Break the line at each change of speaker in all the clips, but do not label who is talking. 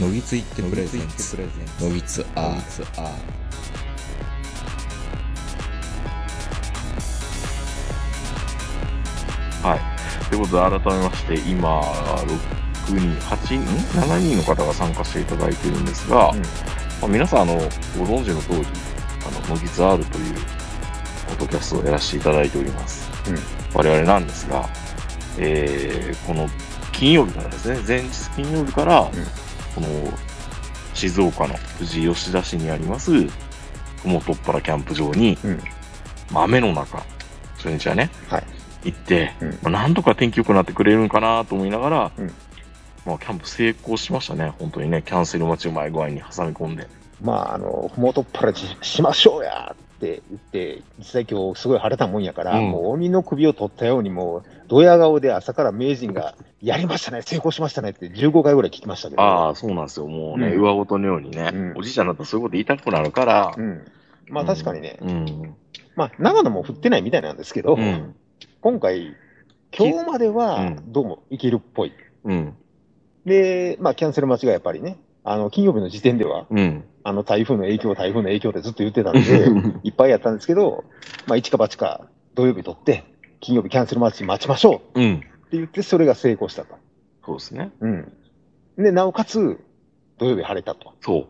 のぎついってプレゼンツのぎつアーツアー
はい。ということで、改めまして、今、6人、8人、7人の方が参加していただいているんですが、
うん
まあ、皆さん、あの、ご存知の通り、あの、ノギツ R という、ポッドキャストをやらせていただいております。
うん
我々なんですが、えー、この金曜日からですね、前日金曜日から、この、静岡の富士吉田市にあります、麓っ腹キャンプ場に、
うん
まあ、雨の中、初日はね、
はい
行って、
うん
まあなんとか天気良くなってくれるんかなと思いながら、
うん
まあ、キャンプ成功しましたね、本当にね、キャンセル待ちを前具合に挟み込んで。
まあ、あの、ふもとっぱらししましょうやって言って、実際今日すごい晴れたもんやから、
うん
もう鬼の首を取ったように、もう、ドヤ顔で朝から名人が、やりましたね、成功しましたねって15回ぐらい聞きましたけど。
ああ、そうなんですよ、もうね、
うん
上ごとのようにね、
うん
おじいちゃんだったらそういうこと言いたくなるから
う、ん。まあ確かにね、
うん、
まあ長野も降ってないみたいなんですけど、
うん、
今回、今日まで
う
は
ん
どうもいけるっぽい。
うん、
で、まあキャンセル待ちがやっぱりね、あの、金曜日の時点では、
うん、
あの、台風の影響、台風の影響ってずっと言ってたん で、いっぱいやったんですけど、まあ、一か八か土曜日取って、金曜日キャンセル待ち待ちましょうって
うん、
言って、それが成功したと。
そうですね、
うん。で、なおかつ、土曜日晴れたと。
そ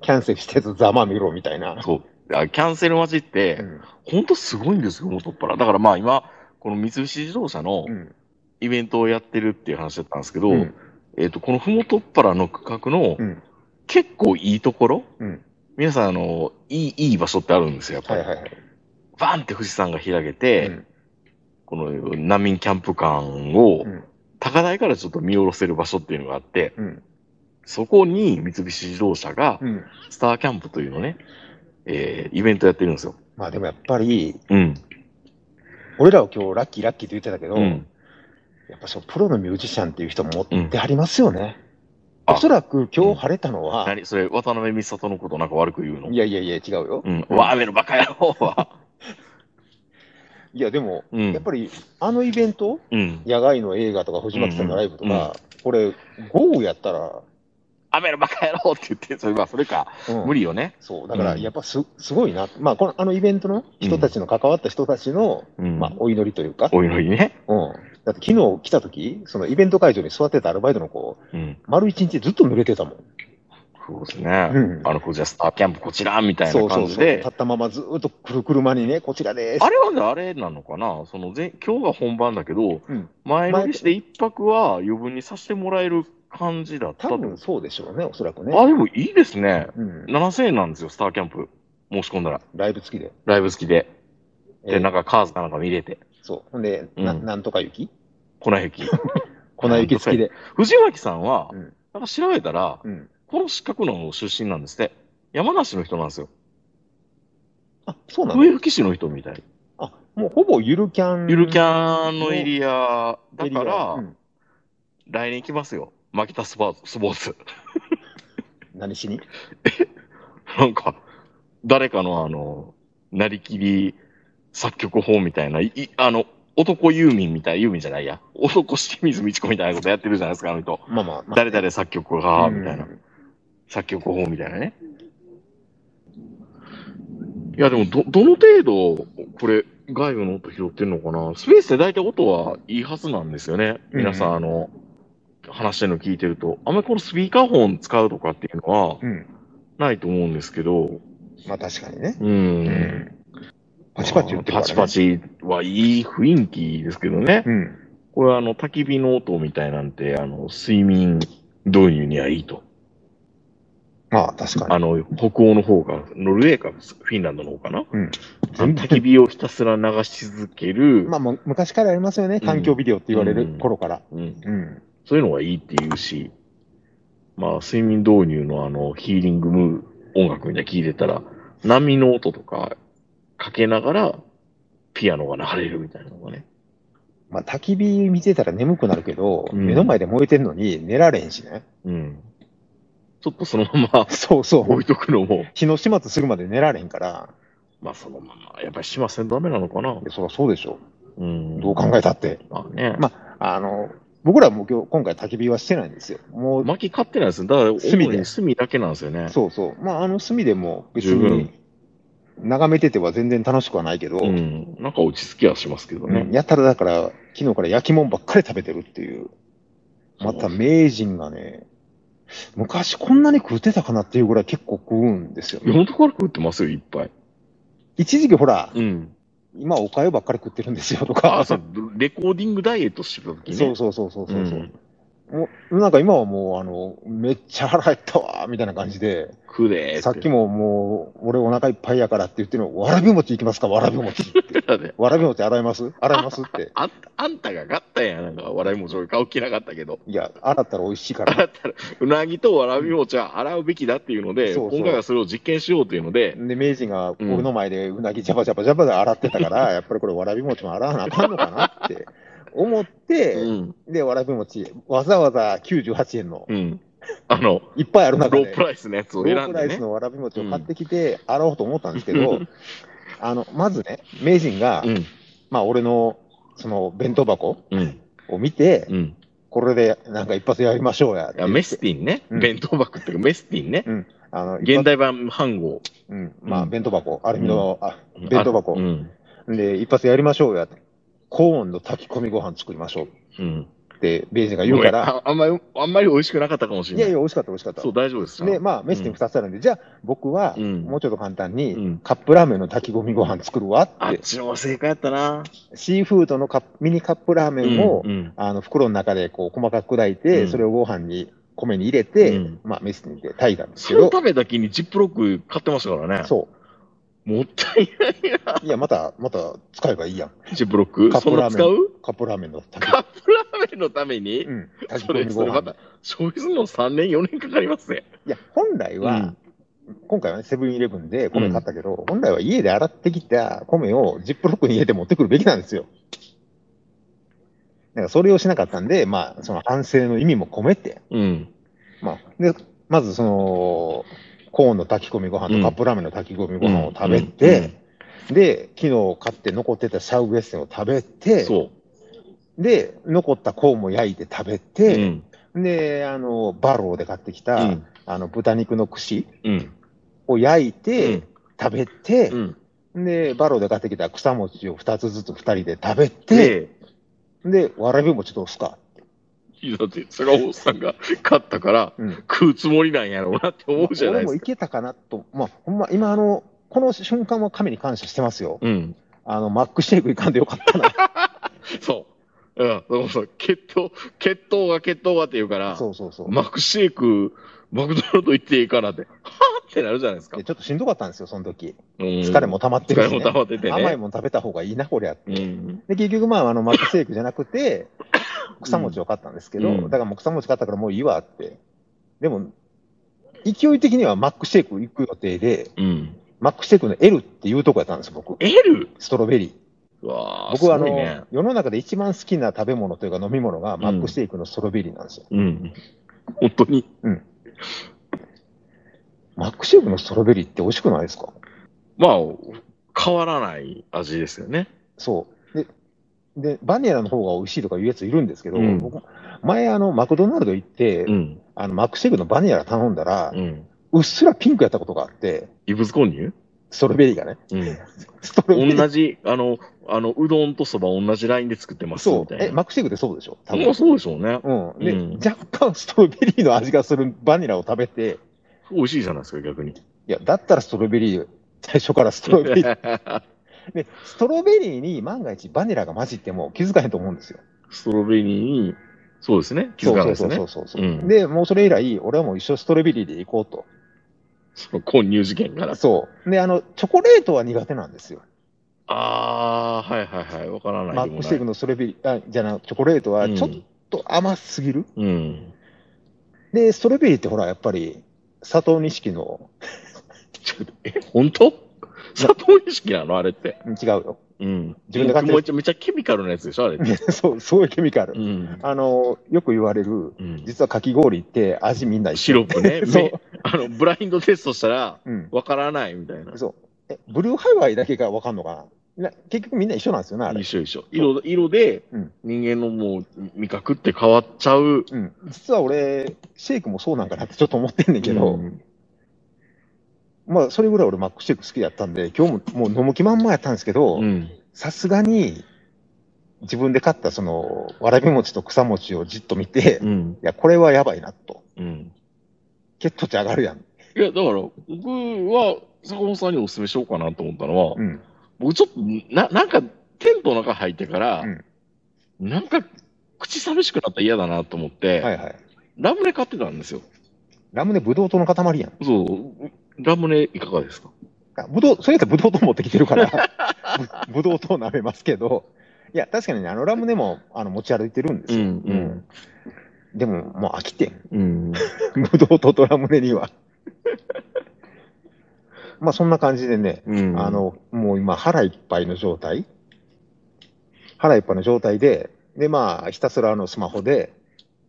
キャンセルしてずざまみろみたいな
う、。そう。だからキャンセル待ちって、
うん。
本当すごいんですよ、元っ腹。だからまあ今、この三菱自動車の
うん。
イベントをやってるっていう話だったんですけど、
うん
えっ、と、このふもとっ腹の区画の
うん。
結構いいところ、
うん
皆さん、あの、いい、いい場所ってあるんですよ、やっぱ
はい
り。
はいはい。
バンって富士山が開けて、
うん
この難民キャンプ館を、
うん
高台からちょっと見下ろせる場所っていうのがあって、
うん。
そこに三菱自動車が
うん。
スターキャンプというのね、えー、イベントやってるんですよ。
まあでもやっぱり、
うん。
俺らを今日ラッキーラッキーって言ってたけど、
うん。
やっぱそのプロのミュージシャンっていう人持ってはりますよね。
うんあ
おそらく今日晴れたのは、
何それ、渡辺美里のことなんか悪く言うの
いやいやいや違うよ。
うん。わあ、めのバカ野郎は。
いやでも、
うん
やっぱりあのイベント、
うん。
野外の映画とか藤巻さんのライブと
うんうんうん
か、これ、豪雨やったら、
雨のバカ野郎って言って、それまあそれか、
うん
無理よね。
そう、だから
うん
やっぱすすごいな、まあこの、あのイベントの人たちの、関わった人たちの、
うん
まあ、お祈りというか、
お祈りね。
うん、だって昨日来た時そのイベント会場に座ってたアルバイトの子、
うん。
丸一日ずっと濡れてたもん、
そうですね。
うん
あの、こちらスターキャンプこちらみたい
そ
な
うそ
感
う
じ
そう、
で
立。ったままずっとくる車にね、こちらです
あ、れはねあれなのかなその前、今日が本番だけど、
うん
前乗りして一泊は余分にさせてもらえる感じだった
多
と
分そうでしょうね、おそらくね、
あ、でもいいですね。
うん、
7000円なんですよ、スターキャンプ。申し込んだら。
ライブ付きで、
ライブ付きで。
え
で、
ー
なんかカーズかなんか見れて。
そう、ほんで、な
うん
なんとか雪、
粉雪。
粉雪付きで、
藤巻さんは、
うん
なんか調べたら、
うん、
この四角の出身なんですって。山梨の人なんですよ。
あそうなんだ
笛吹市の人みたい。
あ、もうほぼゆるキャン。
ゆるキャンのエリアだ
エリア
から
う、ん
来年行きますよ。マキタスポーツ、スポーツ。
何しに
なんか、誰かのあの、なりきり作曲法みたいな、い、いあの、男ユーミンみたい、ユーミンじゃないや。男清水美智子みたいなことやってるじゃないですか、あの人。
まあまあ、まあ、
誰々作曲が、みたいな
う。ん
作曲法みたいなね。いや、でも、ど、どの程度、これ、外部の音拾ってんのかなスペースで大体音はいいはずなんですよね。
うん
皆さん、あの、話してるの聞いてると。あんまりこのスピーカーホン使うとかっていうのは、
うん。
ないと思うんですけど、
まあ確かにね。
うん。
ん。パチパチ言ってるから、ね。
パチパ。チはいい雰囲気ですけどね。
うん。
これ、あの、焚き火の音みたいなんて、あの、睡眠導入にはいいと。
まあ確かに。
あの、北欧の方が、ノルウェーかフィンランドの方かな、
うん
あの焚き火をひたすら流し続ける、
まあもう昔からありますよね。環境ビデオって言われる頃から。
うん、
うん。
そういうのがいいっていうし、まあ、睡眠導入のあの、ヒーリングムー音楽みたいなの聞いてたら、波の音とかかけながら、ピアノが流れるみたいなのがね。
まあ焚き火見てたら眠くなるけど、
うん
目の前で燃えてるのに寝られへんしね。
うん。ちょっとそのまま
そうそう
置。いとくのも、
日の始末するまで寝られへんから、
まあそのまま、やっぱりしませんとダメなのかな。
いやそりゃそうでしょ。
うん。
どう考えたって。
まあね。
まあ、あの、僕らはもう今日、今回焚き火はしてないんですよ。もう、
薪買ってないですね。だから、主
炭で
に炭だけなんですよね。
そうそう。まあ、あの炭でも別
十分
に、眺めてては全然楽しくはないけど、
うん。なんか落ち着きはしますけど
うん
ね。
やたらだから、昨日から焼き物ばっかり食べてるっていう。また名人がね、昔こんなに食ってたかなっていうぐらい結構食うんですよ
いや
ね。
本当から食ってますよ、いっぱい。
一時期ほら、
うん。
今おかゆばっかり食ってるんですよと
あ
か。
あ、さ、レコーディングダイエットしてた時ね。
そうそうそうそうそう。
うん
もうなんか今はもう、あの、めっちゃ腹減ったわーみたいな感じで、
食えーて。
さっきももう、俺お腹いっぱいやからって言ってるの、わらび餅いきますか、わらび餅って。
だね。
わらび餅洗います洗いますって。
あんあんたが買ったやん。なんか、笑いも上顔着なかったけど。
いや、洗ったら美味しいか
あ
ら。
なたら、うなぎとわらび餅は洗うべきだっていうので、
そうそう
今回はそれを実験しようというので、
で、明治が俺の前でうなぎジャバジャバジャバで洗って たから、やっぱりこれわらび餅も洗わなあかんのかなって思って、
うん。
で、わらび餅、わざわざ98円の、
うん。あの、
いっぱいある
ロ
中
ー
で
プ、ライスのやつ
ロ
を選
ー
ん
プラ
で
イス
ね。
のわらび餅を買ってきて、洗おうと思ったんですけど、あの、まずね、名人が、
うん。
まあ、俺の、その、弁当箱
うん。
を見て、
うん。い
これで、なんか一発やりましょうやって言
や
って。
メスティンね。
うん
弁当箱っていうか、メスティンね。
あの、
現代版飯号。
うん、ま
う
あ、
ん
弁当箱、アルミの、あ、
うん
弁当
あ
箱
うん。
で、一発やりましょうやと。コーンの炊き込みご飯作りましょう
うん。
って、ベージが言うから、
ああんまり、あんまり美味しくなかったかもしれ
い
ない。
やいや、美味しかった、美味しかった
そう、。大丈夫です。
で、まあ、メスティン2つあるんで、じゃあ、僕は、
うん
もうちょっと簡単
う
に、
ん。
カップラーメンの炊き込みご飯作るわ
あ
っ、
ってちの方が正解やったな。
シーフードのカップミニカップラーメンを、
うん。
あの、袋の中で、こう、細かく砕いうて、
ん
それをご飯に、米に入れて、
うん
まあ、メスティンで炊いたんです
そ
け
れを
ど、
食べた気にジップロック買ってましたからね。
そ
もったいない。
う。いや、また、また、使えばいいやん。
ジップロック
カッ
そ
プ
んな
ラーメン
使う
カップラーメンの炊き
カップラーメンのために、
うん、炊
そ
き込
れ、
み
そ
ご
れまた
飯。、
消費するの3年、4年かかりますね。
いや、本来は、今回はね、セブンイレブンで米買ったけど、本来は家で洗ってきた米をジップロックに入れて持ってくるべきなんですよ。なんかそれをしなかったんで、まあ、その反省の意味も込めて、
うん。
まあ、で、まずその、コーンの炊き込みご飯
うん
とカップラーメンの炊き込みご飯を食べて、で、昨日買って残ってたシャウエッセンを食べ
うん、
て、
そ
で、残ったコーンも焼いて食べ
う。
て、
うん。
で、あの、バローで買ってきた、
うん
あの、豚肉の串
うん。
を焼いうて
ん。
食べて
う、ん。
で、バローで買ってきた草餅を2つずつ2人で食べて、
で、
で、わらび餅どうすか
だって、坂本さんが勝ったから、
うん。
食うつもりなんやろうなって思うじゃない
俺
で
も
す
い
か。
けたかなと。まあ、ほんま、今あの、この瞬間は神に感謝してますよ。
うん。
あの、マックシェイクいかんでよかったな。
そう。うん。そうそう。血糖、血糖が血糖がって言うから、
そうそうそう。
マクシェイク、マクドナルド行っていいかなって、はぁってなるじゃないですか
で。ちょっとしんどかったんですよ、その時。
うん
疲れも溜まって
疲
る
れ
し、
も
ね。
溜まっててね。
甘いもん食べた方がいいな、こりゃ。
うん。
で、結局まあ、あの、マックシェイクじゃなく て、草餅を買ったんですけど、
うん
だからもう草餅買ったからもういいわって。でも、勢い的にはマックシェイク行く予定で、
うん。
マックシェイクの L っていうとこやったんですよ、僕。
L?
ストロベリー。
うわぁ、す
僕はあの、
ごいね。
世の中で一番好きな食べ物というか飲み物がマックシェイクのストロベリーなんですよ。
うん。本当に。
マックシェイクのストロベリーって美味しくないですか
まあ、変わらない味ですよね。
そう。で、で、バニラの方が美味しいとかいうやついるんですけど、
うん
僕、前あの、マクドナルド行って、
ん。
あの、マックシェイクのバニラ頼んだら、
うん。
うっすらピンクやったことがあって、
異物混入
ストロベリーがね。
う
ストロベリ
ん。
ー。
同じ、あの、あの、うどんとそば同じラインで作ってます
そ
み
う。
たいな。
え、マックシェイクでそうでしょ多
まあ
分。
そうでしょうね。
うん。で、
うん
若干ストロベリーの味がするバニラを食べて、
美味しいじゃないですか、逆に。
いや、だったらストロベリー、最初からストロベリー。 で、ストロベリーに万が一バニラが混じっても気づかへんと思うんですよ。
ストロベリーに、そうですね。気づかないですね。
そうそうそうそう。
うん
で、もうそれ以来、俺はもう一生ストロベリーで行こうと。
その混入事件から。
そう。で、あの、チョコレートは苦手なんですよ。
あー、はいはいはい。わからない
マ
で
ッ
も
ク
な
シェイ
い
ク。のストロベリー、あ、じゃな、チョコレートはちょっと甘すぎる。
うん。うん。
で、ストロベリーってほら、やっぱり、佐藤錦の、
ちょっと、え、本当砂糖意識なのあれって。
うん違うよ。
うん。
自分で買ってる
めちゃめちゃケミカルなやつでしょあれって。
そう、そういうケミカル。
うん。
あの、よく言われる、
うん
実はかき氷って味みんな一緒。。
シロップね
そう
めあの、ブラインドテストしたら、
うん。
わからないみたいな。
そう。え、ブルーハイワイだけがわかんのかな結局みんな一緒なんですよね、あれ
一。緒一緒。色、色で
うん、
人間のもう、味覚って変わっちゃう。
うん。実は俺、シェイクもそうなんかなってちょっと思ってんねんけど、
うん
まあ、それぐらい俺マックシェイク好きだったんで、今日ももう飲む気満々やったんですけど
う、ん。
さすがに、自分で買ったその、わらび餅と草餅をじっと見て、
う
い
ん。
や、これはやばいなと。
うん。
血糖値上がるやん。
いや、だから、僕は、坂本さんにお勧めしようかなと思ったのは、
うん。
僕ちょっと、な、なんか、テントの中入ってから、
うん
なんか、口寂しくなったら嫌だなと思って、
はいはい。
ラムネ買ってたんですよ。
ラムネブドウ糖の塊やん。
そう、ラムネいかがですか
あぶどう、それやったらぶどう糖持ってきてるから、 ぶぶどう糖舐めますけど、いや、確かにね、あのラムネも、あの、持ち歩いてるんですよ。
ん、
でも、もう飽きてん。
うん。
ぶどう糖とラムネには。 まあ、そんな感じでね、
うん。
あ、の、もう今、腹いっぱいの状態腹いっぱいの状態で、で、まあ、ひたすらあの、スマホで、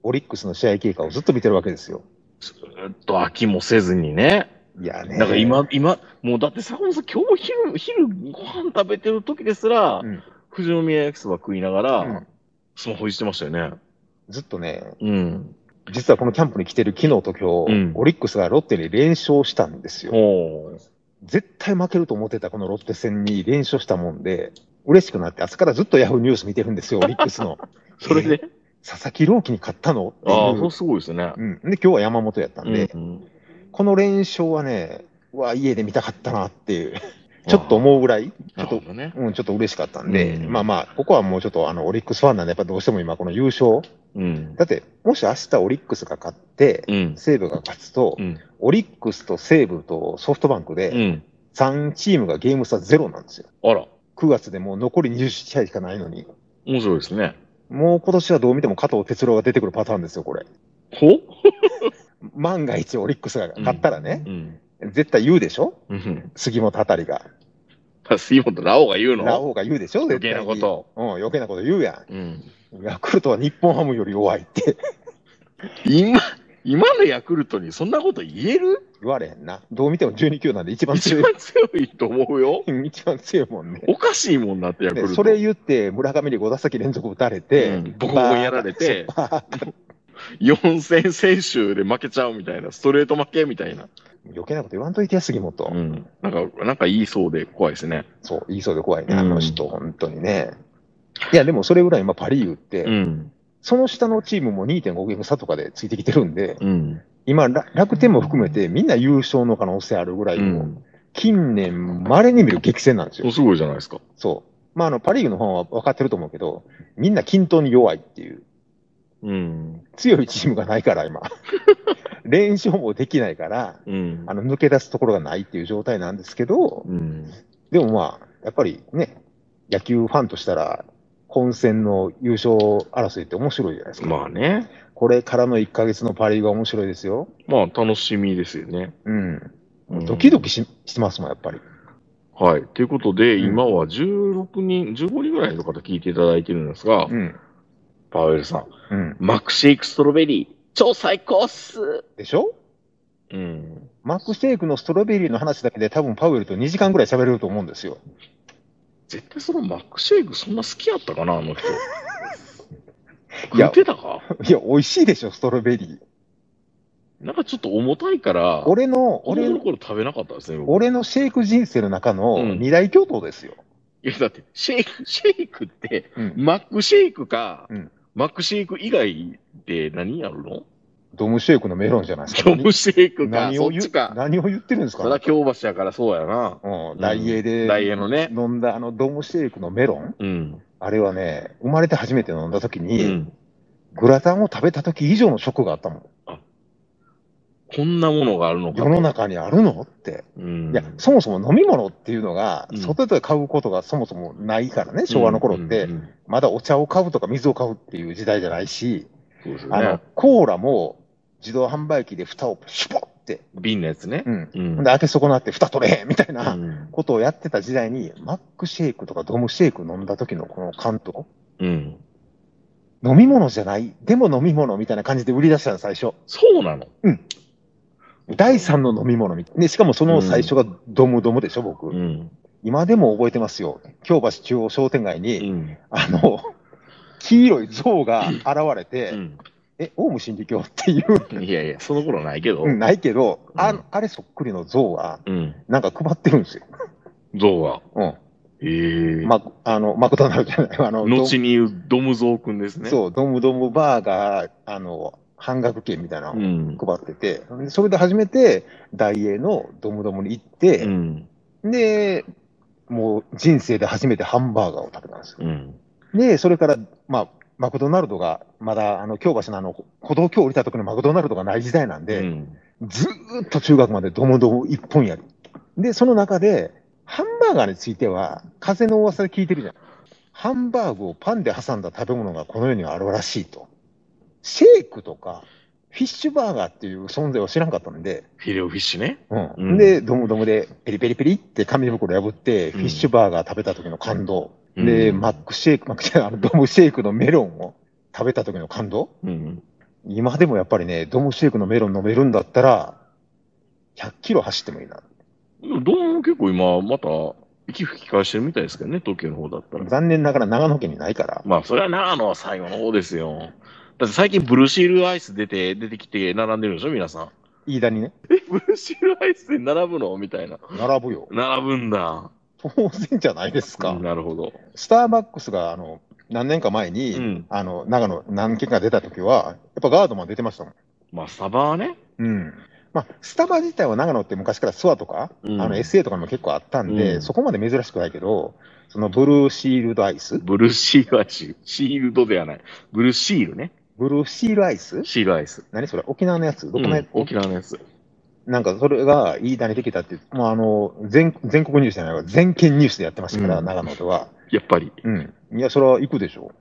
オリックスの試合経過をずっと見てるわけですよ。
ずーっと飽きもせずにね。
いやね。
だから今、今、もうだって坂本さん今日昼、昼ご飯食べてる時ですら、
うん
富士宮焼きそば食いながら、
うん
スマホいじってましたよね。
ずっとね、
うん。
実はこのキャンプに来てる昨日と今日、
うん
オリックスがロッテに連勝したんですよ。
ほう。
絶対負けると思ってたこのロッテ戦に連勝したもんで、嬉しくなって、朝からずっとヤフーニュース見てるんで すよ、オリックスの。
それで、
佐々木朗希に勝ったのっていう
ああ、そうすごいですね。
うん。で、今日は山本やったんで、
うん
この連勝はね、うわ、家で見たかったなっ ていう、ちょっと思うぐらい、ちょっ
なる
と
ほ、どね。
うん、ちょっと嬉しかったんで、
うん
まあまあ、ここはもうちょっと、あの、オリックスファンなんで、やっぱどうしても今、この優勝。
うん。
だって、もし明日オリックスが勝って、
うん。
西武が勝つと、
うん。
オリックスと西武とソフトバンク
う
で、
ん。
3チームがゲーム差ゼロなんですよ。
あら、
9月でもう残り20試合しかないのに、
面白いですね。
もう今年はどう見ても加藤哲郎が出てくるパターンですよ、これ。
ほ
万が一オリックスが勝ったらね、
うん。
絶対言うでしょ
うん。
杉本あたりが。
杉本ラオが言う
ラ
の
オウが言うでしょ絶
余
対
計
に
なこと。
うん、余計なこと言うや
うん。
ん。ヤクルトは日本ハムより弱いって
今、今のヤクルトにそんなこと言える
言われへんな。どう見ても12球なんで一 番
一
強
番強いと思うよ。
い、 一番強いもんね。
おかしいもんなってヤクル
で
ト。
それ言って、村上に5打席連続打たれて、
うんボコボコやられ て
バーン
4戦先週で負けちゃうみたいな、ストレート負けみたいな。
余計なこと言わんといてや、杉本。
うん。なんか、なんか言いそうで怖いですね。
そう、言いそうで怖いね、
うん
あの人、本当にね。いや、でもそれぐらい、まあ、パ・リーグって、
うん。
その下のチームも2.5ゲーム差とかでついてきてるんで、
うん。
今、ら楽天も含めて、みんな優勝の可能性あるぐら
う
いの、
ん。
近年、稀に見る激戦なんですよ。
すごいじゃないですか。
そう。まあ、あの、パ・リーグの方は分かってると思うけど、みんな均等に弱いっていう、
うん。
強いチームがないか ら、今。連勝もできないから、
うん
あ。の、抜け出すところがないっていう状態なんですけど、
うん。
でもまあ、やっぱりね、野球ファンとしたら、混戦の優勝争いって面白いじゃないですか。
まあね。
これからの1ヶ月のパ・リーグは面白いですよ。
まあ楽しみですよね。
うん。
うん
ドキドキししてますもん、やっぱり。
はい。ということで、
うん
今は16人、15人ぐらいの方聞いていただいてるんですが、
うん。
パウエルさん、
うん。
マックシェイクストロベリー、超最高っす
でしょ
うん。
マック・シェイクのストロベリーの話だけで多分パウエルと2時間ぐらい喋れると思うんですよ。
絶対そのマックシェイクそんな好きやったかな、あの 人。
い
食
や
ってたか
いや、美味しいでしょ、ストロベリー。
なんかちょっと重たいから、
俺の、
俺の
俺、
頃食べなかったですね。僕
俺のシェイク人生の中の
うん
二大巨頭ですよ。
いや、だって、シェイク、シェイクって、
うん。
マックシェイクか、
うん
マックシェイク以外で何やるの
ドムシェイクのメロンじゃないですか。
虚無シェイクか、
何
そ
を
っ
言う
ちか。
何を言ってるんです
そ
か
れは京橋やからそうやな。
うん、大英で、
ダイエーのね。
飲んだあのドームシェイクのメロン、
うん。
あれはね、生まれて初めて飲んだ時
う
に、
ん。
グラタンを食べた時以上のショックがあったもん。
こんなものがあるのか。
世の。中にあるのって。
うん。
いや、そもそも飲み物っていうのが、
うん
外で買うことがそもそもないからね、昭和の頃って、
うんうんうん
まだお茶を買うとか水を買うっていう時代じゃないし、
そうですよ
あの
ね。、
コーラも自動販売機で蓋をシュポって、
瓶のやつね。
うん。
うん
で、開け損なって蓋取れへんみたいな
うん
ことをやってた時代に、マックシェイクとかドムシェイク飲んだ時のこの感動。
うん。
飲み物じゃない、でも飲み物みたいな感じで売り出したの、最初。
そうなの
第3の飲み物みたいな。で、しかもその最初がドムドムでしょ、僕。
うん。
今でも覚えてますよ。京橋中央商店街に、
うん。
あの、黄色い像が現れて、
う
え、オウム真理教っていう、
ん。いやいや、その頃ないけど。
うんないけど、あ
うん
あれそっくりの像が、
うん。
なんか配ってるんですよ。
像が。
うん。
ええ。
ま、あの、マクドナルドじゃない、あの、
後に言うドムゾウくんですね。う。
そう、ドムドムバーガー、あの、半額券みたいな
う
の
ん。
配ってて、でそれで初めて、ダイエーのドムドムに行って
う、ん。
で、もう人生で初めてハンバーガーを食べたんですよ。
うん。
で、それから、まあ、マクドナルドが、まだ、あの、京橋のあの、歩道橋降りた時のマクドナルドがない時代なん
う
で、
ん
ずーっと中学までドムドム一本やり。で、その中で、ハンバーガーについては、風の噂で聞いてるじゃん。ハンバーグをパンで挟んだ食べ物がこの世にはあるらしいと。シェイクとか、フィッシュバーガーっていう存在を知らんかったんで、
フィレオフィッシュね。
うん。
うん
で、ドムドムで、ペリペリペリって紙袋破って、
うん
フィッシュバーガー食べた時の感動。
うん
で、マックシェイク、マックシェイク、あの、ドムシェイクのメロンを食べた時の感動。
うん。
今でもやっぱりね、ドムシェイクのメロン飲めるんだったら、100キロ走ってもいいな。
でもドームも結構今、また、息吹き返してるみたいですけどね、東京の方だったら。
残念ながら長野県にないから。
まあ、それは長野は最後の方ですよ。だって最近ブルーシールアイス出て、出てきて並んでるでしょ、皆さん。
飯田にね、
ブルーシールアイスで並ぶのみたいな。
並ぶよ。
並ぶんだ。
当然じゃないですか。
なるほど。
スターバックスが、あの、何年か前に、
うん
あの、長野、何件か出た時は、やっぱガードマン出てましたもん。
まあ、スタバはね。
うん。まあ、スタバ自体は長野って昔からスワとか、
うん
あの SA とかにも結構あったんで、
うん
そこまで珍しくないけど、そのブルーシールドアイス
ブルーシールアイス。シールドではない。ブルーシールね。
ブルーシールアイス
シールアイス。
何それ沖縄のやつどこのやつ、
うん、沖縄のやつ。
なんかそれが飯田にできたって、もうあの、全、全国ニュースじゃないわ。全県ニュースでやってましたから、
うん
長野では。
やっぱり。
うん。いや、それは行くでしょ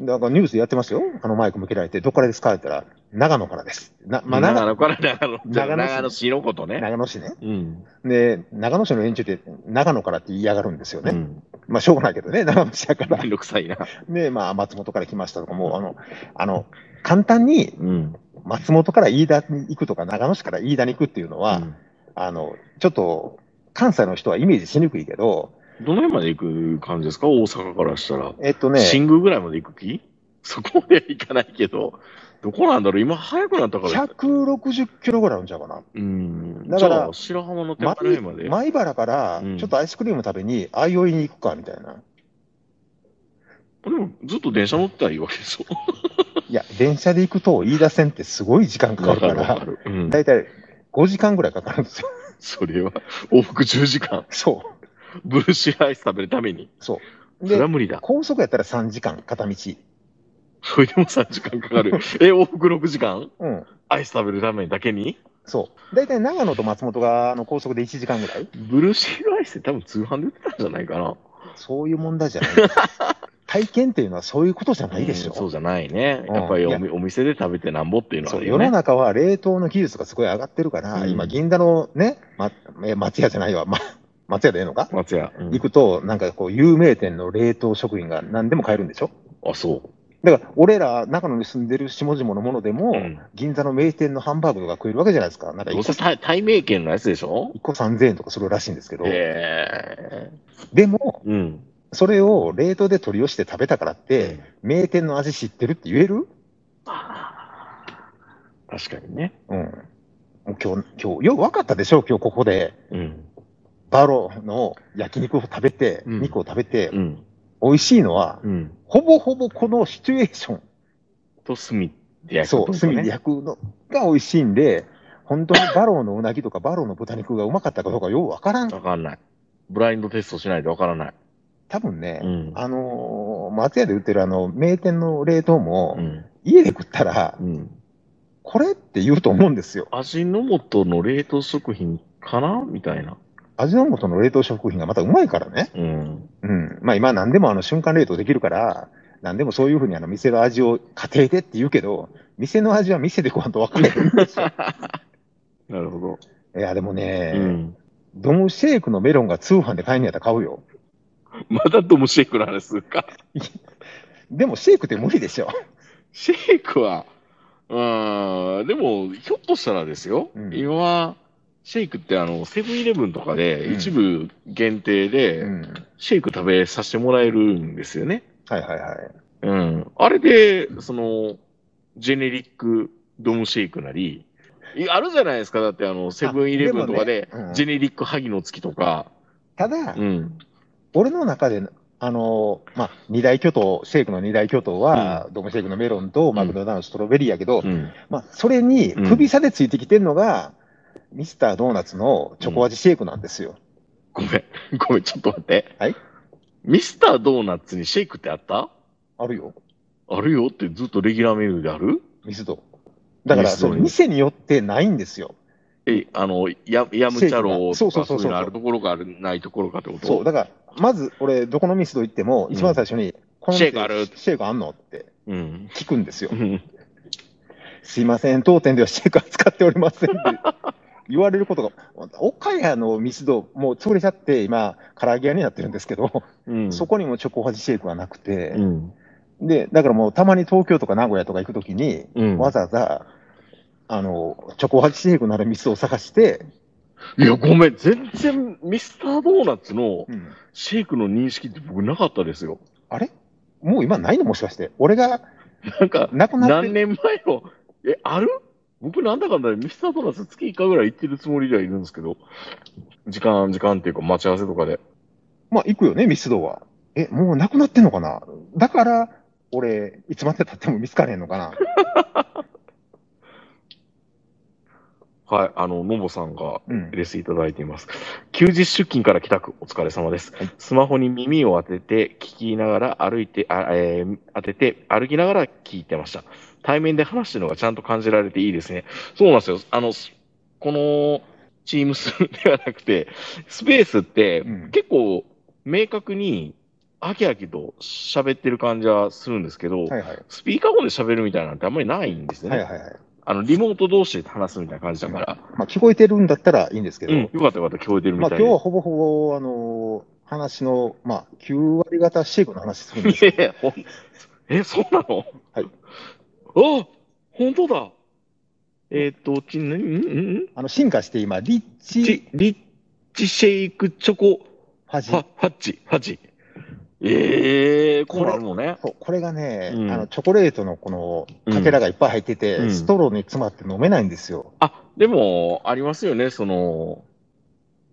う。だからニュースやってますよ。あのマイク向けられて、どこからですかって言ったら、長野からです。な、まあ、長
長
野、
野から長野。
長野市
長野市のことね。
長野市ね。
うん。
で、長野市の連中って長野からって言いやがるんですよね。
うん。
まあ、しょうがないけどね、長野市やか
め
ら
ん。どくさいな。
で、まあ、松本から来ましたとか、もう、あの、あの、簡単に
うん。
松本から飯田に行くとか、長野市から飯田に行くっていうのは、
うん
あの、ちょっと、関西の人はイメージしにくいけど、
どの辺まで行く感じですか大阪からしたら。
えっとね、
新宮ぐらいまで行く気そこまでは行かないけど、どこなんだろう今早くなったから。
160キロぐらいあるんちゃうかな。
うん。
だから
じゃあ白浜の手
前
前まで。
米原から
う、ん
ちょっとアイスクリーム食べに、あいおいに行くか、みたいな。
でも、ずっと電車乗ってたらいいわけでし ょ。
いや、電車で行くと、飯田線ってすごい時間かかるか、
わからる。うん。
だいたい5時間ぐらいかかるんですよ。
それは、往復10時間、
そ
ブルーシーアイス食べるために。
う、そう。
それ
で
は、無理だ。
高速やったら3時間、片道。
それでも3時間か かる。え、往復6時間
うん。
アイス食べるためにだけに
そう。大体長野と松本があの高速で1時間ぐらい
ブルーシールアイスって多分通販で売ってたんじゃないかな。
そういう問 題じゃない。体験っていうのはそういうことじゃないでしょ。
うんそうじゃないね。
うん
やっぱりお
い
みお店で食べてなんぼっていうのは
そ
あ
う
る
世
よね
の。中は冷凍の技術がすごい上がってるから、
うん
今、銀座のね、ま、え松屋じゃないわ、ま、松屋でええのか、
松屋。うん
行くと、なんかこう、有名店の冷凍食品が何でも買えるんでしょ
あ、そ
だから、俺ら、長野に住んでる下々のものでも、
う。うん
銀座の名店のハンバーグとか食えるわけじゃないですか。なんか
どう
1個
せ対対名圏のやつでしょ
一個3000円とかするらしいんですけど、
え
でも、
えうん。
それを冷凍で取り寄せて食べたからって、
え
名店の味知ってるって言える
確かにね。
うん。もう今日、今日、よく分かったでしょ今日ここで、
うん。
バロの焼肉を食べて、
うん
肉を食べて、
うん。
美味しいのは、
うん。
ほぼほぼこのシチュエーション、
と、炭で焼く
そ
と
う、
か
炭
ね
で焼くのが美味しいんで、本当にバロのうなぎとかバロの豚肉がうまかったかどうかよう分からん。
わかんない。ブラインドテストしないとわからない。
多分ね、
うん。
あのー松屋で売ってるあの、名店の冷凍も、
うん。
家で食ったら
う、ん。
これって言うと思うんですよ。
味の素の冷凍食品かなみたいな。
味の素の冷凍食品がまたうまいからね。
うん。
うん。まあ今何でもあの瞬間冷凍できるから、何でもそういうふうにあの店の味を家庭でって言うけど、店の味は店でご飯と分か れるんですよ。
なるほど。
いや、でもね、
うん。
ドムシェイクのメロンが通販で買えんやったら買うよ。
まだドムシェイクの話するか。
でもシェイクって無理でしょ。
シェイクは、うーん、でも、ひょっとしたらですよ、
うん
今、シェイクってあの、セブンイレブンとかで
うん
一部限定で、
うん。
シェイク食べさせてもらえるんですよね。
はいはいはい。
うん。あれで、その、ジェネリックドムシェイクなり、いあるじゃないですか。だってあの、セブンイレブンとかで
でもねう、ん
ジェネリック萩の月とか、
ただ、
うん。
俺の中で、あのまあ、二大巨頭、シェイクの二大巨頭は、ドームシェイクのメロンとマクドナルドのストロベリーやけど、
うん。
まあ、それに
うん
首差でついてきてるのが、ミスタードーナツのチョコ味シェイクなんですよ。
ごめん。ごめん。ちょっと待って。
はい
ミスタードーナツにシェイクってあった
あるよ、
あるよってずっとレギュラーメニューである
ミスド。だから、
ミスド
そ
に
の店によってないんですよ。
え、あの、や、やむチャロと
シェイクがそう
か
そうそ
そう
そ
ういう
う
のあるところがある、ないところかってこと
そう、だから、まず俺、どこのミスド行っても、一番最初に、この店
シェイクある
シェイクあんのって
うん。
聞くんですよ
う。ん。
すいません、当店ではシェイク扱っておりませんって 言われることが、岡谷のミスド、もう潰れちゃって、今、唐揚げ屋になってるんですけど、
うん。
そこにもチョコ味シェイクがなくて、
うん。
で、だからもうたまに東京とか名古屋とか行くときに、
うん。
わざわざ、あの、チョコ味シェイクなるミスを探して、
いや、ごめん。全然、ミスタードーナツの
うん
シェイクの認識って僕なかったですよ。
あれもう今ないのもしかして。俺が
なんか、
なくなって
何年前の、え、ある僕なんだかんだでミスタードーナツ月1回ぐらい行ってるつもりではいるんですけど、時間、時間っていうか待ち合わせとかで。
まあ行くよね、ミスドは。え、もうなくなってんのかなだから、俺、いつまで経っても見つかれへんのかな
はい、あの、ももさんが
うん
レスいただいています。休日出勤から帰宅、お疲れ様です。スマホに耳を当てて、聞きながら歩いて、あえー当てて、歩きながら聞いてました。対面で話してるのがちゃんと感じられていいですね。そうなんですよ。あの、すこの、チームスではなくて、スペースって
うん、
結構明確に、あきあきと喋ってる感じはするんですけど、
はいはい。
スピーカー音で喋るみたいなんてあんまりないんですよ
は
ね。
いはいはい。
あの、リモート同士で話すみたいな感じだから。
まあ聞こえてるんだったらいいんですけど、
うん、よかったよかった、聞こえてるみ
まあ
たい
今
で。
日はほぼほぼ、あのー話の、まあ9割方シェイクの話するんです け
いやいやほんえ、そうなの
はい。
あ本当だえっ、と、ち、ん、ん、ん
ど、あの、進化して今、リッチ、
ち、リッチシェイクチョコ、
ファジー
は、ハッチ、ハッチ。ええこれあるのね。
そう、これがね、
うん
あの、チョコレートのこの、かけらがいっぱい入ってて、
うん
ストローに詰まって飲めないんですよ。
あ、でも、ありますよね、その、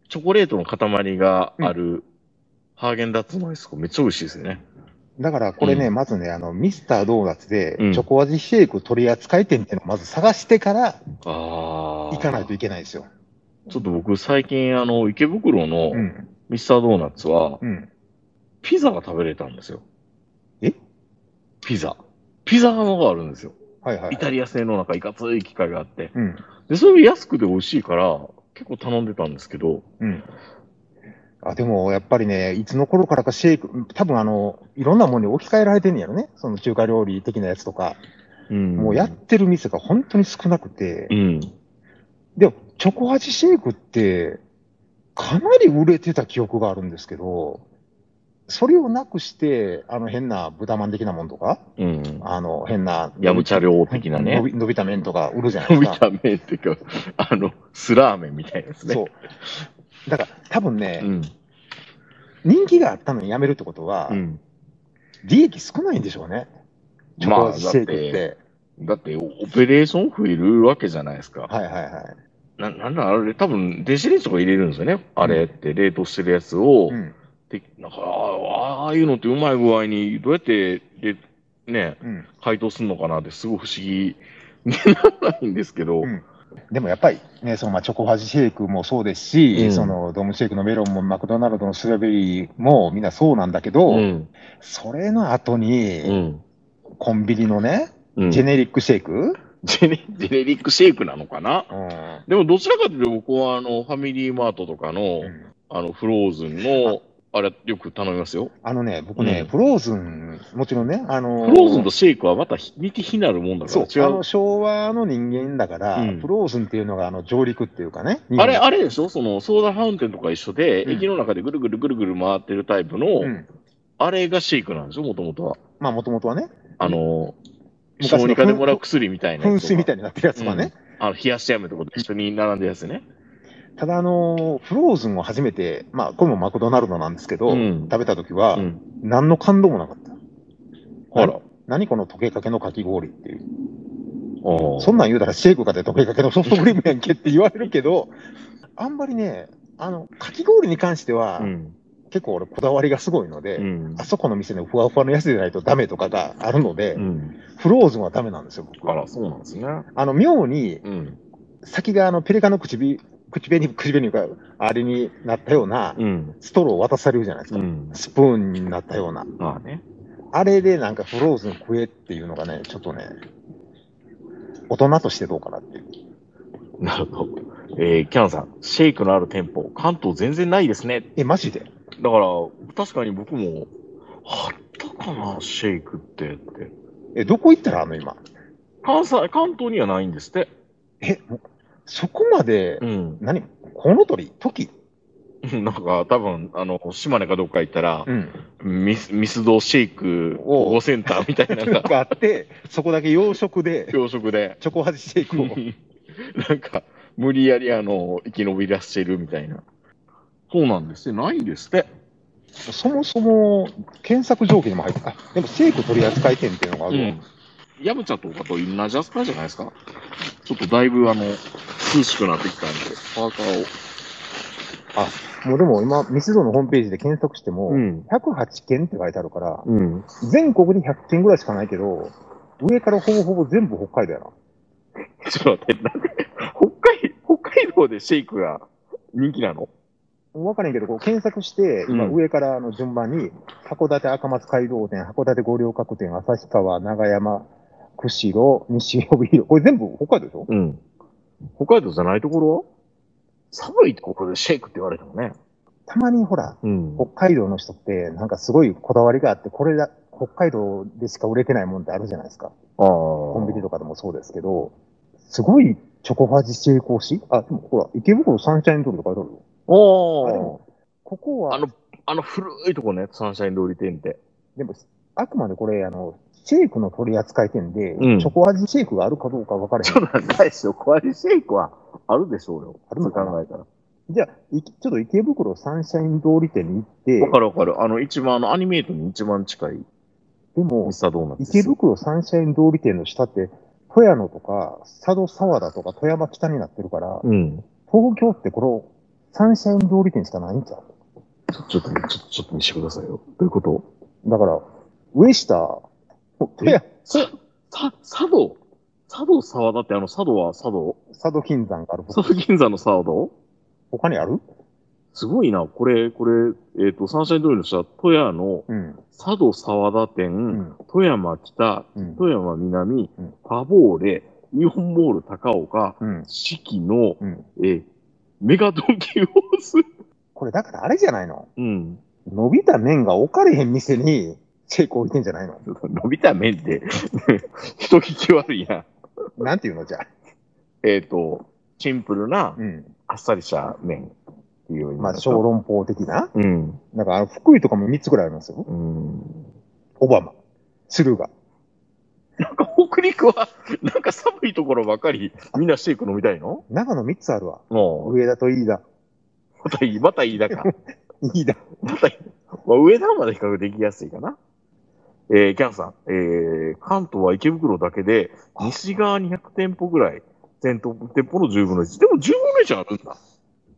チョコレートの塊がある、ハーゲンダッツのアイスコめっちゃ美味しいですよね。
だから、これね、
う
まずね、あの、ミスタードーナツで、チ
うん
ョコ味シェイク取り扱い店っていうのをまず探してから
ああ。
行かないといけないんですよ。
ちょっと僕最近あの、池袋
う
の
ん。
ミスタードーナツは、
うん。
ピザが食べれたんですよ。
え
ピザ。ピザ窯があるんですよ。
はいはい。
イタリア製のなんかいかつい機械があって。
うん。
で、それで安くて美味しいから、結構頼んでたんですけど。
うん。あ、でも、やっぱりね、いつの頃からかシェイク、多分あの、いろんなものに置き換えられてんやろね。その中華料理的なやつとか。
うん
もうやってる店が本当に少なくて、
うん。
でも、チョコ味シェイクって、かなり売れてた記憶があるんですけど、それをなくして、あの変な豚まん的なもんとか、
うん。
あの変な、
ヤムチャ量的なね
伸。び伸びた麺とか売るじゃないで
伸
す
び
か。
た麺っていうか、あの、スラーメンみたいですね。
そう。だから、多分ね、
うん。
人気があったのにやめるってことは、
うん。
利益少ないんでしょうね。チョコ
まあ、
味
だ
シ
っ、
ェイクってて。
だって、オペレーション増えるわけじゃないですか。
はいはいはい。
な、なんだ、あれ、多分、電子レンジとか入れるんですよね。あれって、冷凍してるやつを、
うん。
で、なんか、ああああいうのってうまい具合に、どうやって、で、ね、
うん。
解凍するのかなって、すごい不思議にならないんですけど、
うんでもやっぱり、ね、そのまあチョコ味シェイクもそうですし、
うん
そのドームシェイクのメロンもマクドナルドのストロベリーもみんなそうなんだけど、
うん、
それの後に、
うん、
コンビニのね、
うん。
ジェ
ジ
ネリックシェイク、うん
ェネジェネリックシェイクなのかなでも、どちらかというと、僕は、あの、ファミリーマートとかの、
うん
あの、フローズンの、あれ、よく頼みますよ。
あのね、僕ね、
うん
フローズン、もちろんね、あの
フローズンとシェイクはまた似て非なるもんだか
そ
ら、
う
違
あ
う
の。昭和の人間だから、
うん
フローズンっていうのがあの上陸っていうかね、
あれ、
日本
あれでしょその、ソーダファウンテンとか一緒で、
うん
駅の中でぐるぐるぐるぐる回ってるタイプの、
うん、
あれがシェイクなんでしょもともとは。
まあもともとはね、
あの、
昔の
小児科でもらう薬みたいなや
噴
つとか。
水みたいになってるやつがね、
あの、冷やし飴とかと一緒に並んでるやつね。
ただ、あの、フローズンを初めて、まあ、これもマクドナルドなんですけど、
うん
食べた時は、
うん。
何の感動もなかった。
あら。
何この溶けかけのかき氷っていう。
ああ。
そんなん言うたらシェイクかで溶けかけのソフトクリームやんけって言われる けど、あんまりね、あの、かき氷に関しては、
うん。
結構俺こだわりがすごいので、
うん
あ。そこの店のふわふわのやつでないとダメとかがあるので、
うん。
フローズンはダメなんですよ、僕。
あら、そうなんですね。
あの、妙に、
うん。
先があの、ペリカの唇、口紅、口紅があれになったような、
うん。
ストローを渡されるじゃないです
う
か。
ん。
スプーンになったような。
まあね。
あれでなんかフローズン食えっていうのがね、ちょっとね、大人としてどうかなっていう。
なるほど。えー、キャンさん、シェイクのある店舗、関東全然ないですね。
え、マジで
だから、確かに僕も、あったかな、シェイクってって。
え、どこ行ったらあんの今。
関西、関東にはないんですって。
え、もうそこまで、
うん。
何コウノトリトキ
なんか、多分、あの、島根かどっか行ったら、
うん。
ミス、ミスドシェイク保護センターみたいなの
な ん
が、
かあって、そこだけ洋食で、
朝食で、
チョコ味シェイクを。
なんか、無理やりあの、生き延び出してるみたいな。そうなんですよ。ないんですって。
そもそも、検索条件にも入ってあ、でもシェイク取り扱い店っていうのがあ
う
るわ、
ん。ヤムチャとかと同じ扱いじゃないですかちょっとだいぶあの、涼しくなってきたんで、パーカー
もうでも今、ミスドのホームページで検索しても、
を。ん。
108件って書いてあるから、
うん。
全国に100件ぐらいしかないけど、上からほぼほぼ全部北海道やな。
ちょっと待って、なんで、 北海、北海道でシェイクが人気なの
わからんけど、こう検索して、
うん
今上からの順番に、函館赤松街道店、函館五稜郭店、旭川、長山、釧路、西帯広。これ全部北海道でしょ
うん。北海道じゃないところ寒いところでシェイクって言われてもね。
たまにほら、
うん
北海道の人って、なんかすごいこだわりがあって、これだ、北海道でしか売れてないもんってあるじゃないですか。
ああ。
コンビニとかでもそうですけど、すごいチョコファジシェイク推しあ、でもほら、池袋サンシャイン通りとか書いてあるよ。
お
あで
ー
も。ここは、
あの、あの古いとこね、サンシャイン通り店って。
でも、あくまでこれ、あの、シェイクの取り扱い店で、
うん
チョコ味シェイクがあるかどうか分からへ
ちょっ
ん。
と高いですよ。小味シェイクはあるでしょうよ。
あるのか
そ
な
う考えたら。
じゃあ、いちょっと池袋サンシャイン通り店に行って、
わかるわかる。あの、一番、あの、アニメートに一番近い
でも
ミ、スタードーナツです
池
よ。
袋サンシャイン通り店の下って、富山とか、佐渡沢田とか富山北になってるから、
うん。
東京ってこのサンシャイン通り店しかないんちゃう
ちょっと、ちょっと、ちょっと見してくださいよ。どういうこと
だから、上下、富山、
さ、さ、佐渡佐渡沢だってあの佐渡は佐渡
佐渡金山がある。
佐渡銀座の佐渡
他にある
すごいな。これ、これ、えっ、と、サンシャイン通りの下、富山の
うん。
佐渡沢田店、
うん。
富山北、
うん。
富山南、
うん
パボーレ、イオンモール高岡、
うん。
四季の、
うん。
えーメガドンキホース。
これだからあれじゃないの
うん。
伸びた麺が置かれへん店に、 チェイク置いてんじゃないの
伸びた面って、 人聞き悪いやん。
なんていうのじゃあ。
えっ、と、シンプルな、
うん。
あっさりした麺っていうより
まあ、小
論。
籠包的な。
うん。
なんか、あの福井とかも3つぐらいありますよ。
うん。
オバマ、鶴が。
なんか北陸は、なんか寒いところばかり、みんなシェイク飲みたいの
長野3つあるわ。
もう、
上田と飯田。
またいい、またいいだか。
飯田。
また、まあ、上田まで比較できやすいかな。えー、キャンさん、えー、関東は池袋だけで、西側200店舗ぐらい、全店舗の10分の1。でも10分の1あるんだ。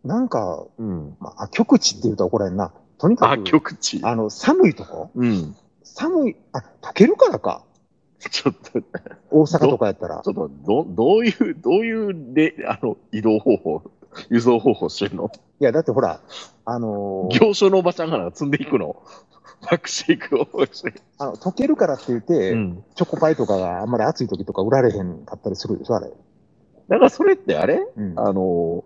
なんか、
うん。
まあ、極地って言うと怒られんな。とにか
あ、
く、
極地。
あの、寒いとこ
うん。
寒い、あ、溶けるからか。
ちょっと、ち
大阪とかやったら。
ょっと、ど、どういう、どういうで、あの、移動方法、輸送方法してるの
いや、だってほら、あのー
行商のおばちゃんがなんか積んでいくのバックシェイクをして。
あの溶けるからって言って、
ん。
チョコパイとかがあんまり暑い時とか売られへんかったりするでしょ、あれ。
だからそれってあれ
うん。
あの、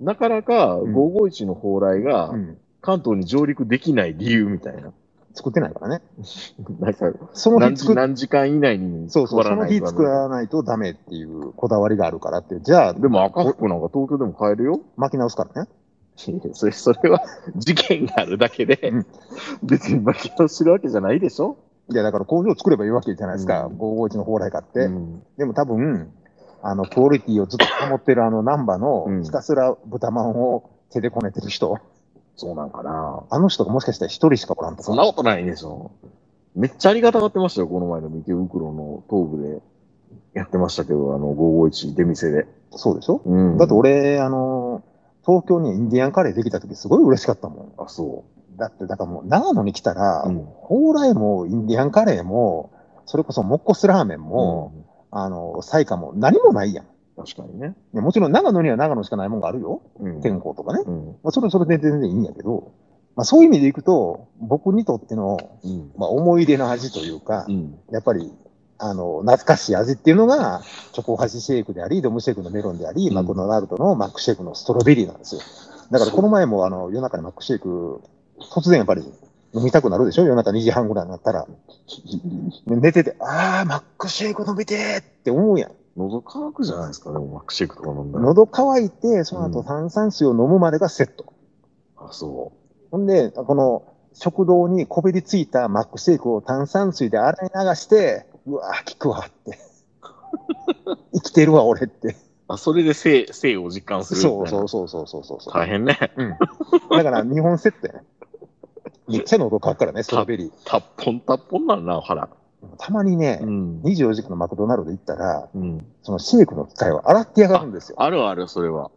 なかなか551の蓬莱が、
うん。
関東に上陸できない理由みたいな。
作ってないからね。
なんか
その
何
日作
時
っ
何時間以内に
そうそう、
配
そ
ら
の
ない
日
と
作らないとダメっていうこだわりがあるからって。じゃあ、
でも赤服なんか東京でも買えるよ。
巻き直すからね。
いやそれそれは事件があるだけで
うん、
別に負けをするわけじゃないでしょ
いや、だから工場作ればいいわけじゃないですか。
うん
551の蓬莱買って。
うん
でも多分、あの、クオリティをずっと保ってるあの、ナンバの
うん、
ひたすら豚まんを手でこねてる人。
そうなんかな。
あの人がもしかしたら一人しかおらんと
そんな
か。
ことないでしょ。めっちゃありがたがってましたよ、この前の池袋の東部で。やってましたけど、あの、551出店で。
そうでしょ
うん
だって俺、あの、東京にインディアンカレーできた時すごい嬉しかったもん。
あ、そ
だって、だからもう長野に来たら、
う。ん。
蓬莱もインディアンカレーも、それこそモッコスラーメンも、あの、彩花も何もないやん。
うん確かにね。
ねもちろん長野には長野しかないもんがあるよ。
うん
天候とかね。
うん。
まあ、それはそれで全然いいんやけど、まあ、そういう意味でいくと、僕にとっての、
うん。
まあ、思い出の味というか、
うん。
やっぱり、あの、懐かしい味っていうのが、チョコハシシェイクであり、ドムシェイクのメロンであり、
うん
マクドナルドのマックシェイクのストロベリーなんですよ。だからこの前も、あの、夜中にマックシェイク、突然やっぱり飲みたくなるでしょ夜中2時半ぐらいになったら。で寝てて、あー、マックシェイク飲みてーって思うやん。
喉乾くじゃないですか、でも、マックシェイクとか飲んだら。
喉乾いて、その後炭酸水を飲むまでがセット。
あ、そ
ほんで、この食堂にこびりついたマックシェイクを炭酸水で洗い流して、うわー、効くわ って。生きてるわ、俺って。
あ、それで性、性を実感する。
そうそう。そうそうそうそうそう。
大変ね。
だから、日本セットやね。めっちゃ喉乾くからね、ストロベリ
たっぽんたっぽんなるな、腹。
ー。たまにね、
ん。
24時間のマクドナルド行ったら、
うん。
そのシェイクの機械を洗ってやがるんですよ。
あるある、それは。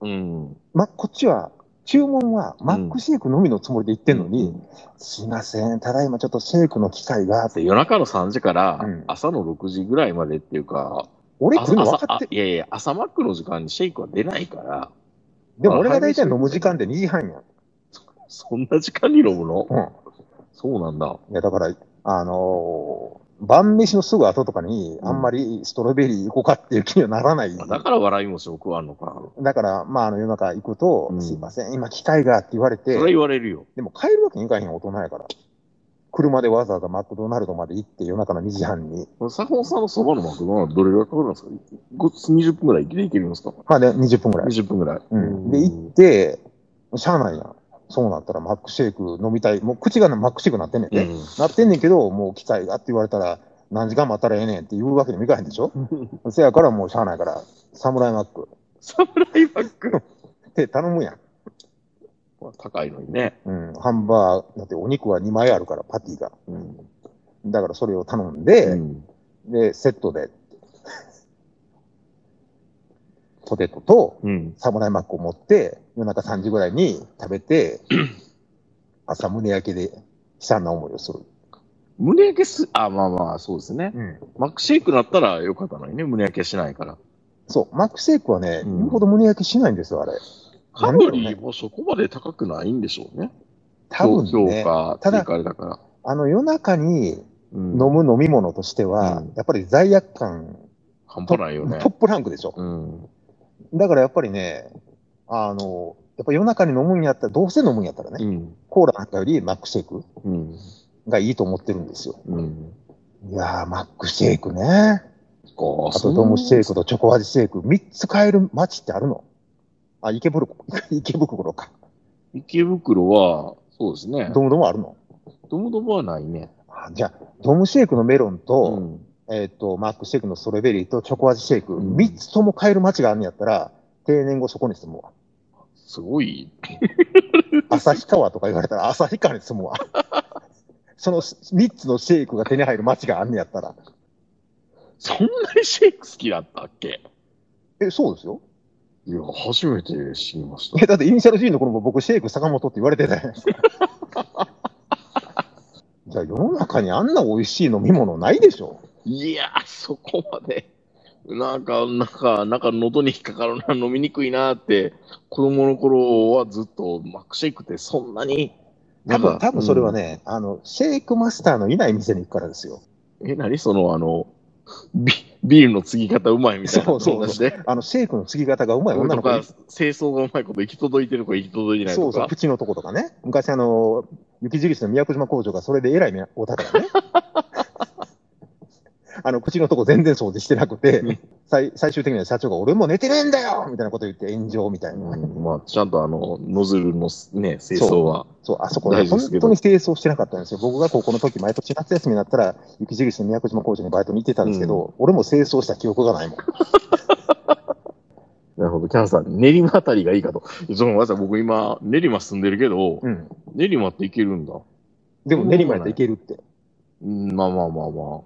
うん。
ま、こっちは、注文はマックシェイクのみのつもりで行ってんのに、
う
すいません、ただいまちょっとシェイクの機械が、って
で、夜中の3時から
うん
朝の6時ぐらいまでっていうか、
俺来
朝
るの分
朝
かっ
あ
てる
いやいや、朝マックの時間にシェイクは出ないから、
でも俺が大体飲む時間って2時半やん。
そんな時間に飲むの
うん。
そうなんだ。
いや、だから、あのー晩飯のすぐ後とかに、
うん
あんまりストロベリー行こうかっていう気にはならない。
まあだから笑いも食はあんのか。
だから、まあ、あの、夜中行くと、
うん
すいません、今機会がって言われ
そ
て
れは、言われるよ。
でも帰るわけにいかへん大人やから。車でわざわざマクドナルドまで行って夜中の2時半に。
サフォンさんのそばのマクドナルドどれぐらいかかるんですかご ?20 分ぐらいで行けるんですか
まあね、20分ぐらい。
?20 分ぐらい。
うん。で、行って、しゃあないやん。そうなったらマックシェイク飲みたい。もう口がなマックシェイクなってんねんて。
うん
なってんねんけど、もう機械がって言われたら、何時間待ったらええねんって言うわけにもいかへんでしょせやからもうしゃあないから、サムライマック
サムライバック。
って頼むやん。
高いのにね。
うん、ハンバーグ、だってお肉は2枚あるから、パティが。
う。
だからそれを頼んで、
うん。
で、セットで、ポテトと
うん。
サムライマックを持って、夜中3時ぐらいに食べて、朝胸焼けで悲惨な思いをする。
胸焼けす、あ、まあまあ、そうですね。
うん。
マックシェイクなったらよかったのにね、胸焼けしないから。
そう、マックシェイクはね、
うん
言うほど胸焼けしないんですよ、あれ。
カロリーもそこまで高くないんでしょうね。
多分ね。
評価、
ただ
追加あれだから。
あの夜中に
うん
飲む飲み物としては、
うん
やっぱり罪悪感、
半端ないよね
トッ。プランクでしょ。
うん。
だからやっぱりね、あの、やっぱ夜中に飲むんやったら、どうせ飲むんやったらね、
うん。
コーラなんかよりマックシェイク
うん。
がいいと思ってるんですよ。
うん。
いやー、マックシェイクね。
こう
あとドムシェイクとチョコ味シェイク、3つ買える街ってあるのあ、池袋、 池袋か。
池袋は、そうですね。
ドムドムあるの
ドムドムはないね。
あじゃあ、ドムシェイクのメロンと、
ん。
えっ、と、マックシェイクのストロベリーとチョコ味シェイク、
うん
三3つとも買える街があるんやったら、定年後そこに住むわ。
すごい。
旭川とか言われたら旭川に住むわ。 その3つのシェイクが手に入る街があんねやったら。
そんなにシェイク好きだったっけ
え、そうですよ。
いや、初めて知りまし
え、だってイニシャル G の頃も僕シェイク坂本って言われてたやん。 じゃあ世の中にあんな美味しい飲み物ないでしょ。
いやー、そこまで。なんか、なんか、なんか喉に引っかかるな、飲みにくいなって、子供の頃はずっとマックシェイクってそんなに、
多
なん
分、
か
多分それは、ね、あの、シェイクマスターのいない店に行くからですよ。
うんえ、なにその、あの、ビビールの継ぎ方うまいみたいな
そうそう
友達で。
あの、シェイクの継ぎ方がうまい女
と
の子い
か
る、
清掃がうまいこと行き届いてる子行き届いてない
そ
と
うそう、
か。
口のとことかね。昔あの、雪印の宮古島工場がそれでえらい目をたからね。 あの、口のとこ全然掃除してなくて、最最終的には社長が俺も寝てねえんだよみたいなこと言って炎上みたいな。
うんまあ、ちゃんとあの、ノズルのね、清掃は。
そう、あそこね、
大事です
本
けど
当に清掃してなかったんですよ。僕が高校の時、毎年夏休みになったら、雪印の宮古島工場にバイトに行ってたんですけど、俺も清掃した記憶がないもん。
なるほど、キャンさん、練馬あたりがいいかと。いやそのまさ僕今、練馬住んでるけど、
うん。
練馬って行けるんだ。
でも練馬やったらいけるって。
うん、まあまあまあま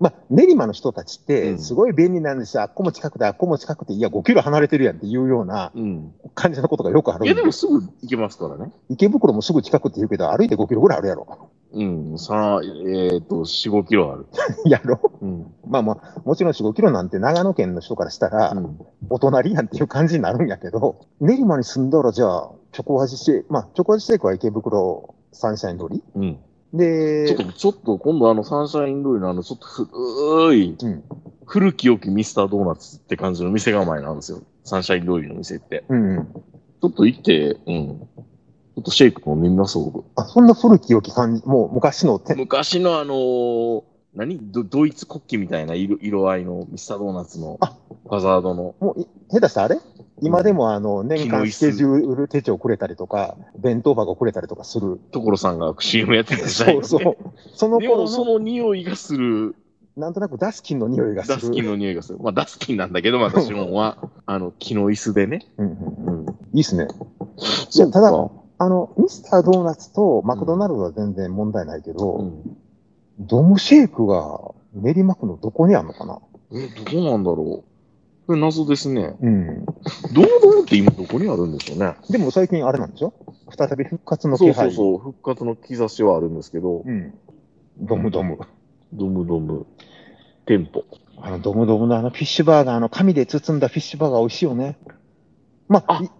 まあ、練馬の人たちっ
う
て、
ん
すごい便利なんですよ。あっこも近くて、あっこも近くて、いや、5キロ離れてるやんっていうような
あ。うん。
感じのことがよくあるん
い
で
や、でもすぐ行けますからね。
池袋もすぐ近くって言うけど、歩いて5キロぐらいあるやろ。
うん、さあ、えっ、と、4、5キロある。
やろ
うん。
まあまあ、もちろん4、5キロなんて長野県の人からしたら
う、ん、
お隣やんっていう感じになるんやけど、練馬に住んだらじゃあ、チョコ味シェイク、まあ、チョコ味シェイクは池袋サンシャイン通り
うん。ちょ
で
っ、と、ちょっと、今度あの、サンシャイン通りのあの、ちょっと古い、
うん
古き良きミスタードーナツって感じの店構えなんですよ。サンシャイン通りの店って。
うんうん。
ちょっと行って、うん。ちょっとシェイク飲んでみます、僕。
あ、そんな古き良き感じ、もう昔のて、
昔のあのー何ドドイツ国旗みたいな色色合いのミスタードーナツの
あ
ファザードの。
もうい、下手したらあれ今でもあの、年間スケジュール手帳くれたりとか、弁当箱くれたりとかする。
所さんが CM やってたじゃない
そうそう。その
でも
頃
そ
の、
の匂いがする、
なんとなくダスキンの匂いがする。
ダスキンの匂いがする。まあダスキンなんだけ ど、私もは、あの、木の椅子でね。
うんうん
うん。
いいっすね。
そ
ただ
う
あの、ミスタードーナツとマクドナルドは全然問題ないけど、
か。うん。
ドムシェイクが練馬区のどこにあるのかな
え、どうなんだろう。これ謎ですね。
うん。
ドムドムって今どこにあるんでしょうね。
でも最近あれなんでしょ再び復活の
そ
気
うそ
配。
うそう。復活の兆しはあるんですけど、
うん。ドムドム。
ドムドム。店舗。
あの、ドムドムのあのフィッシュバーガーの紙で包んだフィッシュバーガー美味しいよね。まあ、
あ
い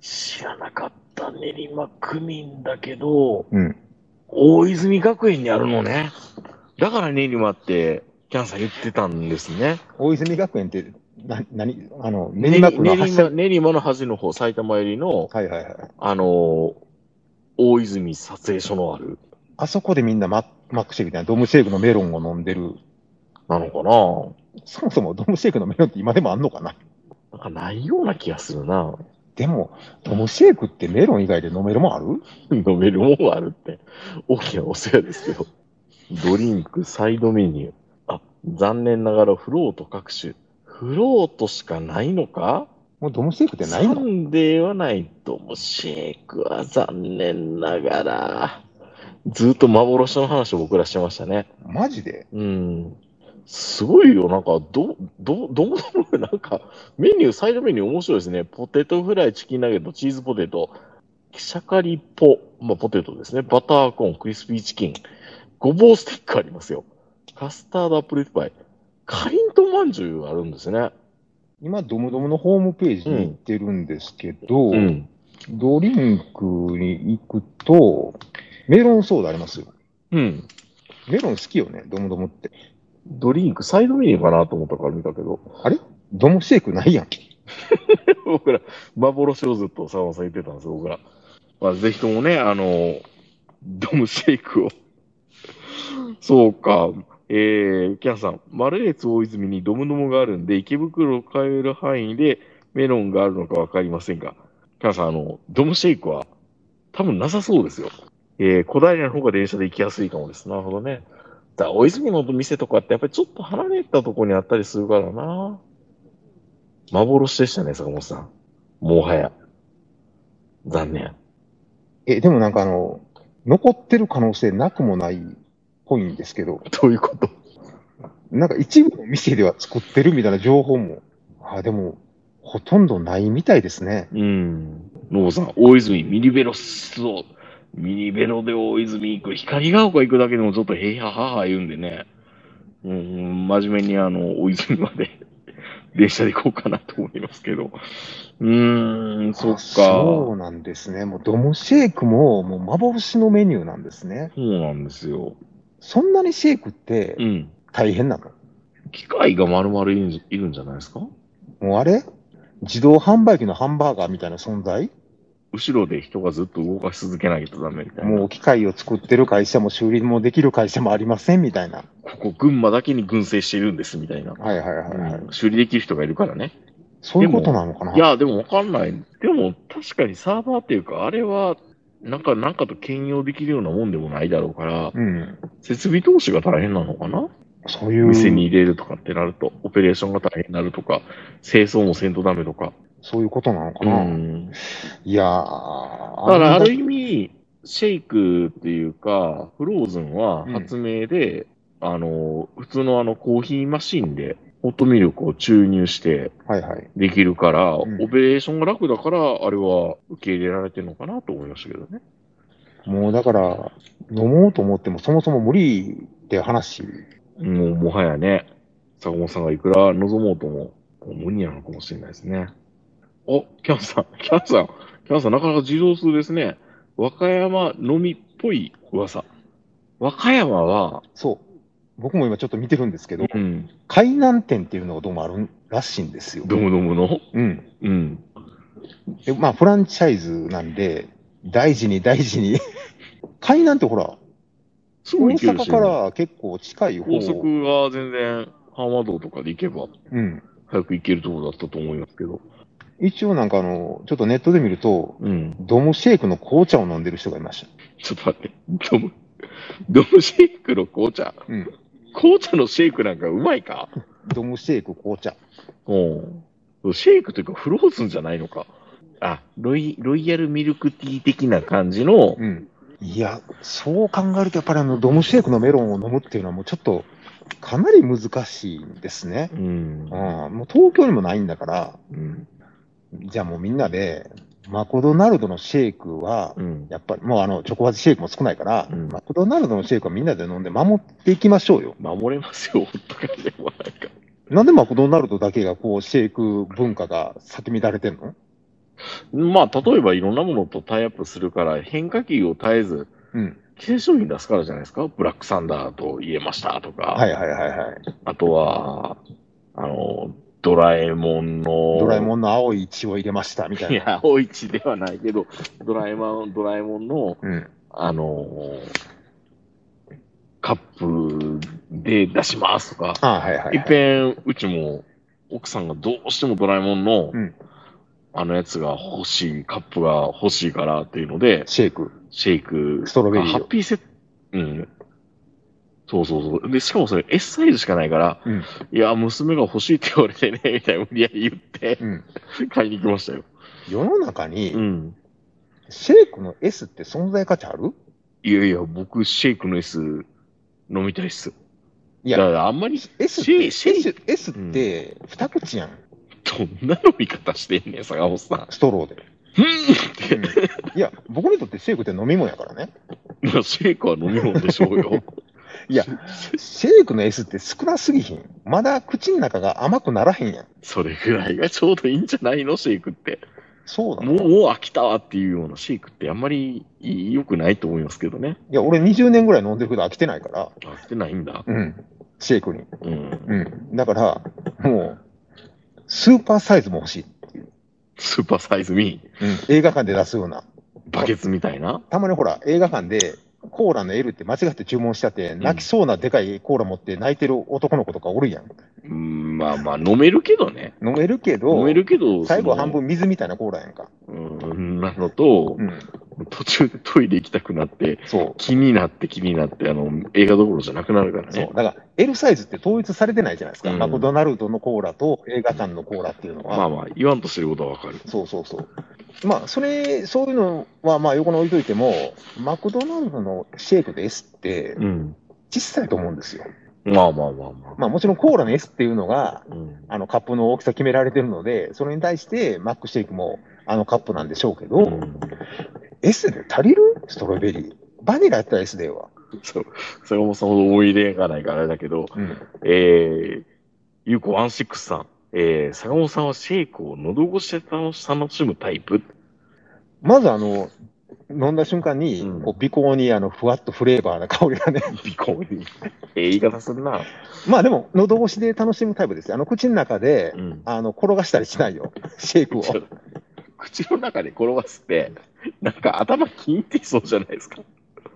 知らなかった練馬区民だけど、
うん
大泉学園にあるのね。だから練馬って、キャンさん言ってたんですね。
大泉学園って、な、なに、あの、練馬区の発
練馬練馬の端の方、埼玉寄りの、
はいはいはい。
あのー大泉撮影所のある、
あそこでみんなママックシェイクみたいな、ドムシェイクのメロンを飲んでる。
なのかな
そもそもドムシェイクのメロンって今でもあんのかな
なんかないような気がするな。
でも、ドムシェイクってメロン以外で飲めるもんある
飲めるもんはあるって。大きなお世話ですけど。ドリンク、サイドメニュー。あ、残念ながらフロート各種。フロートしかないのか
もうドムシェイクってない
サ
の
ンデーはないと思う。シェイクは残念ながら。ずっと幻の話を僕らしてましたね。
マジで
うん。すごいよ。なんか、ど、ど、どうもなんか、メニュー、サイドメニュー面白いですね。ポテトフライ、チキンナゲット、チーズポテト、シャカリポ、まあ、ポテトですね。バターコーン、クリスピーチキン、ごぼうスティックありますよ。カスタードアップルパイ、かりんとうまんじゅうがあるんですね。
今、ドムドムのホームページに行ってるんですけど、
うん。
ドリンクに行くと、メロンソーダありますよ。
うん。
メロン好きよね、ドムドムって。
ドリンク、サイドメニューかなと思ったから見たけど、
ドムシェイクないやん。
僕ら、幻をずっと佐野さん言ってたんですよ、僕ら。まあ、ぜひともね、あの、ドムシェイクを。そうか。えー、キャンさん、マルエツ大泉にドムドムがあるんで、池袋を変える範囲でメロンがあるのかわかりませんが、キャンさん、あの、ドムシェイクは多分なさそうですよ。えー、小平の方が電車で行きやすいかもです。なるほどね。だから大泉の店とかってやっぱりちょっと離れたところにあったりするからな。幻でしたね、坂本さん。もはや。残念。
え、でもなんかあの、残ってる可能性なくもないっぽいんですけど、
どういうこと
なんか一部の店では作ってるみたいな情報も、あ、でも、ほとんどないみたいですね。
うん。ノボさん、大泉、ミニベロ出動。ミニベロで大泉行く。光が丘行くだけでもちょっとへいやはは言うんでね。うん、真面目にあの、大泉まで 電車で行こうかなと思いますけど。うーん、そっか。
そうなんですね。もうドムシェイクも、もう幻のメニューなんですね。
そうなんですよ。
そんなにシェイクって
うん。
大変なの、
機械が丸々いるんじいるんじゃないですか
もうあれ自動販売機のハンバーガーみたいな存在
後ろで人がずっと動かし続けないとダメみたいな。
もう機械を作ってる会社も修理もできる会社もありませんみたいな。
ここ群馬だけに群生しているんですみたいな。
はいはいはいはい。
修理できる人がいるからね。
そういうことなのかない
や、でもわかんない。でも確かにサーバーっていうか、あれは、なんか、なんかと兼用できるようなもんでもないだろうから、
うん。
設備投資が大変なのかな、
そういう、
店に入れるとかってなると、オペレーションが大変になるとか、清掃もせんとダメとか。
そういうことなのか
う
な、
ん。
いやー
だからあ
の
る意味、シェイクっていうか、フローズンは発明で、あの、普通のあのコーヒーマシンで、ホットミルクを注入して、
はいはい。
できるから、
うん
オペレーションが楽だから、あれは受け入れられてるのかなと思いましたけどね。
もうだから、飲もうと思ってもそもそも無理って話。
もう、もはやね、坂本さんがいくら望もうとも、もう無理なのかもしれないですね。お、キャンさん、キャンさん、キャンさん、なかなか自動数ですね。和歌山のみっぽい噂。和歌山は、
そう。僕も今ちょっと見てるんですけど、
うん、
海南店っていうのがどうもあるらしいんですよ。
ドムドムの、
うん。
うん、
で、まあ、フランチャイズなんで、大事に大事に。 海南ってほら、
す
大
ごい勢いで
阪
すよ
か
ね。
ら結構近い方
高速は全然、浜道とかで行けば、
うん。
早く行けるところだったと思いますけど。
一応なんかあの、ちょっとネットで見ると、
うん。
ドムシェイクの紅茶を飲んでる人がいました。
ちょっと待って、ドム、ドムシェイクの紅茶。
うん。
紅茶のシェイクなんかうまいか
ドムシェイク紅茶。
うん。シェイクというかフローズンじゃないのか。あ、ロイ、ロイヤルミルクティー的な感じの、
うん。いや、そう考えるとやっぱりあの、ドムシェイクのメロンを飲むっていうのはもうちょっと、かなり難しいんですね。
うん
うん。。もう東京にもないんだから、
うん。
じゃあもうみんなで、マクドナルドのシェイクは、
うん。
やっぱりもうあの、チョコ味シェイクも少ないから、
うん
マクドナルドのシェイクはみんなで飲んで守っていきましょうよ。
守れますよ、ほっとかでもなんか。
なんでマクドナルドだけがこう、シェイク文化が先乱れてんの
まあ、例えばいろんなものとタイアップするから、変化球を絶えず、
うん。
既製商品出すからじゃないですか。ブラックサンダーと言えましたとか。
はいはいはいはい。
あとは、あの、ドラえもんの、
ドラえ
ん
もんの青い血を入れました、みたい
い
な。
や、大一ではないけど、ドラえもん、ドラえもんの、
うん。
あのカップで出しますとか、
ああはいはい、はい
いっぺん、うちも、奥さんがどうしてもドラえもんの、
うん
あのやつが欲しい、カップが欲しいからっていうので、
シェイク。
シェイク、
ストロベリーを
ハッピーセット、うん。そうそうそう。で、しかもそれ S サイズしかないから、
うん
いや、娘が欲しいって言われてね、みたいな無理やり言って、
うん。
買いに行きましたよ。
世の中
う
に、
ん。
シェイクの S って存在価値ある
いやいや、僕、シェイクの S 飲みたいっす。
い
いや、だ
や、
からあんまり、
S っ
シェイ
て、
シェイ
S, S って二口やん。
どんな飲み方してんねん、坂本さん。
ストローで。
ふんっ
いや、僕にとってシェイクって飲み物やからね。
て、まあ、シェイクは飲み物でしょう よ。
いや、シェイクの S って少なすぎひん。まだ口の中が甘くならへんやん。
それぐらいがちょうどいいんじゃないの、シェイクって。
そうな
もう、
の
もう飽きたわっていうようなシェイクってあんまり良くないと思いますけどね。
いや、俺20年ぐらい飲んでるけど飽きてないから。
飽きてないんだ。
うん。シェイクに。
うん。
うん。だから、もう、スーパーサイズも欲しい。
スーパーサイズミー、
うん。映画館で出すような。
バケツみたいな。
たまにほら、映画館で、コーラの L って間違って注文しちゃって、泣きそうなでかいコーラ持って泣いてる男の子とかおるやん。
うん、まあまあ、飲めるけどね。
飲めるけど、
飲めるけど、
最後
その
半。分水みたいなコーラやんか。
うん、なのと
う、ん。
途中でトイレ行きたくなって、
そう。
気になって気になって、あの、映画どころじゃなくなるから
そ
ね
う。。だから、L サイズって統一されてないじゃないですか。
うん
マクドナルドのコーラと映画館のコーラっていうのは。
まあまあ、言わんとしてることはわかる。
そうそうそう。まあ、それ、そういうのは、まあ、横に置いといても、マクドナルドのシェイクと S って
うん。
小さいと思うんですよ。
まあまあまあまあ。
まあ、もちろんコーラの S っていうのが、
うん。
あのカップの大きさ決められてるので、それに対してマックシェイクもあのカップなんでしょうけど、
うん
S で足りるストロベリー。バニラやったら S でええわ。
そう。坂本さんほど思い入れがないからあれだけど、
うん。
えー、ゆうこワンシックスさん。えー、坂本さんはシェイクを喉越しで楽し楽しむタイプ
まずあの、飲んだ瞬間に、
うん
こう、微光にあの、ふわっとフレーバーな香りがね。
微光に。ええ言い方するな。
まあでも、喉越しで楽しむタイプですよ。あの、口の中で
う、ん。
あの、転がしたりしないよ。シェイクを。
ちょ口の中で転がすって、なんか頭キンってそうじゃないですか。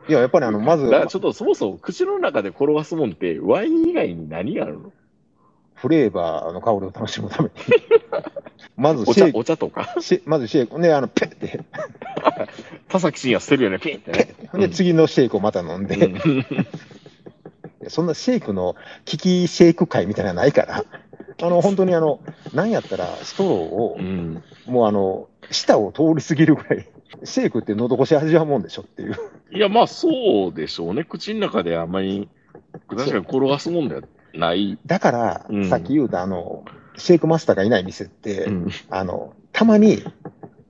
いや、やっぱりあの、まず
だ、からちょっとそもそも口の中で転がすもんって、ワイン以外に何があるの
フレーバーの香りを楽しむ ために。まず
お
シ
茶
ェイ、ク
お茶とか。
シェイまずシェイク。ね、あの、ペッて。
田崎真也捨てるよね、ピンってね。
で、次のシェイクをまた飲んで。そんなシェイクの利きシェイク会みたいなのないから。あの、本当にあの、なんやったらストローを
う、ん。
もうあの、舌を通り過ぎるぐらい、シェイクって喉越し味わうもんでしょっていう。
いや、まあそうでしょうね。口の中であんまり、確かに転がすもんではない。
だから、
うん
さっき言うたあの、シェイクマスターがいない店って、
うん
あの、たまに、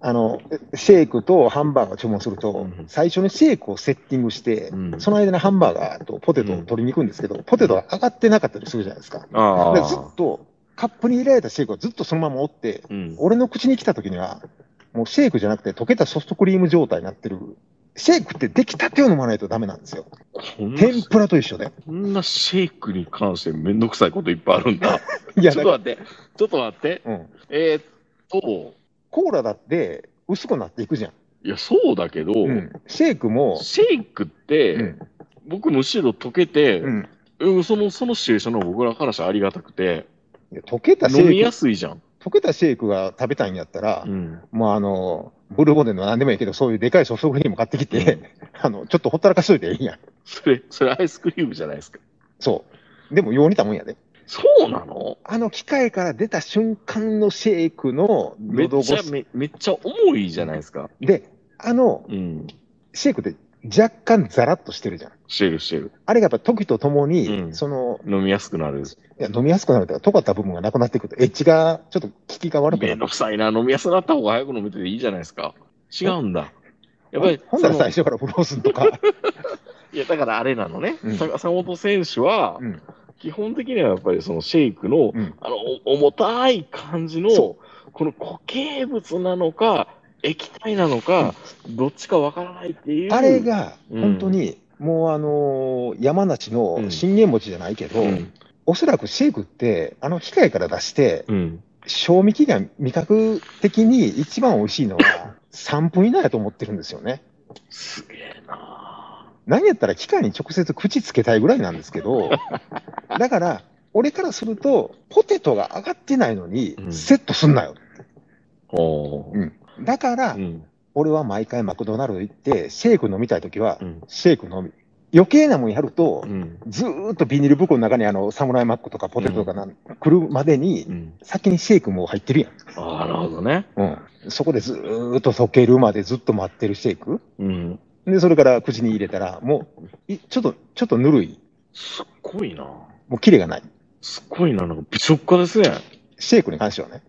あの、シェイクとハンバーガー注文すると、
うん
最初にシェイクをセッティングして、
うん
その間にハンバーガーとポテトを取りに行くんですけど、ポテトが上がってなかったりするじゃないですか。
あ
でずっ
あ。
と、カップに入れられたシェイクをずっとそのまま折って、
うん。
俺の口に来た時には、もうシェイクじゃなくて溶けたソフトクリーム状態になってる。シェイクって出来たてを飲まないとダメなんですよ。
こんな
天ぷらと一緒で。
こんなシェイクに関してめんどくさいこといっ ぱいあるんだ。
い
ちょ
や、
っと
だか
待って。ちょっと待って。
ら、うん。
えーっと、
コーラだって薄くなっていくじゃん。
いや、そうだけど、
うん。シェイクも、
シェイクって、
うん。
僕むしろ溶けて、
うん。
うんその、そのシチュエーションの方が僕らからしたらありがたくて、
いや溶けたシ
飲み
ェイ
や
ク、
すいじゃん。
溶けたシェイクが食べたいんやったら、
うん。
もうあの、ブルボンデの何でもいいけど、そういうでかいソフトクリーム買ってきて、あの、ちょっとほったらかしといていいやん。
それ、それアイスクリームじゃないですか。
そう。でも、よう似たもんやで。
そうなの
あの機械から出た瞬間のシェイクの
めっ
喉
ち
越
ゃ
し。
め、めっちゃ重いじゃないですか。
で、あの、
うん。
シェイクって若干ザラッとしてるじゃん。
してるしてる。
あれがやっぱ時とともに、
うん
その、
飲みやすくなる。
いや飲みやすくなるというか、溶かった部分がなくなっていくると、エッジがちょっと効きが悪く
め
なんる。
どくさいな。飲みやすくなった方が早く飲めてていいじゃないですか。違うんだ。やっぱり、
ほんなら
そ
最
の
初からフローズン とか。
いや、だからあれなのね。
うん
さ坂本選手は、
うん
基本的にはやっぱりそのシェイクの、
うん
あの、お重たい感じの、
そ
この固形物なのか、液体なのか、どっちかわからないっていう。
あれ、が、
うん
本当に、もうあのー山梨
う
の
ん
信玄餅じゃないけど、
うん。
おそらくシェイクって、あの機械から出して、
うん。
賞味期限、味覚的に一番美味しいの は、3分以内だと思ってるんですよね。
すげえな
何やったら機械に直接口つけたいぐらいなんです けど、だから、俺からすると、ポテトが上がってないのに
う、ん
セットすんなよ。
おー
だから
う、ん。
俺は毎回マクドナルド行って、シェイク飲みたいときは
う、ん。
シェイク飲み。余計なもんやると、
うん。
ずーっとビニール袋の中にあの、サムライマックとかポテトとかなん、来るまでに、
うん。
先にシェイクもう入ってるや
ああ、なるほどね。
ん。うん。そこでずーっと溶けるまでずっと待ってるシェイク。
うん。
で、それから口に入れたら、もう、いちょっと、ちょっとぬるい。
すっごいな
もうキレがない。
すっごいななんか美食家ですね。
シェイクに関して はね。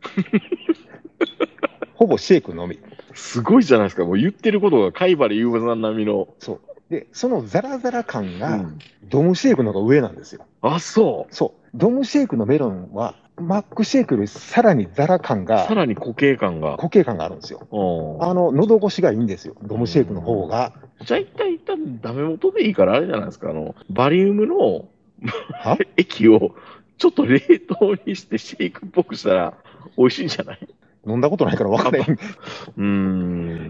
ほぼシェイクのみ。
すごいじゃないですか。もう言ってることが貝原雄馬さん並みの。
そう。で、そのザラザラ感
う
が、
ん
ドムシェイクの方が上なんですよ。
あ、そう。
そう。ドムシェイクのメロンは、マックシェイクよりさらにザラ感が
さ、らに固形感が。
固形感があるんですよ。
うん
あの、喉越しがいいんですよ。ドムシェイクの方が。
じゃあ一旦一旦ダメ元でいいから、あれじゃないですか。あの、バリウムの
は
液をちょっと冷凍にしてシェイクっぽくしたら美味しいんじゃない
飲んだことないから分からない。
うー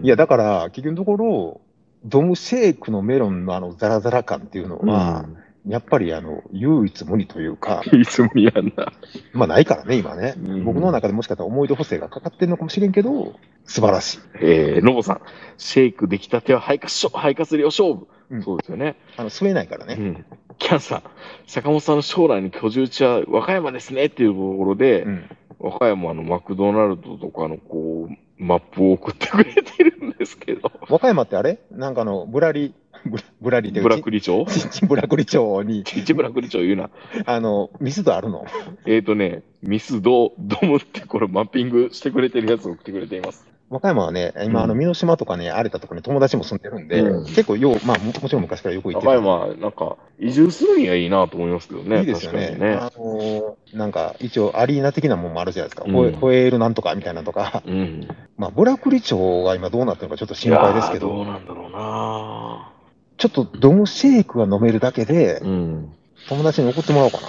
ん。
いや、だから、結局のところ、ドムシェイクのメロンのあのザラザラ感っていうの
うん、
は、やっぱりあの、唯一無二というか、
いつもやんな。
まあないからね、今ね
うん。
僕の中でもしかしたら思い出補正がかかってるのかもしれんけど、素晴らしい。
えー、ノボさん、シェイク出来たては肺活しょ、肺活量勝負。
うん
そうですよね。
あの、吸えないから
う
ね。
ん。キャンさん、坂本さんの将来の居住地は和歌山ですねっていうところで、
うん。
和歌山のマクドナルドとかのこう、マップを送ってくれてるんですけど、
和歌山ってあれなんかあの、ぶらり、ぶらぶらりで、
ブラクリ町
ちん ちんぶらくり町に、
一ブラクリ町言うな。
あの、ミスドあるの。
えっ、ー、とね、ミスド、ドムってこれマッピングしてくれてるやつを送ってくれています。
和歌山はね、今、あの、美濃島とかね、荒れたところに友達も住んでるんで、
うん
結構よう、まあも、もちろん昔からよく行ってた
和歌山、なんか、移住するにはいいなと思いますけどね。
いいですよね。
確かにね
あ。のーなんか、一応アリーナ的なもんもあるじゃないですか。
うん
ホエホエールなんとかみたいなのとか。
うん。
まあ、ブラクリ町が今どうなってるのかちょっと心配ですけ
いやーどう
ど、
なんだろうな
ちょっとドムシェイクが飲めるだけで、
うん。
友達に送ってもらおうかな。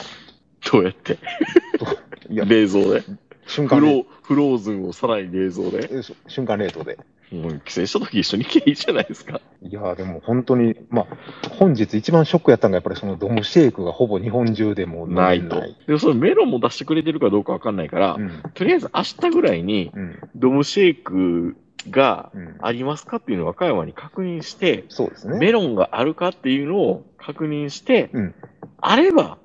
どうやって
いや
冷蔵で。
瞬
フ
間
ロ
冷
ーフローズンをさらに冷蔵で、
えそ瞬間冷凍で。
もう帰省した時一緒に行けばいいじゃないですか。
いやーでも本当に、まあ、本日一番ショックやったのが、やっぱりそのドムシェイクがほぼ日本中でもう飲め
ないと。でもそれメロンも出してくれてるかどうかわかんないから、
うん、
とりあえず明日ぐらいに
うん、
ドムシェイクが
うん。
ありますかっていうのを和歌山に確認して、
そうですね。
メロンがあるかっていうのを確認して、
うん
あれば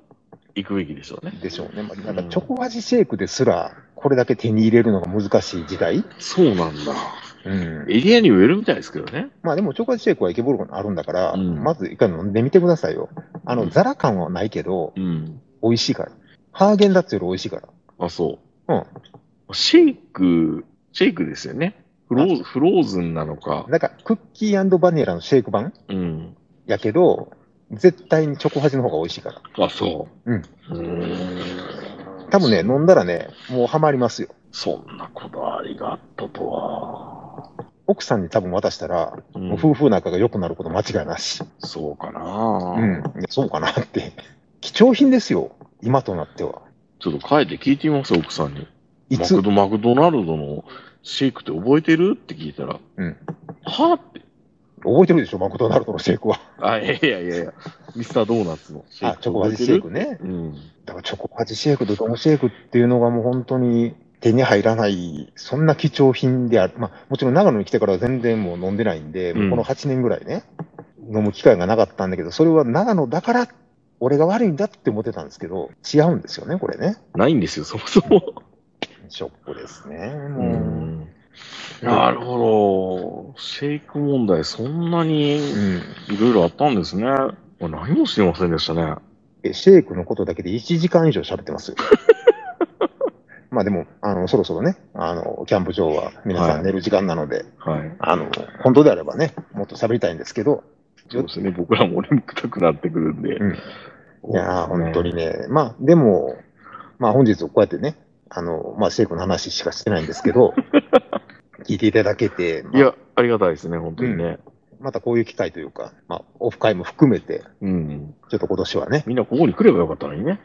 行くべきでしょうね。
でしょうね。まあ、なんかチョコ味シェイクですら、これだけ手に入れるのが難しい時代。
そうなんだ。
うん。
エリアに植えるみたいですけどね。
まあでも、チョコ味シェイクは池袋にあるんだから、
うん
まず一回飲んでみてくださいよ。あ
う
の、
ん
ザラ感はないけど、
うん。
美味しいから。ハーゲンダッツより美味しいから。
あ、そう。
うん。
シェイク、シェイクですよね。フローフローズンなのか。
なんか、クッキーバニラのシェイク版
うん。
やけど、絶対にチョコ味の方が美味しいから。
あ、そう。
うん
ーん。
多分ね、飲んだらね、もうハマりますよ。
そんなこだわりがあったとは。
奥さんに多分渡したら、
うん
もう夫婦仲が良くなること間違いなし。
そうかな、
うん。いやそうかなって。貴重品ですよ。今となっては。
ちょっと帰って聞いてみますよ、奥さんに。
い
マ
つ
ク、ドマクドナルドのシェイクって覚えてるって聞いたら。
うん
はって。
覚えてるでしょマクドナルドのシェイクは。
あ、いやいやいやいや、ミスタードーナツのシェイ
あ、
ク。
チョコ味シェイ
覚
クね
え。てる。うん。
だからチョコ味シェイクとドムシェイクっていうのがもう本当に手に入らない、そんな貴重品である。まあ、もちろん長野に来てからは全然もう飲んでないんで、
うん
もうこの8年ぐらいね、飲む機会がなかったんだけど、それは長野だから、俺が悪いんだって思ってたんですけど、違うんですよね、これね。
ないんですよ、そもそも。
ショックですね。
う
も
んなるほど。シェイク問題、そんなに
う。
い
うん。
ろいろあったんですね。俺何も知りませんでしたね。
えシェイクのことだけで1時間以上喋っ てますよ。まあでも、あの、そろそろね、あの、キャンプ場は皆さ
は
ん
い
寝る時間なので、
はい。
あの、本当であればね、もっと喋りたいんですけど、
そうですね。僕らも俺もくたくなってくるんで。
うんいやー、
そうですね
本当。にね、まあでも、まあ本日こうやってね、あの、まあシェイクの話しかしてないんです けど、聞いていただけて、まあ
いや、ありがたいですね、本当にね。
またこういう機会というか、まあオフ会も含めて、
うん。
ちょっと今年はね、
みんなここに来ればよかったのにね。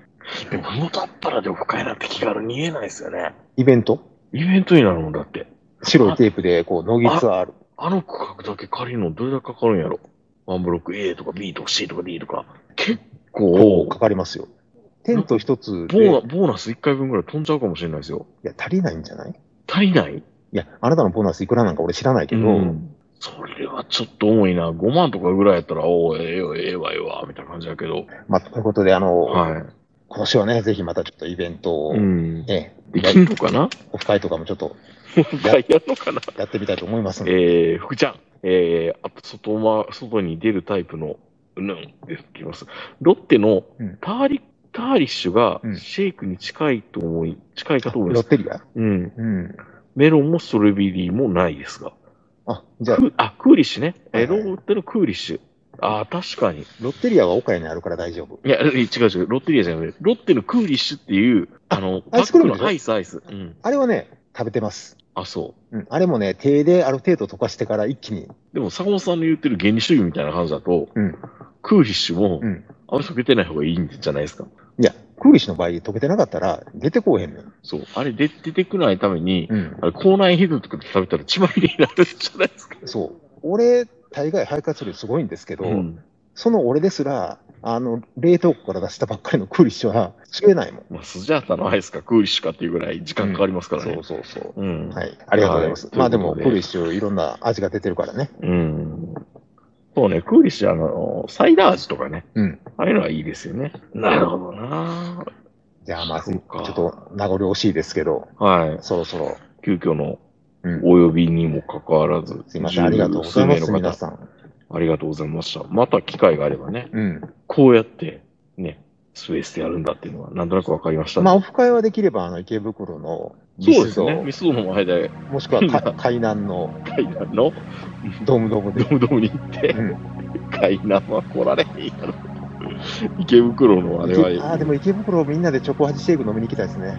でも、ふもとあったらでオフ会なんて気軽に言えないですよね。
イベント、
イベントになるもんだって。
白いテープで、こう、乃木ツアーある。
あの区画だけ借りるのどれだけかかるんやろ。ワンブロック A とか B とか C とか D とか。結構、
かかりますよ。テント一つ
ボ
で、い
ーナボーナス1回分ぐらい飛んじゃうかもしれないですよ。
や、足りないんじゃない
足りない
いや、あなたのボーナスいくらなんか俺知らないけ
け
ど、
ど、それはちょっと重いな。5万とかぐらいやったら、おお、ええよ、ええわ、ええわ、みたいな感じだけど。
まあ、ということで、あの、
は
今年はね、ぜひまたちょっとイベントを、
い。うん。
ええ
できんのかな
オフ会とかもちょっと
ややるのかな
やってみたいと思いますんで、
えー、福ちゃん。えー、あと、外ま、外に出るタイプの、うんぬん、ですきます。ロッテの
うん
ターリ、ターリッシュが
うん、
シェイクに近いと思い、近いかと思い
ロ
ま
ッ
す。
テリア
うん。
うん。
メロンもストロベリーもないですが。
あ、じゃあ、
クあ、クーリッシュね。えー
は
ロ
いはい
ッテのクーリッシュ。あー、確かに。
ロッテリアは岡谷にあるから大丈夫。
いや、違う違う、ロッテリアじゃない。ロッテのクーリッシュっていう、あの、
アイスクリーム
パックのアイス、アイス。うん。
あれはね、食べてます。
あ、そ
うん。あれもね、手である程度溶かしてから一気に。
う。でも、坂本さんの言ってる原理主義みたいな感じだと、
うん
クーリッシュも、
うん
あんまり溶けてない方がいいんじゃないですか。
いや、クーリッシュの場合、溶けてなかったら出てこうへんねん。
そう。あれ、で出てこないために、
うん。
あれ、口内ヘッドとかで食べたら血まみれになるんじゃないですか。
そう。俺、大概肺活量すごいんですけど、
うん。
その俺ですら、あの、冷凍庫から出したばっかりのクーリッシュは、吸えないもん。
まあ、スジャータのアイスかクーリッシュかっていうぐらい時間かかりますから
そ
ね
う。そうそう。
うん。
はい。ありがとうございます。
はい
まあでも、
とい
ク
う
ー
こと
リ
で
ッシュ、いろんな味が出てるからね。
うん。そうね、クーリッシュ、あの、サイダー味とかね。
うん。
ああいうのはいいですよね。なるほどな
じゃあまあ、
そ
ちょ
うか
っと名残惜しいですけど、
はい。
そろそろ。
急遽の
うん。
お呼びにもかかわらず、
すいません。ありがとうございま
十
す、
数名の
皆
方。
さん。
ありがとうございました。また機会があればね、
うん。
こうやって、ね、スペースでやるんだっていうのは、なんとなくわかりましたね、
まあ、オフ会はできれば、あの、池袋の、
そうですね。
ミ
ミ
ス
スドの前で、
ドもしくはか海南の
海南の
ドームドー
ド
ム で。
ムドムに行って、
うん。
海南は来られへんやろ。池袋のあれ
池あ
は、
ー、でも池袋みんなでチョコ味シェイク飲みに行きたいですね。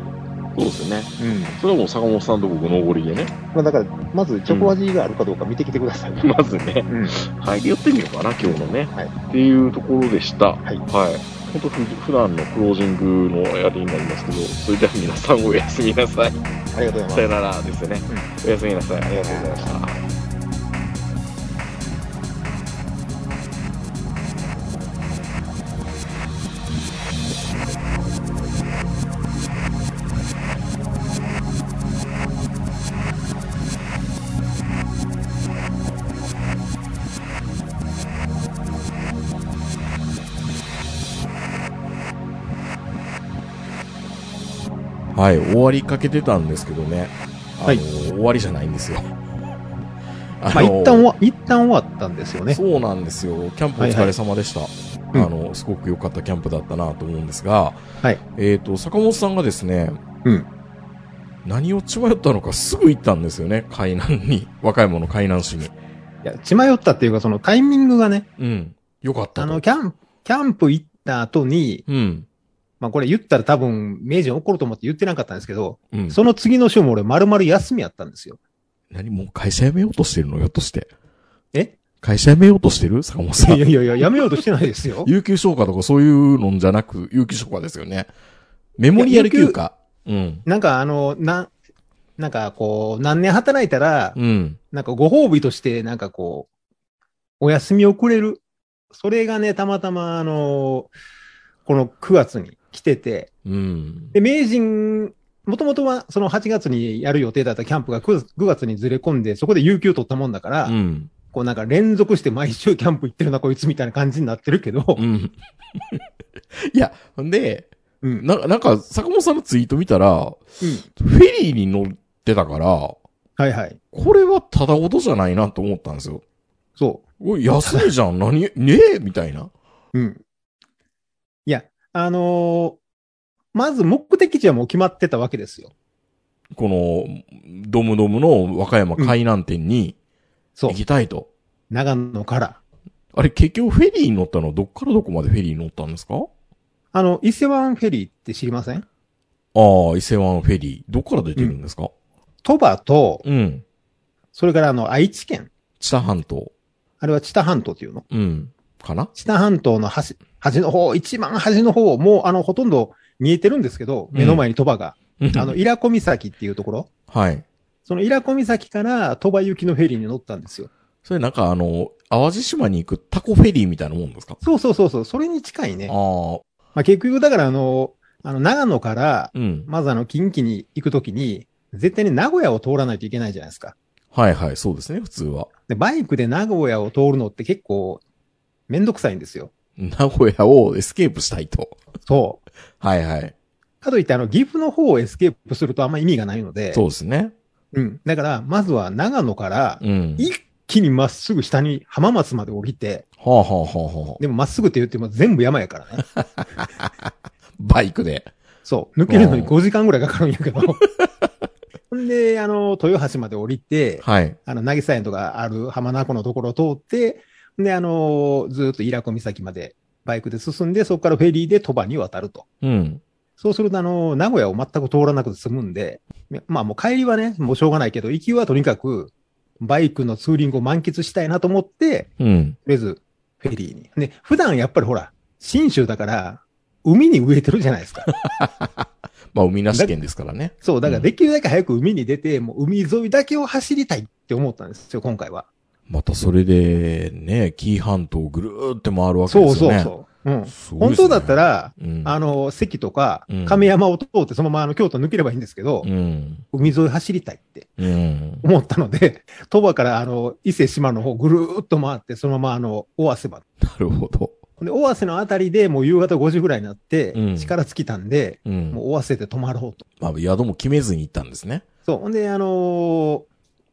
そうですね。
うん。
それはもう坂本さんと僕のおごりでね、
まあ、だから、まずチョコ味があるかどうか見てきてください。
まずね、
うん。
入り寄ってみようかな、今日のね。
はい
っていうところでした。はいはい。
本当ふ普段のクロージングのやりになりますけど、それでは皆さんおやすみなさい。
ありがとうございます
さ。よならですよね。おやすみなさい。ありがとうございました。
はい、終わりかけてたんですけどね。あの
はい
終わりじゃないんですよ。あ
まあ、一旦は、一旦終わったんですよね。
そうなんですよ。キャンプお疲れ様でした。
いうん
あの、すごく良かったキャンプだったなと思うんですが、
はい
えっ、と、坂本さんがですね、
うん
何を血迷ったのかすぐ行ったんですよね、海南に。若い者海南市に。
いや、血迷ったっていうか、そのタイミングがね、
うん。よかった
あ
と。
の、キャンプ、キャンプ行った後に、
うん。
まあこれ言ったら多分、明治に怒ると思って言ってなかったんですけど、
うん。
その次の週も俺丸々休みやったんですよ。
何もう会社辞めようとしてるのよとして。
え
会社辞めようとしてる坂本さ
い
ん。。
やいやいや、やめようとしてないですよ
有給消化とかそういうのんじゃなく、有給消化ですよね。メモリアル休暇。うん。
なんかあの、な、なんかこう、何年働いたら、
うん。
なんかご褒美として、なんかこう、お休みをくれる。それがね、たまたまあの、この9月に来てて、
うん。
で、名人、もともとはその8月にやる予定だったキャンプが 9, 9月にずれ込んで、そこで有給取ったもんだから、
うん。
こうなんか連続して毎週キャンプ行ってるな、こいつみたいな感じになってるけど、
うん。 いや、ほんで、
うん。
な、なんか、坂本さんのツイート見たら、
う
フェリーに乗ってたから、
はいはい。
これはただごとじゃないなと思ったんですよ。
そ
おい、休みじ ゃん、何、ねえみたいな。
う。うん。いや、あのーまず目的地はもう決まってたわけですよ。
この、ドムドムの和歌山海南店に
そう
行。きたいと。
長野から。
あれ、結局フェリーに乗ったのはどっからどこまでフェリーに乗ったんですか
あの、伊勢湾フェリーって知りませ
あ
ん
あ、伊勢湾フェリー。どっから出てるんですか、
鳥羽と、
うん、
それからあの、愛知県。
知多半島。
あれは知多半島っていうの。
うん。かな
知多半島の端、端の方、一番端の方、もうあの、ほとんど見えてるんですけど、
うん
目の前に鳥羽が。あ
あ
の、、伊良湖岬っていうところ。
はい。
その伊良湖岬から鳥羽行きのフェリーに乗ったんですよ。
それなんかあの、淡路島に行くタコフェリーみたいなもんですか
そうそうそうそう、それに近いね。
ああ、
まあ、結局、だからあの、あの、長野から、
うん。
まずあの、近畿に行くときに、絶対に名古屋を通らないといけないじゃないですか。
はいはい、そうですね、普通は。
で、バイクで名古屋を通るのって結構、めんどくさいんですよ。
名古屋をエスケープしたいと。
そう。
はいはい。
かといって、あの、岐阜の方をエスケープするとあんま意味がないので、
そうですね。
うん。だから、まずは長野から、
うん。
一気にまっすぐ下に浜松まで降りて、
はあはあはあはあ。
でもまっすぐって言っても全部山やからね。
バイクで。
そう。抜けるのに5時間ぐらいかかるんやけど。ほんで、あの、豊橋まで降りて、
はい。
あの、渚園とかある浜名湖のところを通って、で、あのーずーっと伊良湖岬までバイクで進んで、そこからフェリーで鳥羽に渡ると。
うん。
そうすると、あのー名古屋を全く通らなくて済むんで、まあもう帰りはね、もうしょうがないけど、行きはとにかく、バイクのツーリングを満喫したいなと思って、
うん。
とりあえず、フェリーに。ね、普段やっぱりほら、新州だから、海に植えてるじゃないで すか。
まあ、海なし県ですからね。
そう、だからできるだけ早く海に出て、もう海沿いだけを走りたいって思ったんですよ、今回は。
またそれで、ね、紀伊半島をぐるーって回るわけで
そう
すよ
そう
ね。
そう。うん。
すごい
本
ですね
当だった、ら、
うん。
あの、関とか
うん、
亀山を通って、そのままあの京都抜ければいいんですけど
う、ん。
海沿い走りたいって
うん。
思ったので、 鳥羽からあの、伊勢島の方ぐるーっと回って、そのままあの、尾鷲まで。
なるほど。
で、尾鷲のあたりでもう夕方5時ぐらいになって
う、ん
力尽きたんで、
うん。
もう尾鷲で泊まろうと。
まあ、宿も決めずに行ったんですね。
そう。ほんで、あのー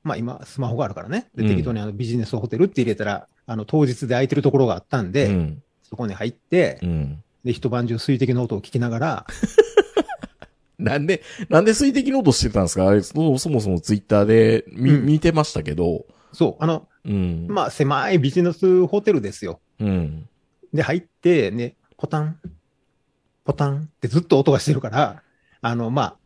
まあ今、スマホがあるからね。で、
うん
適当にあのビジネスホテルって入れたら、あの、当日で空いてるところがあったんで、
うん。
そこに入って
う、ん。
で、一晩中水滴の音を聞きながら、
なんで、なんで水滴の音してたんですかあれそそもそもツイッターで見,、
うん
見てましたけど。
そう、あの、
うん。
まあ狭いビジネスホテルですよ。
うん。
で、入って、ね、ポタン、ポタンってずっと音がしてるから、あの、まあ、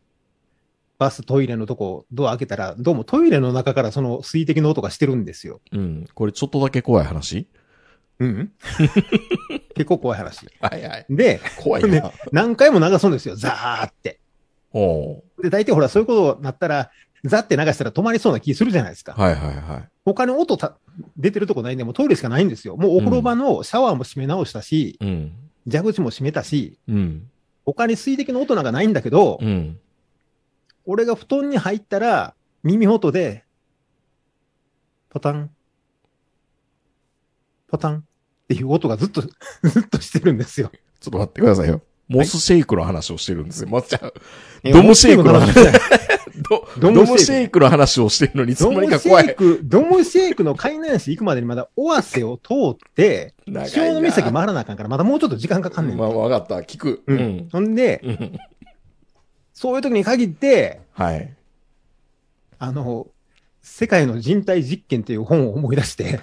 バス、トイレのとこ、ドア開けたら、どうもトイレの中からその水滴の音がしてるんですよ。
うん。これちょっとだけ怖い話
うん結構怖い話。
はいはい。
で、
怖いな。
何回も流すんですよ、ザーって。
おう
で、大体ほら、そういうことになったら、ザって流したら止まりそうな気するじゃないですか。
はいはいはい。
他に音た出てるとこないんで、もうトイレしかないんですよ。もうお風呂場のシャワーも閉め直したし、
うん。
蛇口も閉めたし、
うん。
他に水滴の音なんかないんだけど、
うん。
俺が布団に入ったら、耳元で、ポタン、ポタンっていう音がずっと、ず っとしてるんですよ。
ちょっと待ってくださいよ。モスシェイクの話をしてるんですよ。まっちゃん。ドムシェイクの話。ドド
ド
ム
ム
シ
シ
ェ
ェ
イクの話をしてるのに、いつ
ド
の間に
ム
か
シ
怖
ェイ
い。
ク、ドムシェイクの海南市行くまでにまだ尾鷲を通って、
長いな
潮の岬回らなあかんから、まだもうちょっと時間かかんねん。
まあ、わかった。聞く。
うん
うん。
ほんで、
うん。
そういう時に限って、
はい。
あの、世界の人体実験っていう本を思い出して、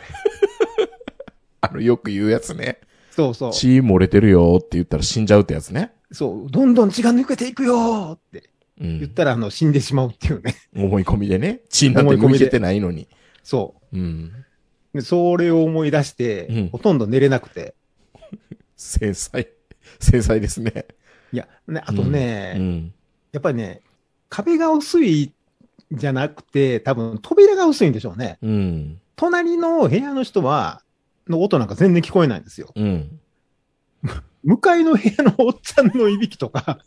あの、よく言うやつね。
そうそう。
血漏れてるよって言ったら死んじゃうってやつね。
そう、どんどん血が抜けていくよーって
う
言っ
ん。
たら、あの、死んでしまうっていうね。
思い込みでね。血なんて抜けてないのに。
そ
うん。
う。でそれを思い出し
うん
て、ほとんど寝れなくて。
繊細。繊細ですね。
いや、ね、あとね、
うん。
やっぱりね、壁が薄いじゃなくて、多分扉が薄いんでしょうね。
うん。
隣の部屋の人は、の音なんか全然聞こえないんですよ。
うん。
向かいの部屋のおっちゃんのいびきとか。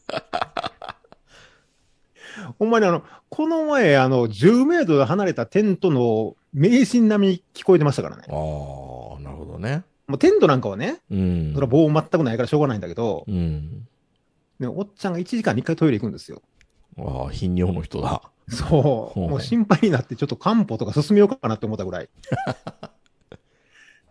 ほんまにあの、この前、あの、10メートル離れたテントの迷信並みに聞こえてましたからね
あ。あ、なるほどね。
もうテントなんかはね、
うん。
それは棒全くないからしょうがないんだけど、
うん。
でもおっちゃんが1時間に1回トイレ行く んですよ。
ああ、頻尿の人だ。
そ
ほう
う。もう心配になって、ちょっと漢方とか進めようかなって思っ たぐらい。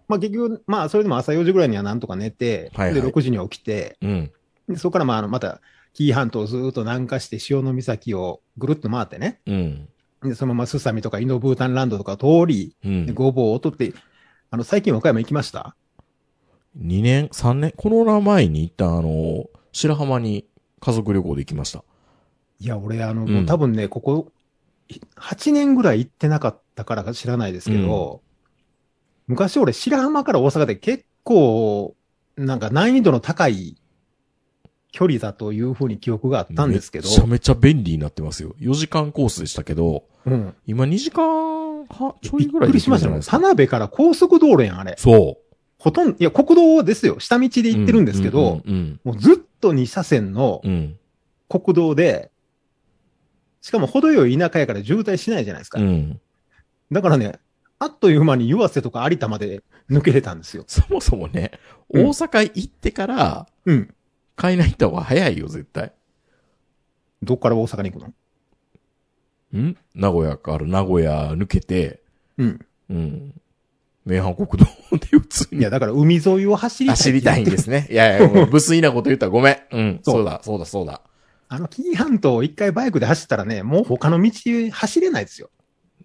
まあ結局、まあそれでも朝4時ぐらいにはなんとか寝て、
はいはい
で6時には起きて、
うん。
でそこからまああのまた紀伊半島をずーっと南下して潮の岬をぐるっと回ってね、
うん。
でそのままスサミとかイノブータンランドとかを通り、
うん
で。ごぼうを取って、あの最近和歌山行きました
2年、3年、コロナ前に一旦あの、白浜に家族旅行で行きました。
いや、俺、あの、
ん
もう多分ね、ここ、い8年ぐらい行ってなかったからか知らないですけど、昔俺、白浜から大阪で結構、なんか難易度の高い距離だというふうに記憶があったんですけど
め、ちゃめちゃ便利になってますよ。4時間コースでしたけど、
うん。
今2時間はちょ
び
い
っ
ぐら
く
いで
り
行
し
ける
ま
ん
し
じ
た
ゃな
も
い
ん。
ですか
田辺から高速道路やん、あれ。
そ
ほとんど、いや、国道ですよ。下道で
う。
行ってるんですけど、
うん。
もうずっと2車線の
うん。うん。
国道で、しかも程よい田舎やから渋滞しないじゃないですか
うん。う。ん
だからね、あっという間に湯浅とか有田まで抜けれたんですよ。
そもそもね、
うん
大阪行ってから、
うん。
買いないった方が早いよ、絶対。
どっから大阪に行くの
ん名古屋から名古屋抜けて、
うん。
うん。名阪国道で普通
い
に
や、だから海沿いを走りたい。
走りたいんで。すね。 いやいや、もう無粋なこと言ったらごめん。うん。
そう
そうだ、そうだ、そうだ。
あの、紀伊半島を一回バイクで走ったらね、もう他の道走れないですよ。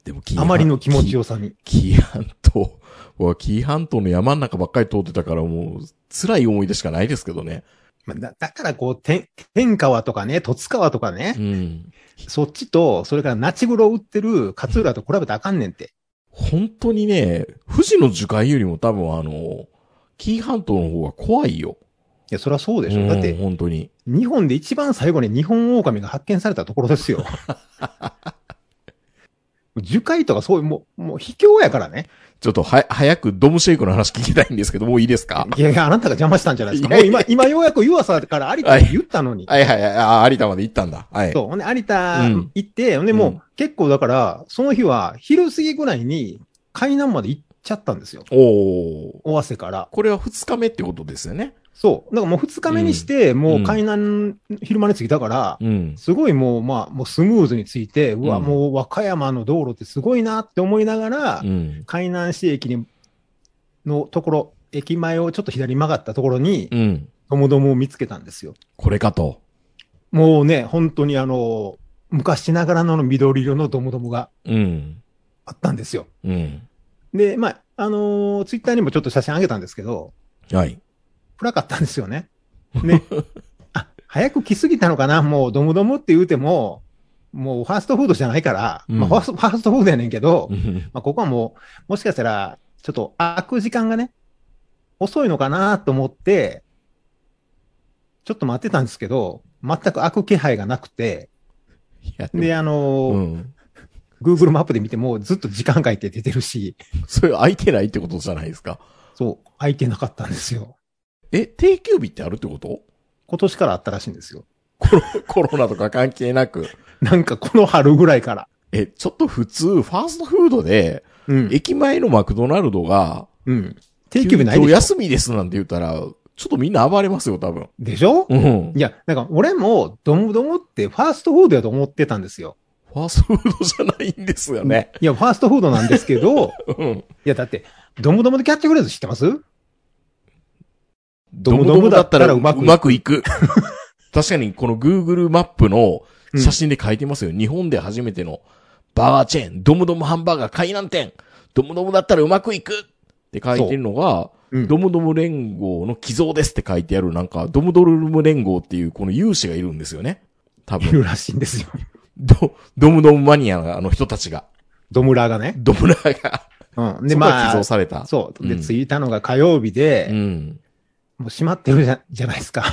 でも、紀伊
あ
半
まりの気持ちよさに。
紀伊半島。は紀伊半島の山ん中ばっかり通ってたから、もう、辛い思い出しかないですけどね。
まあだだからこう、天、天川とかね、戸津川とかね、
うん。
そっちと、それからナチグロ売ってる勝浦と比べたらあかんねんって。
本当にね、富士の樹海よりも多分あの、紀伊半島の方が怖いよ。
いや、そりゃそうでしょ。だっ
うん
て、
本当に。
日本で一番最後に日本狼が発見されたところで すよ。樹海とかそういう、もう、もう卑怯やからね。
ちょっとは、早くドムシェイクの話聞きたいんですけど、もういいですか
いやいや、あなたが邪魔したんじゃないですか。
い
も
やい
う
や
今、今ようやく湯浅から有田に言ったのに。
はいはいはい、あ、有田まで行ったんだ。はい。
そう。ほんで、有田
うん
行って、ほんで、も
うん
う結構だから、その日は昼過ぎぐらいに海南まで行っちゃったんですよ。
おー。
尾鷲から。
これは二日目ってことですよね。
そう。だからもう二日目にして、もう海南、昼間に着いたから、
うん。
すごいもう、まあ、もうスムーズについて、うわ、
うん
もう和歌山の道路ってすごいなって思いながら、
うん。
海南市駅に、のところ、駅前をちょっと左に曲がったところに
う、ん。
ともどもを見つけたんですよ。
これかと。
もうね、本当にあの、昔ながらの緑色のドムドムが
うん。
あったんですよ。
うん。
で、まあ、あのツイッター Twitter にもちょっと写真あげたんですけど、
はい。
暗かったんですよね。ね。あ、早く来すぎたのかなもうドムドムって言うても、もうファーストフードじゃないから、
うん
まあファースト、ファーストフードやねんけど、
うん
まあここはもう、もしかしたら、ちょっと開く時間がね、遅いのかなと思って、ちょっと待ってたんですけど、全く開く気配がなくて、
いや、
で、あ
う
の
ん。
ー、Google マップで見てもずっと時間外って出てるし、
それ空いてないってことじゃないですか。
そう、開いてなかったんです よ。
え、定休日ってあるってこと
今年からあったらしいんですよ。
コロコロナとか関係なく。
なんかこの春ぐらいから。
え、ちょっと普通、ファーストフードで、
うん。
駅前のマクドナルドが、
うん。定休日ない
今日
でしょ
休みですなんて言ったら、ちょっとみんな暴れますよ、多分。
でしょ
うん。
いや、なんか俺もドムドムってファーストフードやと思ってたんですよ。
ファーストフードじゃないんですよね。
いや、ファーストフードなんですけ ど、
うん。
いや、だって、ドムドムでキャッチフレーズ知ってます
ド
ムドムだったらうまく
うまくいく。 確かに、この Google マップの写真で書いてますよ。日本で初めてのバーガーチェーン、ドムドムハンバーガー海南店、ドムドムだったらうまくいくって書いてるのが、
うん
ドムドム連合の寄贈ですって書いてある、なんか、ドムドム連合っていうこの有志がいるんですよね。多
い
分。
るらしいんですよ。
ド、ドムドムマニアのあの人たちが。
ドムラーがね。
ドムラーが。
うん。
で、
で、
まあ。
ま
寄贈
あ、
された。
そう。で、
うん
着いたのが火曜日で、
うん。
もう閉まってるじゃじゃないですか。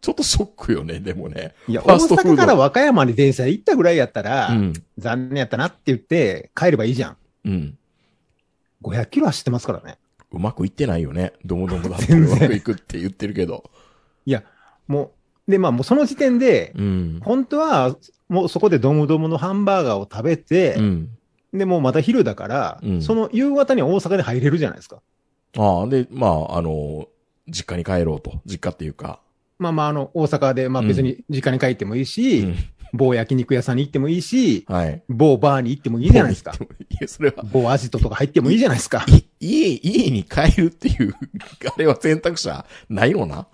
ちょっとショックよね、でもね。
いや、
ファ
大
ーストフード
阪から和歌山に電車で行ったぐらいやったら、
うん。
残念やったなって言って、帰ればいいじゃん。
うん。
500キロ走ってますからね。
うまくいってないよね。どもどもだってうまくいくって言ってるけど。
もう、で、まあ、もうその時点で、
うん。
本当は、もうそこでドムドムのハンバーガーを食べて
う、ん。
で、もうまた昼だから、
うん
その夕方には大阪に入れるじゃないですか。
ああ、で、まあ、あの、実家に帰ろうと。実家っていうか。
まあまあ、あの、大阪で、まあ別に実家に帰ってもいいし、
うん
某焼肉屋さんに行ってもいいし、
はい。
某バーに行ってもいいじゃないですか。
もういいや、それは、
某アジトとか入ってもいいじゃないですか。
い家、家に帰るっていう、あれは選択肢はないのな。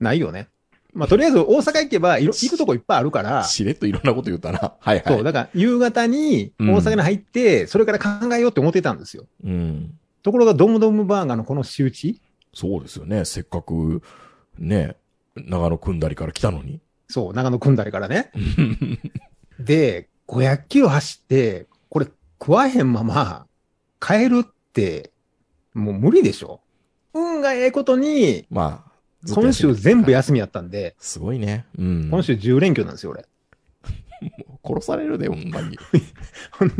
ないよね。まあとりあえず大阪行けば、いろ行くとこいっぱいあるから、
しれっといろんなこと言ったな。はいはい。
そう、だから夕方に大阪に入って、それから考えようって思ってたんですよ。
うん。
ところが、ドムドムバーガーのこの仕打ち、
そうですよね。せっかく、ね、長野組んだりから来たのに。
そう、長野組んだりからね。で、500キロ走って、これ食わへんまま帰るって、もう無理でしょ運がええことに、
まあ、ずっと
今
休み
週全部休みやったんで、
すごいね。うん。
今週10連休なんですよ、俺。
殺されるで、ほんまに。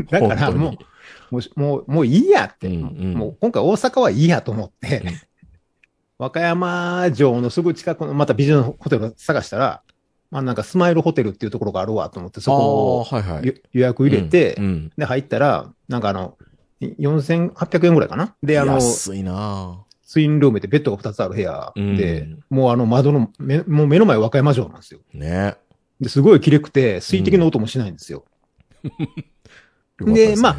だからもう
本、
もうし、もう、もういいやって、
うんうん
もう今回大阪はいいやと思って、
うん
和歌山城のすぐ近くの、またビジョンホテルを探したら、まあなんかスマイルホテルっていうところがあるわと思って、そこを
ああ、はいはい。
ゆ予約入れて、
うんうん
で、入ったら、なんかあの、4800円ぐらいかなで、あの、ス
安いな
インルームでベッドが2つある部屋
ぁ
で、、もうあの窓の、めもう目の前和歌山城なんですよ。
うんね
で、すごい綺麗くて、水滴の音もしないんですよ。でま
あ、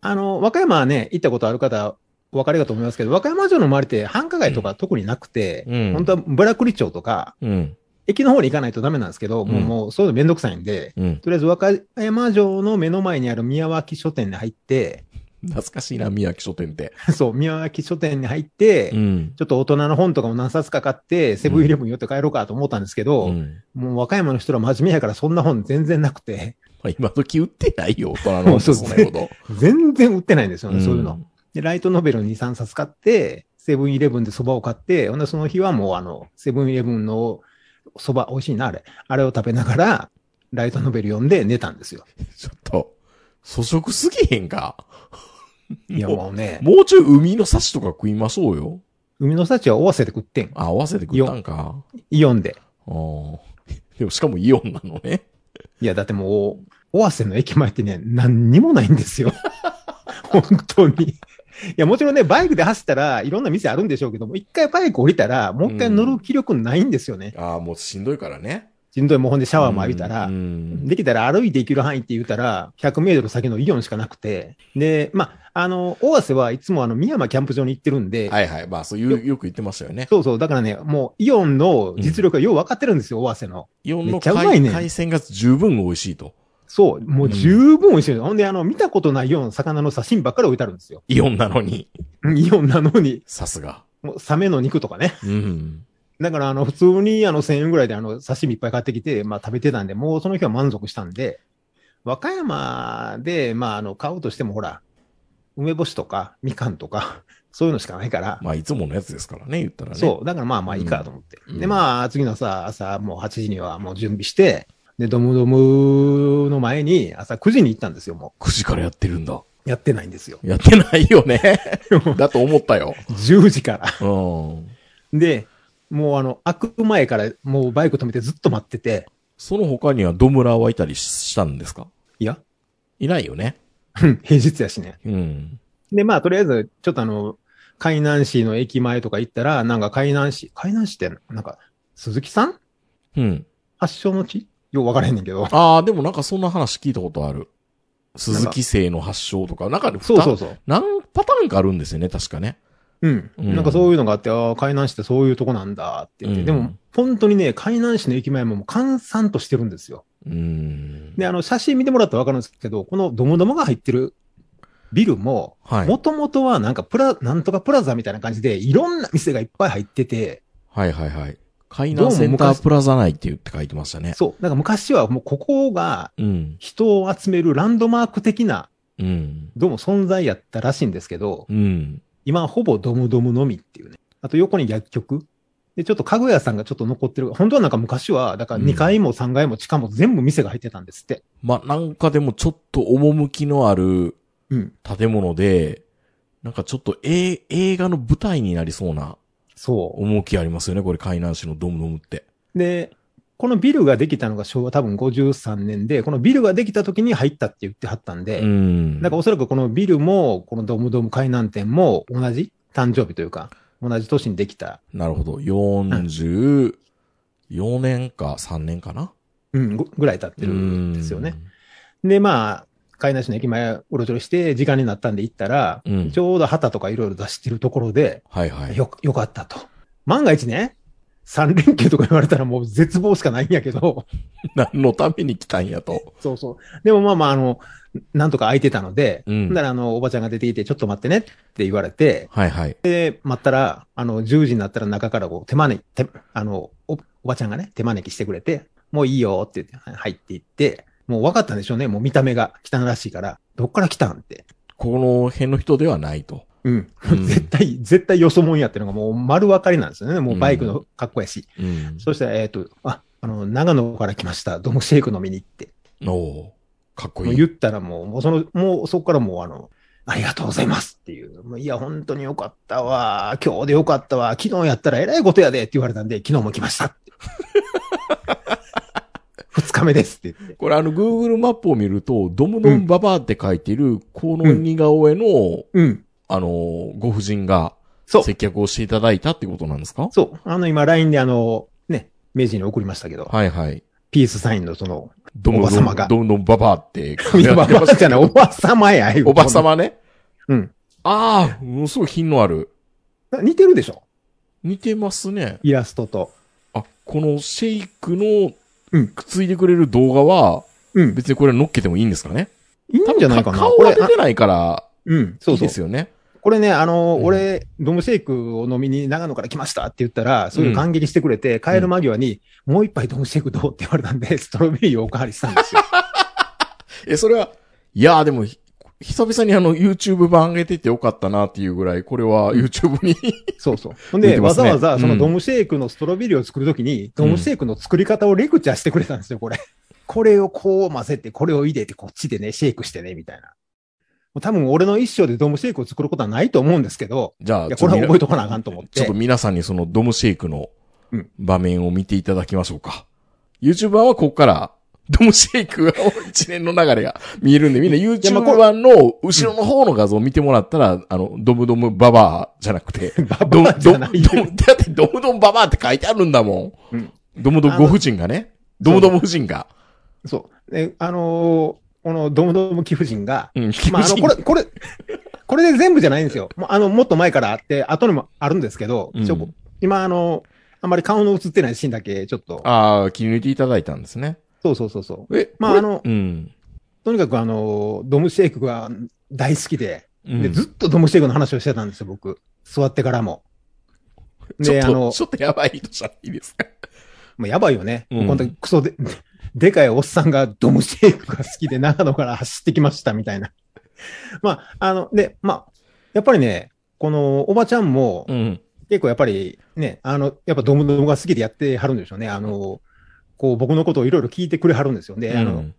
あの、和歌山はね、行ったことある方、お分かりかと思いますけど、和歌山城の周りって繁華街とか特になくて、
うん
本当はブラクリ町とか、
うん、
駅の方に行かないとダメなんですけど、もう、
うん
もう、そういうのめんどくさいんで、
うん。
とりあえず和歌山城の目の前にある宮脇書店に入って、
懐かしいな、宮城書店って。
そう、宮脇書店に入って、
うん。
ちょっと大人の本とかも何冊か買って、セブンイレブン寄って帰ろうかと思ったんですけど、
うん
もう和歌山の人ら真面目やからそんな本全然なくて、
まあ今時売ってないよ、大人の。
そう
そんなこと。
全然売ってないんですよね、
ん
そういうの。。で、ライトノベル2、3冊買って、セブンイレブンで蕎麦を買って、ほんでその日はもうあの、セブンイレブンの蕎麦、美味しいな、あれ。あれを食べながら、ライトノベル読んで寝たんですよ。
ちょっと、粗食すぎへんか。
いや
も
もうね
う、、もうちょい海の幸とか食いましょうよ。
海の幸は合わせて食ってん。
あ、合わせて食ったんか。
イオンで。
あーでもしかもイオンなのね。
いや、だってもう、尾鷲の駅前ってね、何にもないんですよ。 本当に。いや、もちろんね、バイクで走ったらいろんな店あるんでしょうけども、一回バイク降りたら、もう一回乗る気力ないんですよね。
ああ、もうしんどいからね。
しんどいもうほんでシャワーも浴びたら
うん、うん
できたら歩いて行ける範囲って言ったら、100メートル先のイオンしかなくて、で、まあ、あの、尾鷲はいつもあの、宮山キャンプ場に行ってるんで、
はいはい。まあ、そういう、よく言ってましたよね。
そうそう、だからね、もうイオンの実力がよう分かってるんですよ、尾鷲の。
イオン
め
の
っちゃうまい
海
ね
海鮮が十分美味しいと。
そう、もう十分美味しいのよ。ほんで、あの、見たことないような魚の刺身ばっかり置いてあるんですよ。
イオンなのに。
うんイオンなのに、
さすが。
もうサメの肉とかね。
うん。
だから、あの、普通に、あの、1000円ぐらいで、あの、刺身いっぱい買ってきて、まあ、食べてたんで、もうその日は満足したんで、和歌山で、まあ、あの、買うとしても、ほら、梅干しとか、みかんとか、 そういうのしかないから、
まあ、いつものやつですからね、言ったらね。
そう。だからまあまあいいかと思って。
うん
で、まあ、次の朝、朝もう8時にはもう準備して、で、ドムドムの前に朝9時に行ったんですよ、も
9時からやってるんだ。。
う。やってないんですよ
やってないよね。 だと思ったよ。
10時から。
うん。
で、もうあの、開く前からもうバイク止めてずっと待ってて、
その他にはドムラはいたりしたんですか
いや、
いないよね。
平日やしね。
うん。
で、まあ、とりあえず、ちょっとあの、海南市の駅前とか行ったら、なんか海南市、海南市って、なんか、鈴木さん
うん。
発祥の地よくわからへんねんけど。
ああ、でもなんかそんな話聞いたことある。鈴木姓の発祥とか、なんかね
そうそううそう。
何パターンかあるんですよね、確かね。
うん。
うん
なんかそういうのがあって、ああ、海南市ってそういうとこなんだって言って、
うん
でも、本当にね、海南市の駅前ももう閑散としてるんですよ。
うん。
で、あの、写真見てもらったらわかるんですけど、このドモドモが入ってるビルも、
はい。
もともとはなんかプラ、なんとかプラザみたいな感じで、いろんな店がいっぱい入ってて、
はいはいはい。海南センタープラザ内って言って書いてましたね。
そう、なんか昔はもうここが
うん。
人を集めるランドマーク的な、
うん。
どうも存在やったらしいんですけど、
うん。
今ほぼドムドムのみっていうね。あと横に薬局。で、ちょっと家具屋さんがちょっと残ってる。本当はなんか昔は、だから
うん
2階も3階も地下も全部店が入ってたんですって。
まあ、なんかでもちょっと趣のある
うん。
建物で、なんかちょっとえい映画の舞台になりそうな
そ
趣ありますよね、これ海南市のドムドムって。
う。で、このビルができたのが昭和多分53年で、このビルができた時に入ったって言ってはったんで、
うん。
だからおそらくこのビルも、このドムドム海南店も同じ誕生日というか、同じ年にできた。
なるほど。44年か3年かな
うん、ぐぐらい経ってるんですよね。。で、まあ、海南市の駅前うろちょろして、時間になったんで行ったら、
うん
ちょうど旗とかいろいろ出してるところで、
はいはい。
よ、よかったと。万が一ね、三連休とか言われたらもう絶望しかないんやけど、
何のために来たんやと。
そうそう。でもまあまあ、あの、なんとか空いてたので、
う
ほん、
ん
な。らあの、おばちゃんが出てきて、ちょっと待ってねって言われて、
はいはい。
で、待ったら、あの、10時になったら中からこう、手招き、手あのお、おばちゃんがね、手招きしてくれて、もういいよって言って、はい入っていって、もう分かったんでしょうね、もう見た目が汚らしいから、どっから来たんって。
この辺の人ではないと。
うん。
うん
絶対、絶対よそもんやってのがもう丸分かりなんですよね。もうバイクの格好やし。
うん。
そしたら、えっ、と、あ、あの、長野から来ました。ドムシェイク飲みに行って。
おーかっこ
もう
いい。
言ったらもう、もうその、もうそこからもうあの、ありがとうございますっていう。もういや、本当によかったわ。今日でよかったわ。昨日やったらえらいことやでって言われたんで、昨日も来ましたって。 二日目ですって言って。
これあの、Google マップを見ると、ドムドムババアって書いてる、この似顔絵の、
うん。
あのー、ご婦人が
そう。
接客をしていただいたってことなんですか
そう。あの、今、LINE であの、ね、明治に送りましたけど、
はいはい。
ピースサインのその、
ドム
おば
ド
さま
ム、
が
ドムドムババアって書い
い
て
や、
あ
ば
りま
ば
す
じゃない、おばさまや、
おばさ。まね。
うん。
ああ、うんすごい品のある。
似てるでしょ
似てますね。
イラストと。
あ、このシェイクの
うん、
くっついてくれる動画は、
うん。
別にこれ乗っけてもいいんですかね
いいんじゃないかな。
顔
こ
は
れ、
出
あ
てないから、
うん、そ
いうい
そう
で。すよね。
これね、あの、
うん
俺、ドムシェイクを飲みに長野から来ましたって言ったら、そういう感激してくれて、帰る間際に、もう一杯ドムシェイクどうって言われた んで、ストロベリーをおかわりしたんですよ。
え、それは、いやーでも、ひ久々にあの、YouTube 版上げててよかったなっていうぐらい、これは YouTube に
そうそう。ほん
見
で、
てま
わ
す
ざ
ね
わざその
うん
ドムシェイクのストロベリーを作るときに、ドムシェイクの作り方をレクチャーしてくれたんですよ、これ。 これをこう混ぜて、これを入れて、こっちでね、シェイクしてね、みたいな。もう多分俺の一生でドムシェイクを作ることはないと思うんですけど、
じゃあ、
いや、
ちょ
こ
っと
れは
みな
覚えとかなあかんと思って。
ちょっと皆さんにそのドムシェイクの
うん
場面を見ていただきましょうか。YouTube 版はここから、ドムシェイクが一年の流れが見えるんで、みんな YouTube 版の後ろの方の画像を見てもらったら、あの、ドムドムババアじゃなくて、
バ
ド
バ
ム
アじ
ド
ゃ
ム、だ
な
っ
いよ。
てドムドムババアって書いてあるんだもん。
うん
ドムドムご婦人がね。ドムドム夫人が。
そう。え、あのーこのドムドム貴婦人が、
うん、
まあ、あの、こ
れ、
れ、これ、これで全部じゃないんですよ。もうあの、もっと前からあって、後にもあるんですけど、
うん
ちょ今、あの、あんまり顔の映ってないシーンだけ、ちょっと、
ああ、切り抜いていただいたんですね。
そうそうそうそう。
え、
まあ、あの
う、ん。
とにかくあの、ドムシェイクが大好きで、
うん
で、ずっとドムシェイクの話をしてたんですよ、僕。座ってからも。
ちょ
で、
っ
あ
と、
の、
ちょっとやばい人じゃないですか。
もうやばいよね。
うん
こんなクソ で、でかいおっさんがドムシェイクが好きで長野から走ってきましたみたいな。 まあ、あの、で、まあ、やっぱりね、このおばちゃんも、
うん。
結構やっぱりね、あの、やっぱドムドムが好きでやってはるんでしょうね。あの、こう僕のことをいろいろ聞いてくれはるんですよね。あ
う
の
ん、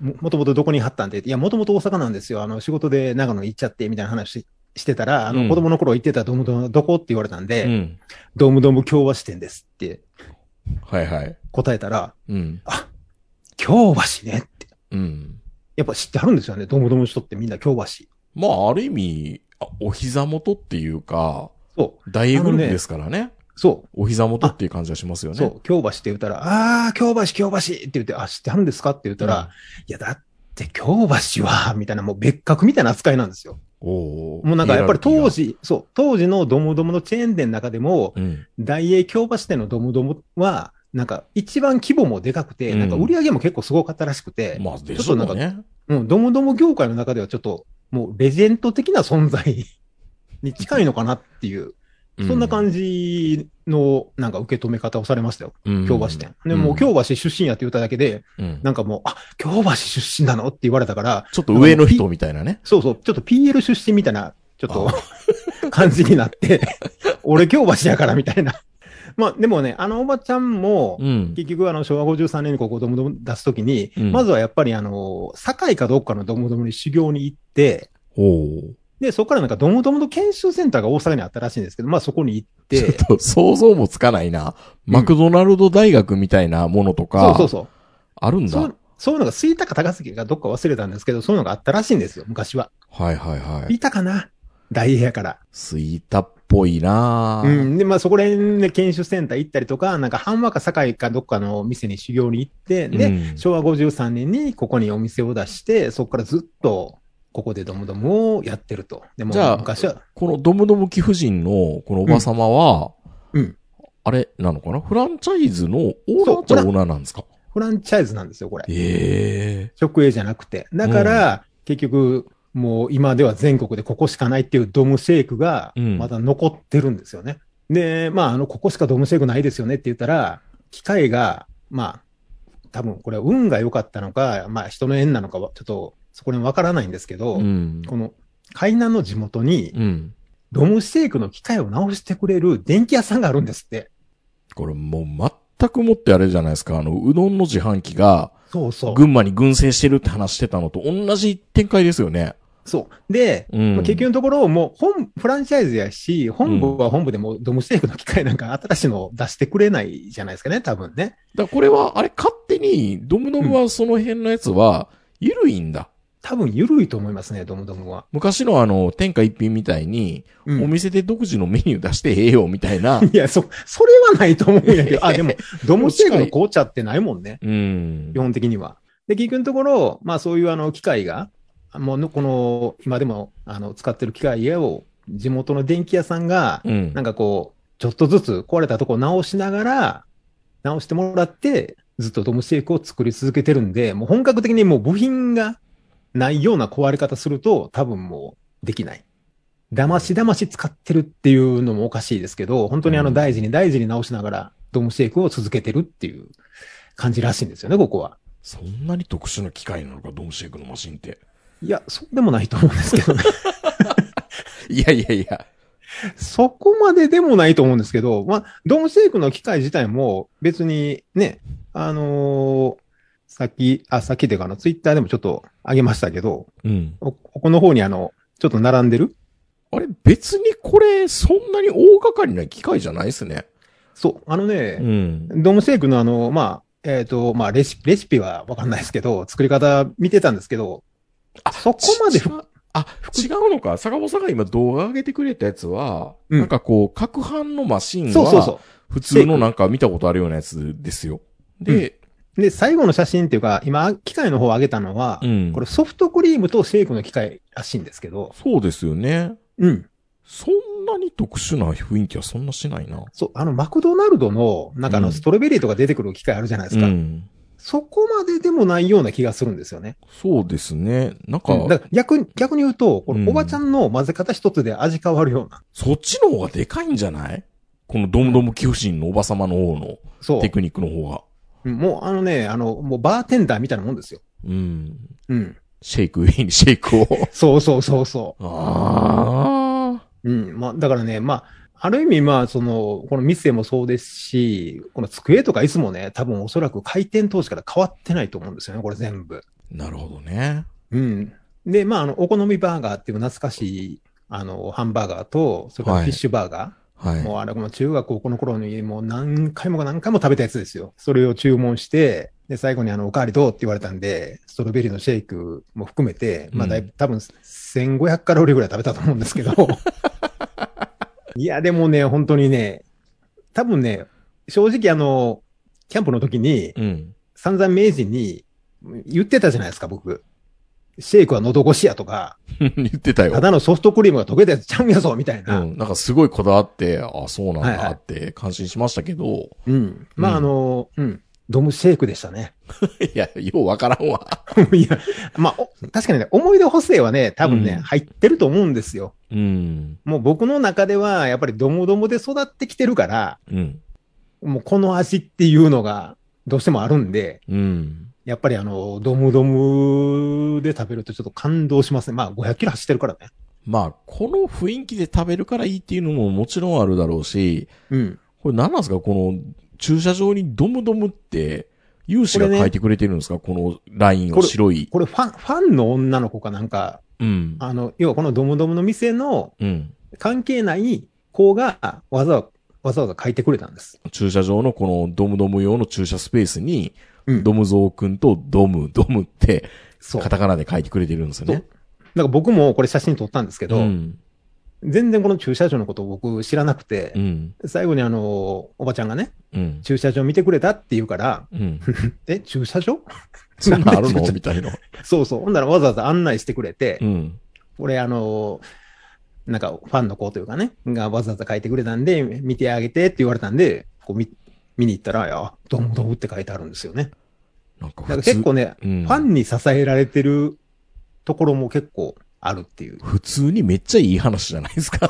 ももともとどこに貼ったんで、いや、もともと大阪なんですよ。あの、仕事で長野行っちゃって、みたいな話ししてたら、あの、
うん
子供の頃行ってたドムドムどこって言われたんで、
うん。
ドムドム京橋店ですって
はいはい。
答えたら、
うん。
京橋ねって。
うん。
やっぱ知ってはるんですよね。ドムドムの人ってみんな京橋。
まあ、ある意味、あお膝元っていうか、
そ
大英グループですからね。
う、そ
お膝元っていう感じはしますよ
う、
ね。
そう、京橋って言ったら、ああ、京橋、京橋って言って、あ、知ってはるんですかって言ったら、
うん
いや、だって京橋は、みたいな、もう別格みたいな扱いなんですよ。
おー
もうなんかやっぱり当。
ヒエラルキーが
時、そう、当時のドムドムのチェーン店の中でも、
うん。
大英京橋店のドムドムは、なんか一番規模もでかくて、
うん
なんか売り上げも結構すごかったらしくて、
まあ、で
ちょっ
しょ
と
う
なんか、
ね。
うん、ドムドム業界の中ではちょっと、もうレジェンド的な存在に近いのかなっていう、そんな感じのなんか受け止め方をされましたよ、
じ
京橋店。でもう京橋出身やって言っただけで、
うん
なんかもう、あ、京橋出身なのって言われたから、
ちょっと上の人みたいなね。
そうそう、ちょっと PL 出身みたいな、ちょっと 感じになって、俺京橋やからみたいな。まあでもね、あのおばちゃんも、
うん。
結局あの昭和53年にここドムドム出すときに、
うん
まずはやっぱりあの、堺かどっかのドムドムに修行に行って、
おー
で、そこからなんかドムドムの研修センターが大阪にあったらしいんですけど、まあそこに行っ、
ち ょってと想像もつかないな。マクドナルド大学みたいなものと
そうそう
か、
そう。
あるんだ。
そ
はいう
そういうのが、吹田か高槻かどっか忘れたんですけど、そういうのがあったらしいんですよ、昔は。
はいはいい。
たかな大英やから。
スイータっぽいな
う
ぁ
ん。で、まあ、そこら辺で研修センター行ったりとか、なんか、半和か堺かどっかの店に修行に行って、で、
うん
昭和53年にここにお店を出して、そこからずっと、ここでドムドムをやってると。でも
じゃあ、
昔は、
このドムドム貴婦人のこのおば様は、
うんうん
あれなのかなフランチャイズのオーナーっちゃオ
そう
ーナーなんですか
フランチャイズなんですよ、これ。
ええ
直営じゃなくて。だから、結局、もう今では全国でここしかないっていうドムシェイクが、
うん
まだ残ってるんですよね。で、まあ、あの、ここしかドムシェイクないですよねって言ったら、機械が、まあ、多分これは運が良かったのか、まあ人の縁なのかは、ちょっとそこら辺わからないんですけど、
うん。
この海南の地元に、
うん。
ドムシェイクの機械を直してくれる電気屋さんがあるんですって。
これもう全くもってあれじゃないですか。あの、うどんの自販機が、
そうそう。
群馬に群生してるって話してたのと同じ展開ですよね。
そう。で、
うん。
まあ結局のところ、もう本、フランチャイズやし、本部は本部でもうドムシェイクの機械なんか新しいのを出してくれないじゃないですかね、多分ね。
だからこれは、あれ、勝手に、ドムドムはその辺のやつは、緩いんだ。
多分緩いと思いますね、ドムドムは。
昔のあの、天下一品みたいに、
う
お
ん。
店で独自のメニュー出してええよ、みたい な。
いや、そ、それはないと思うん やけど、あ、でも、ドムシェイクの紅茶ってないもんね、
うん
基。本的には。で、結局のところ、まあそういうあの機械が、もうのこの、今でもあの使ってる機械を、地元の電気屋さんが、
うん
なん。かこう、ちょっとずつ壊れたとこ直しながら、直してもらって、ずっとドムシェイクを作り続けてるんで、もう本格的にもう部品がないような壊れ方すると、多分もうできない。騙し騙し使ってるっていうのもおかしいですけど、本当にあ
う
の
ん
大事に大事に直しながら、ドムシェイクを続けてるっていう感じらしいんですよね、ここは。
そんなに特殊な機械なのか、ドムシェイクのマシンって。
いや、そうでもないと思うんですけどね。
いやいやいや。
そこまででもないと思うんですけど、まあ、ドームシェイクの機械自体も別にね、あのーさっき、あ、さっきっていうかあの、ツイッターでもちょっと上げましたけど、
うん。
おここの方にあの、ちょっと並んでる
あれ、別にこれ、そんなに大掛かりな機械じゃないですね。
そう、あのね、
ん。
ドームシェイクのあの、まあ、えっ、と、まあ、レシピ、レシピはわかんないですけど、作り方見てたんですけど、
あ
そこまで
ちあ、違うのか。坂本さんが今動画上げてくれたやつは、
うん
なんかこう、各版のマシンは、
そうそうそ
普通のなんか見たことあるようなやつですよ。で、
う。で、最後の写真っていうか、今、機械の方を上げたのは、
うん
これソフトクリームとシェイクの機械らしいんですけど、
そうですよね。
うん。
そんなに特殊な雰囲気はそんなしないな。
そう、あの、マクドナルドの、なんかあ
う
の、
ん
ストロベリーとか出てくる機会あるじゃないですか。
うん。
そこまででもないような気がするんですよね。
そうですね。なんか、
だから逆に、逆に言うと、こ
う
の
ん
おばちゃんの混ぜ方一つで味変わるような。
そっちの方がでかいんじゃないこのドムドム寄付神のおば様の方の
そ
テクニックの方が。
う。もうあのね、あの、もうバーテンダーみたいなもんですよ。
うん。
うん。
シェイクウ ェイにシェイクを。
そうそうそうそ
ああ。
う。うん。まあ、だからね、まあ、ある意味、まあ、その、この店もそうですし、この机とか椅子もね、多分おそらく開店当時から変わってないと思うんですよね、これ全部。
なるほどね。
うん。で、まあ、あの、お好みバーガーっていう懐かしい、あの、ハンバーガーと、それから
はい
フィッシュバーガー。
はい。
もうあれ、もう中学高校の頃にもう何回も何回も食べたやつですよ。それを注文して、で、最後にあの、おかわりどうって言われたんで、ストロベリーのシェイクも含めて、まあ、だいぶ、多分1500カロリーぐらい食べたと思うんです けど。いや、でもね、本当にね、多分ね、正直あの、キャンプの時に、
うん。
散々明治に言ってたじゃないですか、僕。シェイクは喉越しやとか、
言ってたよ
た。だのソフトクリームが溶けたやつちゃうんやぞ、みたいうな。
ん。なんかすごいこだわって、あ、そうなん
はいは
だ
い
って感心しましたけど、い
うん。まあ、あの、うん。ドムシェイクでしたね。
や、ようわからんわ。
いや、まあ、お確かにね、思い出補正はね、多分ね、
うん
入ってると思うんですよ。
うん。
もう僕の中では、やっぱりドムドムで育ってきてるから、
うん。
もうこの味っていうのが、どうしてもあるんで、
うん。
やっぱりあの、ドムドムで食べるとちょっと感動しますね。まあ、500キロ走ってるからね。
まあ、この雰囲気で食べるからいいっていうのももちろんあるだろうし、
うん。
これ何なんですかこの駐車場にドムドムって、有志が
これね
書いてくれてるんですかこ,、のラインを
これ
白い。
これファン、ファンの女の子かなんか、
うん。
あの、要はこのドムドムの店の
うん。
関係ない子がわざわざ、わざわざ書いてくれたんです。
駐車場のこのドムドム用の駐車スペースに、
うん
ドムゾウくんとドム、ドムって、
そう。
カタカナで書いてくれてるんですよね。
なんか僕もこれ写真撮ったんですけど、
うん。
全然この駐車場のことを僕知らなくて
う、ん。
最後にあの、おばちゃんがね、
うん。
駐車場見てくれたって言うから、
うん。
え、駐車場
そんなんある
なん
の
で
みたいな。
そうそう。ほんならわざわざ案内してくれて、
うん。
俺あの、なんかファンの子というかね、がわざわざ書いてくれたんで、見てあげてって言われたんで、こう見見に行ったら、いや、ドムドムって書いてあるんですよね。
なんか
だか
普
ら
通、
結構ね、
うん、
ファンに支えられてるところも結構あるっていう。
普通にめっちゃいい話じゃないですか。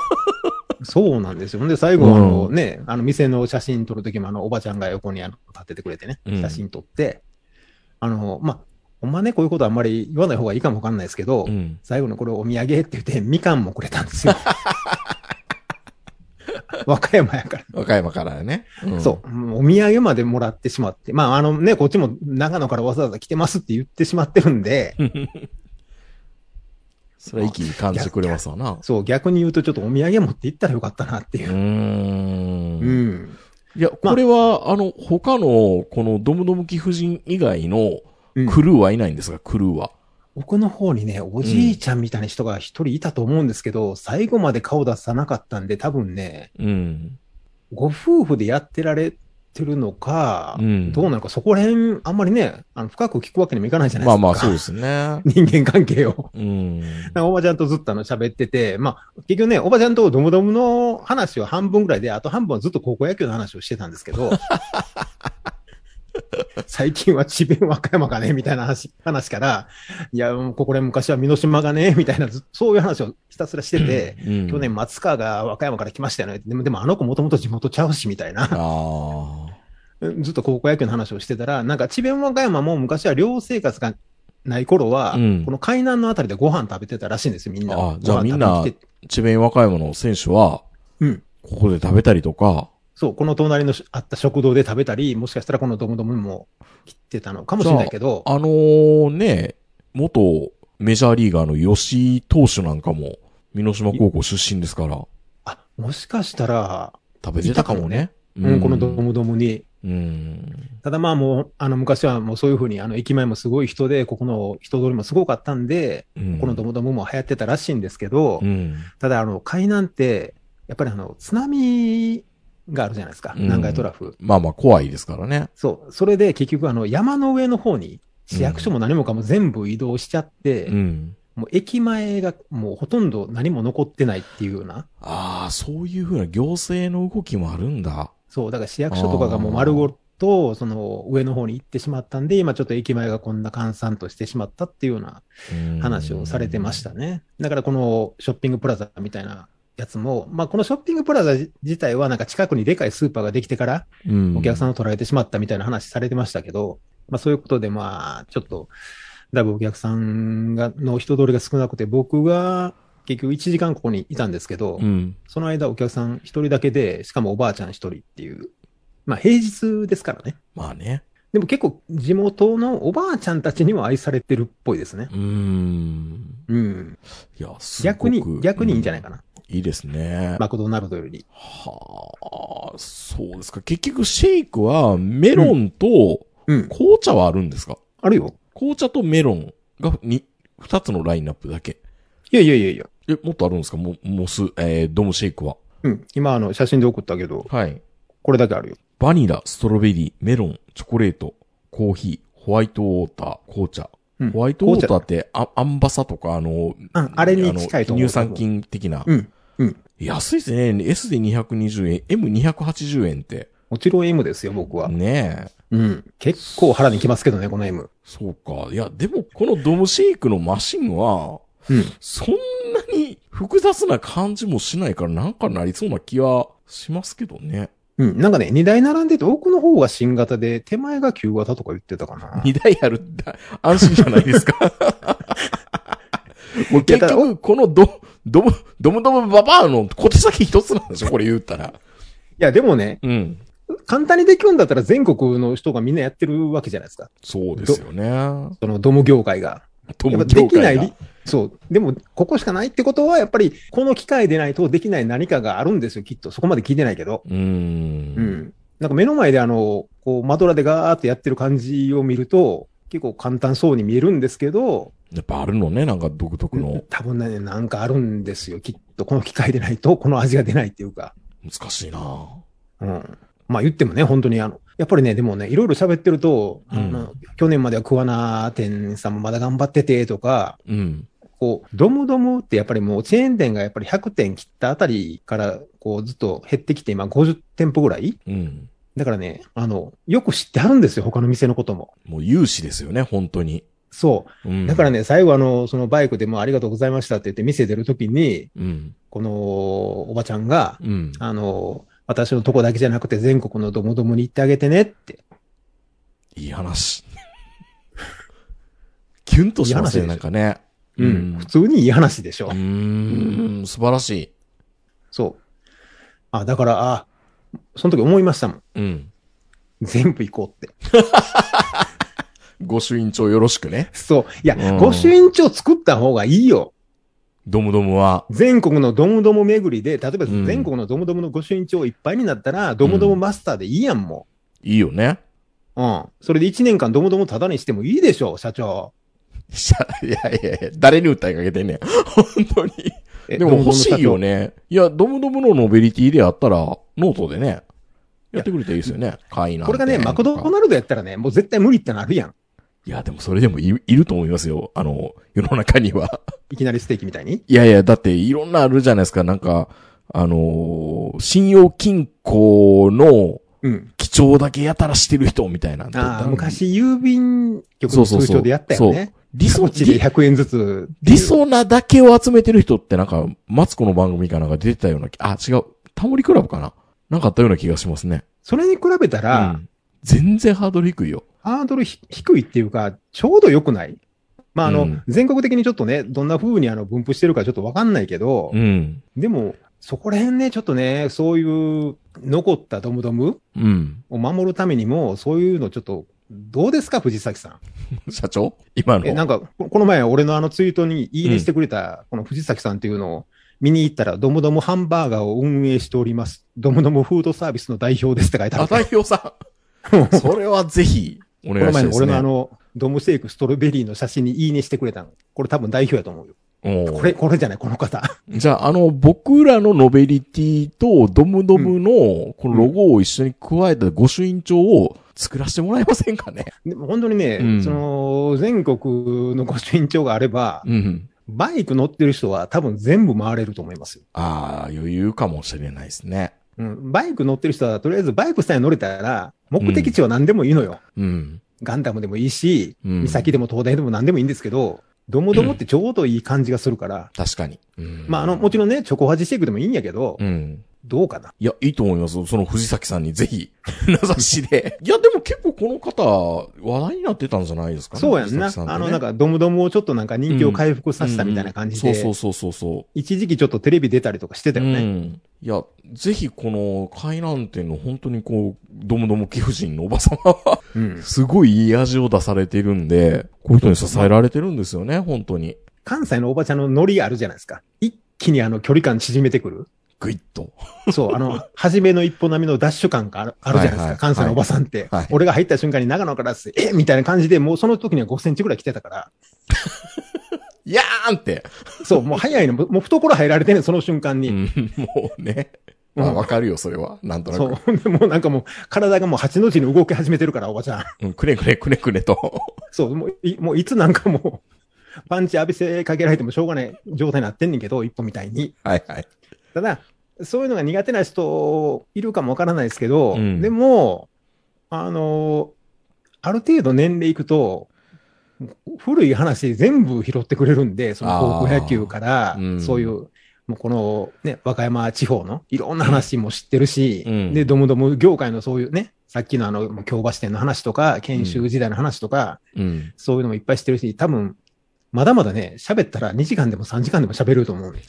そうなんですよ。ほんで、最後、あの
う
ね、あの、店の写真撮るときも、あの、おばちゃんが横にあの立っててくれてね、
うん
写真撮って、あの、まあ、ほんまね、こういうことはあんまり言わない方がいいかもわかんないですけど、
うん。
最後のこれお土産って言って、みかんもくれたんで すよ。和歌山やから。
和歌山からね。うん
そう。もうお土産までもらってしまって。まあ、あのね、こっちも長野からわざわざ来てますって言ってしまってるんで、
それは息感じてくれますわな。
そう、逆に言うとちょっとお土産持って行ったらよかったなっていうう。
ん
う。ん。
いや、
まあ
これは、あの、他の、この、ドムドム貴婦人以外の
うん、
クルーはいないんですか、クルーは。
奥の方にね、おじいちゃんみたいな人が一人いたと思うんですけど、最後まで顔出さなかったんで、多分ね、
うん。
ご夫婦でやってられてるのか、
うん
どうなのか、そこら辺、あんまりね、あの深く聞くわけにもいかないじゃないで
ますあ
か。
まあ、そうですね。
人間関係を。
うん。
なんかおばちゃんとずっとあの喋ってて、まあ、結局ね、おばちゃんとドムドムの話は半分ぐらいで、あと半分はずっと高校野球の話をしてたんです けど、最近は智弁和歌山がね、みたいな話話から、いや、もうここで昔は美濃島がね、みたいな、ずそういう話をひたすらしてて、
うん
去。年松川が和歌山から来ましたよね。でも、でもあの子もともと地元ちゃうし、みたいな。
ああ。
ずっと高校野球の話をしてたら、なんか智弁和歌山も昔は寮生活がない頃は、
うん
この海南のあたりでご飯食べてたらしいんですよ、みんな。
あじゃあ
ご飯食べに来て
みん智弁和歌山の選手は、
うん
ここで食べたりとか、
そう、この隣のしあった食堂で食べたり、もしかしたらこのドムドムも切ってたのかもしれないけど、
あのーね、元メジャーリーガーの吉井投手なんかも、美濃島高校出身ですから、
あ、もしかしたら、
食べてたかもね。
うん、このドムドムに。
うん。
ただまあもう、あの昔はもうそういうふうに、あの駅前もすごい人で、ここの人通りもすごかったんで、
うん
このドムドムも流行ってたらしいんですけど、
うん。
ただあの、海南って、やっぱりあの、津波があるじゃないですか、
うん
南海トラフ。
まあまあ怖いですからね。
そう、それで結局あの、山の上の方に、市役所も何もかも全部移動しちゃって、
うん。
もう駅前がもうほとんど何も残ってないっていうような、
ああ、そういうふうな行政の動きもあるんだ。
そう、だから市役所とかがもう丸ごと、その上の方に行ってしまったんで、今ちょっと駅前がこんな閑散としてしまったっていうような
うん
話をされてまし。たね。だからこのショッピングプラザみたいなやつも、まあこのショッピングプラザ自体はなんか近くにでかいスーパーができてから、
うん。
お客さ
ん。
んを取られてしまったみたいな話されてましたけど、まあそういうことでまあ、ちょっと、だいぶお客さんが、の人通りが少なくて、僕が結局1時間ここにいたんですけど、
うん。
その間お客さん1人だけで、しかもおばあちゃん1人っていう、まあ平日ですからね。
まあね。
でも結構地元のおばあちゃんたちには愛されてるっぽいですね
う。ーん。
うん。
いや、すご
逆
く
に、逆にいいんじゃない
か。
かな。
うんいいですね。
マクドナルドより。
はあ、そうですか。結局、シェイクはメロンと
うん。
紅茶はあるんですか、
あるよ。
紅茶とメロンがに二つのラインナップだけ。
いやいやいやいや。
え、もっとあるんですかモモス、えー、ドムシェイクは。
うん。今、あの、写真で送ったけど、
はい。
これだけあるよ。
バニラ、ストロベリー、メロン、チョコレート、コーヒー、ホワイトウォーター、紅茶。
うん
ホワイトウォーター
紅
って、あアンバサとか、あの、
茶うんあれに近いと思
あ
う。
の乳酸。菌的な。
うん。
安いですね。S で220円、M280 円って。
もちろん M ですよ、僕は。
ねえ。
うん。結構腹にきますけどね、この M。
そうか。いや、でも、このドムシェイクのマシンは、
うん。
そんなに複雑な感じもしないから、なんかなりそうな気はしますけどね。
うん。なんかね、荷台並んでて、奥の方が新型で、手前が旧型とか言ってたかな。
二台あるんだ、安心じゃないですか。もう 結
いやだ
局、このド、ドム、ドムドムババアの小手先一つなんでしょこれ言ったら。
いや、でもね、
うん。
簡単にできるんだったら全国の人がみんなやってるわけじゃないですか。
そうですよね。
そのドム業界が。
ド
やっぱ
ム
で
業
きな
界
い
が
り。、そう。でも、ここしかないってことは、やっぱり、この機械でないとできない何かがあるんですよ、きっと。そこまで聞いてないけど。
うーん。
う。ん。なんか目の前で、あの、こう、マドラーでガーってやってる感じを見ると、結構簡単そうに見えるんですけど、
やっぱあるのね、なんか独特の。
多分ね、なんかあるんですよ、きっと。この機械でないと、この味が出ないっていうか。
難しいな
うん。まあ言ってもね、本当にあの、やっぱりね、でもね、いろいろ喋ってると、あの
うん
去年までは桑名店さんもまだ頑張っててとか、
うん。
こう、ドムドムってやっぱりもうチェーン店がやっぱり100店切ったあたりから、こうずっと減ってきて、今50店舗ぐらい
うん。
だからね、あの、よく知ってあるんですよ、他の店のことも。
もう有志ですよね、本当に。
そ
うん。
う。だから
ね。
ね、最後あの、そのバイクでもありがとうございましたって言って店出るときに、
うん。
このおばちゃんが、
うん。
あの、私のとこだけじゃなくて全国のドムドムに行ってあげてねって。
いい話。キュンとします
い
ね、
い話でしょ
なんかね。
うん。普通にいい話でしょ。
うーん、素晴らしい。
そう。あ、だから、あ、その時思いましたもん。
うん。
全部行こうって。
ご朱印帳よろしくね。
そう。いや、
うん
御朱印帳作った方がいいよ。
ドムドムは。
全国のドムドム巡りで、例えば
うん
全国のドムドムの御朱印帳いっぱいになったら、ドムドムマスターでいいやん、も
いいよね。
う。うん。それで1年間ドムドムタダにしてもいいでしょう、社長。
しゃいやいやいや、誰に訴えかけてんねん。本当に。
え
でも欲しいよ。ね。いや、ドムドムのノベリティであったら、ノートでね、やってくれていいですよね。会員
ドムド
なんて
ム社長これがね、マクド
とか
ナルドやったらね、もう絶対無理ってなるやん。
いや、でもそれでもいいると思いますよ。あの、世の中には。
いきなりステーキみたいに。
いやいや、だっていろんなあるじゃないですか。なんか、あのー信用金庫の
うん。
基調だけやたらしてる人みたいな。
ああ、昔郵便局の
そうそう
通
そう
帳でやったよね。
理 想
各地で
理、
100円ずつ。
理想なだけを集めてる人ってなんか、マツコの番組かなんか出てたような気、あ、違う。タモリクラブかななんかあったような気がしますね。
それに比べたら、
うん全然ハードル低いよ。
ハードルひ低いっていうか、ちょうど良くないまあ、あの、
うん
全国的にちょっとね、どんな風にあの分布してるかちょっとわかんないけど、
うん。
でも、そこら辺ね、ちょっとね、そういう残ったドムドム
うん。
を守るためにも、そういうのちょっと、どうですか、藤崎さん。
社長今
え、な
の。
んか、ここの前、俺のあのツイートにいいねしてくれた、この藤崎さんっていうのを見に行ったら、ドムドムハンバーガーを運営しております。ドムドムフードサービスの代表ですって書いてあ
あ、
った。
代表さん。それはぜひ、お
こ
願
の
いした
前
い
の
です
俺
ね。
のあの、ドムシェイクストロベリーの写真にいいねしてくれたの。これ多分代表やと思う
う
よ。
ん
これ、これじゃない、この方。
じゃあ、あの、僕らのノベリティとドムドムの、このロゴを一緒に加えた御朱印帳を作らせてもらえませんかね
でも本当にね、
うん
その、全国のご身長があれば、
うん。
バイク乗ってる人は多分全部回れると思いますよ。
ああ、余裕かもしれないですね。
うん。バイク乗ってる人は、とりあえずバイクさえ乗れたら、目的地は何でもいいのよ。
うん。
ガンダムでもいいし、
うん
岬でも東大でも何でもいいんですけど、ドモドモってちょうどいい感じがするから、
確かに。うん
まあ、あの、もちろんね、チョコハジシェイクでもいいんやけど、
うん。
どうかな。
いや、いいと思います。その藤崎さんにぜひ、 名指しで。 いや、でも結構この方、話題になってたんじゃないですかね。
そうやん
藤
な。
崎さってね
あの、なんか、ドムドムをちょっとなんか人気を回復させたみたいな感じ
うんそ
で
う、そうそうそうそう。
一時期ちょっとテレビ出たりとかしてたよ
う
ね。
ん。いや、ぜひこの海南店の本当にこう、どもども貴婦人のおばさまは、
うん
すごいいい味を出されてるんで、こういう人に支えられてるんですよね、本当に。
関西のおばちゃんのノリあるじゃないですか。一気にあの距離感縮めてくる。
ぐいっと。
そう、あの、初めの一歩並みのダッシュ感があるあるじゃないですか、
はいはい
関西のおばさんって。
はい
俺が入った瞬間に長野からっす、えみたいな感じで、もうその時には5センチぐらい来てたから、
やーんって。
そう、もう早いの、もうもう懐入られてんねんその瞬間
う
に。
ん、もうね。
うん
まあわかるよ、それは。なんとな
そ
く。
う、 ほんでもうなんかもう、体がもう8の字に動き始めてるから、おばちゃん。
うん、くねくねくねくねと。
そう、もういもういつなんかもう、パンチ浴びせかけられてもしょうがない状態になってんねんけど、一歩みたいに。
はいはい。
ただ、そういうのが苦手な人いるかもわからないですけど、
うん
でも、あのある程度年齢いくと、古い話全部拾ってくれるんで、その高校野球から、
あーうん
そういう、もうこのね、和歌山地方のいろんな話も知ってるし、
うん
で、どもども業界のそういうね、さっきのあの、もう京橋店の話とか、研修時代の話とか、
うん。
そういうのもいっぱい知ってるし、多分、まだまだね、喋ったら2時間でも3時間でも喋れると 思うね。い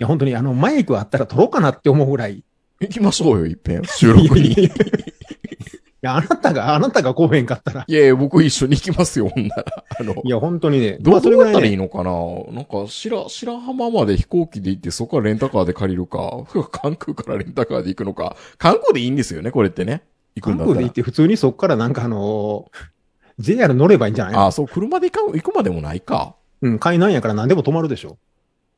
や、本当にあの、マイクあったら撮ろうかなって思うぐらい。
行きましょうよ、一遍。収録に。
い
い
や、あなたが、あなたが来へんかったら。
やいや、僕一緒に行きますよ、ほんなら。あの
い、や、本当にね、
ど
ま
う
あ
ど
それ
う
ぐ
や
ら
った
い
ら
ね
いいのかななんか、白、白浜まで飛行機で行って、そこからレンタカーで借りるか、 関空からレンタカーで行くのか、関空でいいんですよね、これってね。行くん
韓
だった
国で
ら。
行って普通にそっからなんかあの、JR 乗ればいいんじゃない
ああ、そう、車で行か行くまでもないか。
うん、海南やから何でも泊まるでしょ。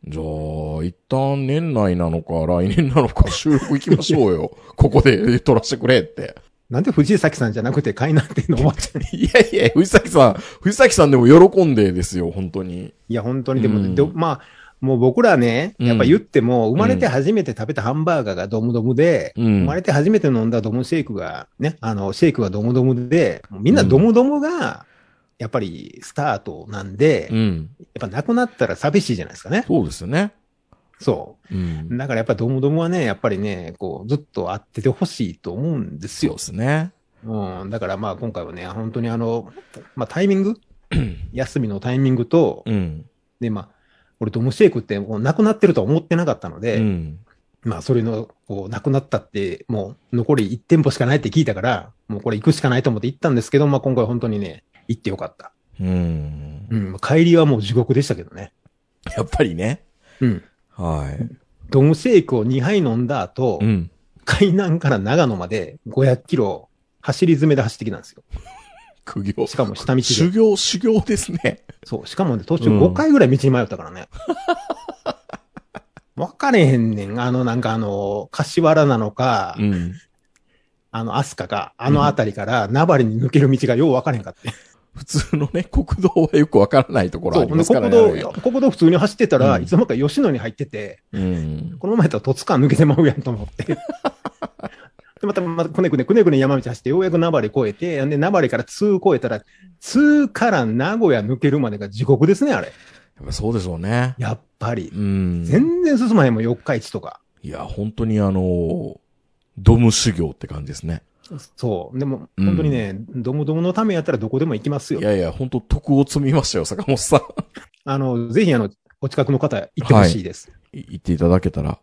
じゃあ、一旦年内なのか、来年なのか、 収録行きましょうよ。ここで撮らせてくれって。
なんで藤井崎さんじゃなくて海南っていうの終わっちゃう。
いやいや、藤崎さん、藤崎さんでも喜んでですよ、本当に。
いや、本当にでも、
うん
でまあ、もう僕らね、やっぱ言っても、生まれて初めて食べたハンバーガーがドムドムで、
うん。
生まれて初めて飲んだドムシェイクが、ね、あの、シェイクがドムドムで、もうみんなドムドムが、やっぱりスタートなんで、
う
やっ
ん。
ぱなくなったら寂しいじゃないですかね。
そうですよね。
そ
うん
う。。だからやっぱドムドムはね、やっぱりね、こう、ずっとあっててほしいと思うんです
そう
よ
で。すね。
うん。だからまあ今回はね、本当にあの、まあタイミン グ休みのタイミングと、
うん。
でまあ、俺ドムシェイクってもうなくなってるとは思ってなかったので、
うん。
まあ、それの、こう、なくなったって、もう、残り1店舗しかないって聞いたから、もうこれ行くしかないと思って行ったんですけど、まあ、今回本当にね、行ってよかった。
うん。
うん、帰りはもう地獄でしたけどね。
やっぱりね。
うん。
はい。
ドムシェイクを2杯飲んだ後、
うん。
海南から長野まで500キロ、走り詰めで走ってきたんですよ。
苦行。
しかも下道
修
で。
行、修行ですね。
そう、しかもね、途中
うん
5回ぐらい道に迷ったからね。 わ、かれへんねん。あの、なんかあの、柏原なのか、
うん。
あの、飛鳥か、あの辺りから、名張に抜ける道がようわかれへんかって。
普通のね、国道はよくわからないところ
そ
あ
う、
り
ほん
ま
です
から
国
ね。
道、国道普通に走ってたら、
うん
いつの間にか吉野に入ってて、
うん。
このままやったら戸塚抜けてまうやんと思って。 で、また、また、くねくねくねくね山道走って、ようやく名張越えて、で、名張から通越えたら、通から名古屋抜けるまでが地獄ですね、あれ。
やっぱそうでしょうね。
やっぱり。
うん。
全然進まへんもん、四日市とか。
いや、本当にあの、ドム修行って感じですね。
そう。でも、
うん
本当にね、ドムドムのためやったらどこでも行きます
い
よ。
やいや、本当徳を積みましたよ、坂本さん。
あの、ぜひ、あの、お近くの方、行ってほしいです。
言っていただけたら、
うん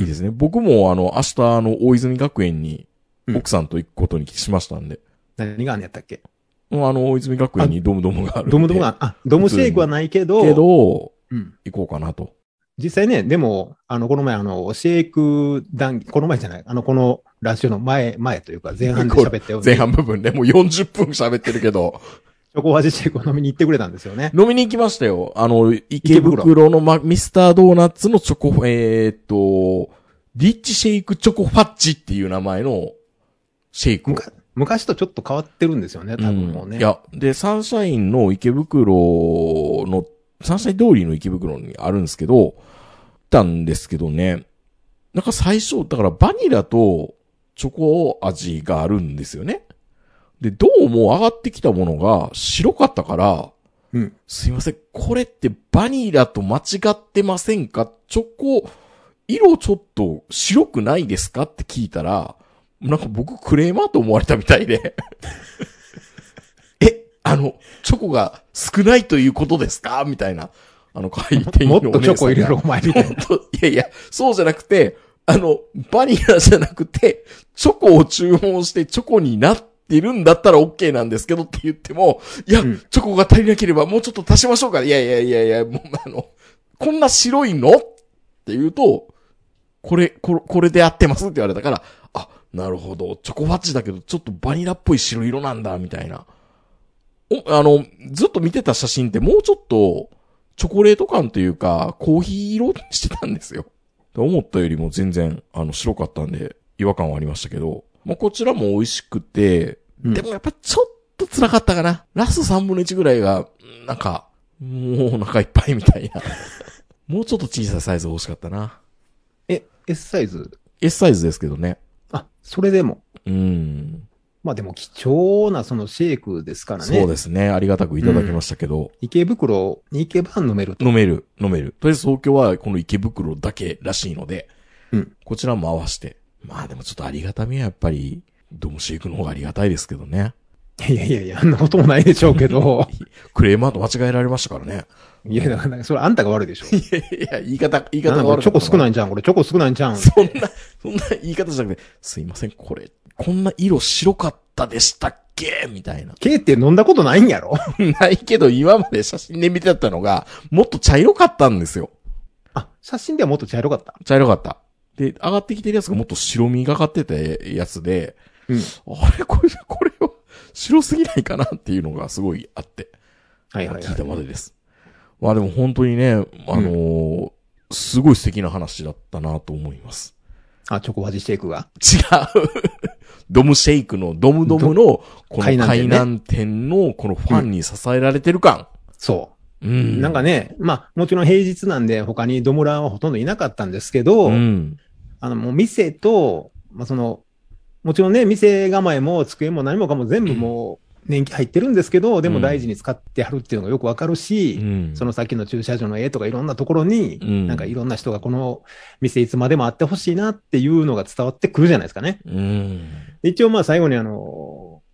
いいですね。僕もあの、明日あの、大泉学園に
う、ん
奥さんと行くことにしましたんで。
何があんのやったっけ
うん、あの、大泉学園にドムドムがあるんで。
ドムドムが、あ、ドムシェイクはないけど、
けど、
うん。
行こうかなと。
実際ね、でも、あの、この前、あの、シェイク談義、この前じゃない、あの、このラジオの前、前というか、前半で喋ったように、
前半部分でもう40分喋ってるけど、
チョコ味シェイクを飲みに行ってくれたんですよね。
飲みに行きましたよ。あの、池
池袋
袋のまミスタードーナツのチョコ、えー、っと、リッチシェイクチョコファッチっていう名前のシェイクを
むか昔とちょっと変わってるんですよね、多分もう
う
ね。
んいや、で、サンシャインの池袋の、サンシャイン通りの池袋にあるんですけど、行ったんですけどね、なんか最初、だからバニラとチョコ味があるんですよね。で、どうも上がってきたものが白かったから、
うん
すいません、これってバニラと間違ってませんかチョコ色ちょっと白くないですかって聞いたら、なんか僕クレーマーと思われたみたいで。 え、あの、チョコが少ないということですかみたいな、あの、書いている
も
お
っとチョコ入れ
ろ
ろ、お前みたいな。
本当いやいや、そうじゃなくて、あの、バニラじゃなくて、チョコを注文してチョコになってるんだったら OK なんですけどって言っても、いや、
うん
チョコが足りなければもうちょっと足しましょうか。いやいやいやいや、もうあの、こんな白いのって言うと、これ、これ、これで合ってますって言われたから、あ、なるほど、チョコファッジだけど、ちょっとバニラっぽい白色なんだ、みたいな。お、あの、ずっと見てた写真ってもうちょっと、チョコレート感というか、コーヒー色にしてたんですよ。で思ったよりも全然、あの、白かったんで、違和感はありましたけど、まあ、こちらも美味しくて、
うん
でもやっぱちょっと辛かったかな。ラスト3分の1ぐらいが、うんなんか、もうお腹いっぱいみたいな。もうちょっと小さいサイズ欲しかったな。
え、S サイズ
S サイズですけどね。
あ、それでも。
うん。
まあでも貴重なそのシェイクですからね。
そうですね。ありがたくいただきましたけど、
池袋に池番飲めると。
飲める、飲める。とりあえず東京はこの池袋だけらしいので、
うん
こちらも合わせて。まあでもちょっとありがたみはやっぱり、ドムシェイクの方がありがたいですけどね。
いやいやいや、あんなこともないでしょう けど。
クレーマーと間違えられましたからね。
いや、だから、それあんたが悪いでしょ。
いや いや、言い方、言い
な
方
ん
が
だこれ
悪。
チョコ少ないいんじゃん、これチョコ少ないんじ ゃん。
そんな、そんな言い方じゃなくて、すいません、これ、こんな色白かったでしたっけみたいな。
K って飲んだことないんやろ
ないけど、今まで写真で見てたのが、もっと茶色かったんですよ。
あ、写真ではもっと茶色かった。
茶色かった。で、上がってきてるやつがもっと白みがかってたやつで、
うん
あれこれ、これは白すぎないかなっていうのがすごいあって、
はいはい
聞いたま
は
でです。まあでも本当にね、あのーすごい素敵な話だったなと思います。
あ、チョコ味シェイクが。
違う ドムシェイクの、ドムドムの、この
海
海
南店ね
南店の、このファンに支えられてる感。
そうう。
ん。
なんか
ね、
ね、まあ、もちろん平日なんで他にドムランはほとんどいなかったんですけど、
うん。
あの、もう店と、まあ、その、もちろんね、店構えも机も何もかも全部もう年季入ってるんですけど、でも大事に使ってはるっていうのがよくわかる
う
し、
ん。
そのさっきの駐車場の絵とかいろんなところに、
うん
なんかいろんな人がこの店いつまでもあってほしいなっていうのが伝わってくるじゃないですかね。
うん。
で一応まあ最後にあの、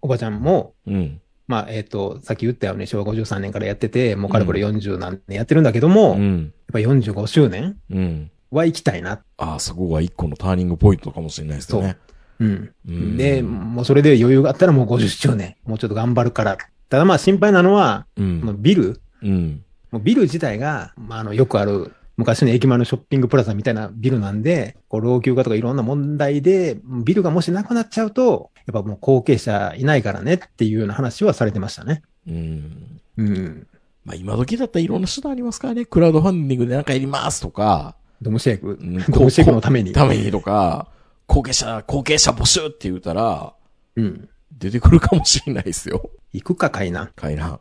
おばちゃんも、
うん。
まあえっ、と、さっき言ったように昭和53年からやってて、もうかれこれ40何年やってるんだけども、
う
やっ
ん。
ぱ45周年
うん。
は行きたいな。
ああ、そこが一個のターニングポイントかもしれないですよね。
うん。
うん
で、もうそれで余裕があったらもう50周年、もうちょっと頑張るから。ただまあ心配なのは、
う
この
ん。
ビル、
うん。
もうビル自体が、まあ、あのよくある昔の駅前のショッピングプラザみたいなビルなんで、こう老朽化とかいろんな問題で、ビルがもしなくなっちゃうと、やっぱもう後継者いないからねっていうような話はされてましたね。
うん。
うん。
まあ今時だったらいろんな手段ありますからね。クラウドファンディングでなんかやりますと か、
ドムシェイ
う、
ク
ん
ドムシェイクのために。
ためにとか、後継者、後継者募集って言うたら、
うん。
出てくるかもしれないですよ。
行くか、海南。
海 南。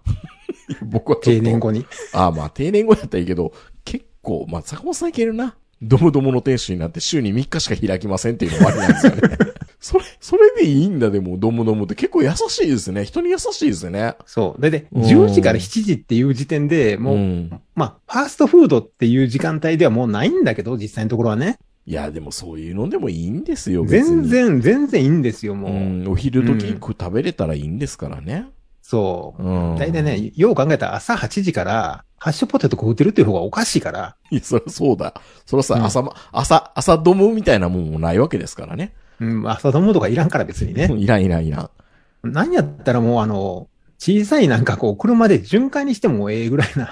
僕はちょっ
定
と。
年後に。
ああ、まあ定年後やったらいいけど、結構、まあ坂本さんいけるな。ドムドムの店主になって週に3日しか開きませんっていうのもありなんです よね。それ、それでいいんだでも、ドムドムって結構優しいですね。人に優しいですね。
そう。で、で、
うん
10時から7時っていう時点で、もう、
ん、
まあ、ファーストフードっていう時間帯ではもうないんだけど、実際のところはね。
いや、でもそういうのでもいいんですよ、別
全
に。
然、全然いいんですよ、も
う
う。
ん、お昼時に食食べれたらいいんですからね。
そう。
うん。
大体。ね、よう考えたら朝8時から、ハッシュポテト食うてるっていう方がおかしいから、
いや、そりゃそうだ。そりゃさ、
うん
朝ま、朝、朝ドムみたいなもんもないわけですからね。
うん、朝飲むとかいらんから別にね
う。 んいらんいらんいらん。
何やったらもうあの、小さいなんかこう、車で巡回にしてもええぐらいな、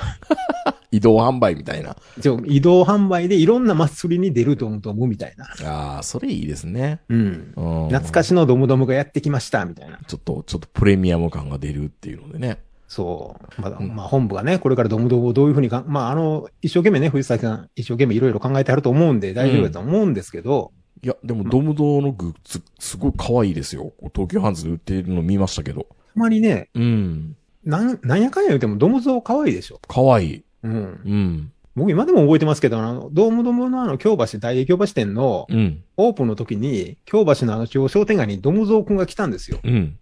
移動販売みたいな。
一応移動販売でいろんな祭りに出るドムドムみたいな。
ああ、それいいですね。
うん。
うん。
懐かしのドムドムがやってきました、みたいな。
ちょっと、ちょっとプレミアム感が出るっていうのでね。
そう。まだ、
うん
まあ本部がね、これからドムドムをどういうふうにか、まああの、一生懸命ね、藤崎さん、一生懸命いろいろ考えてあると思うんで大丈夫だと思うんですけど、
いや、でもドムドのグッズ、すごい可愛いですよ。東急ハンズで売ってるの見ましたけど。
たまにね、
うん。なん
なんやかんや言うてもドムゾウ可愛いでしょ。
可愛い。
うん。
うん。
僕今でも覚えてますけど、あの、ドームドームのあの、京橋、大英京橋店の
うん。
オープンの時に、京橋のあの中央商店街にドムゾウくんが来たんですよ。
うん。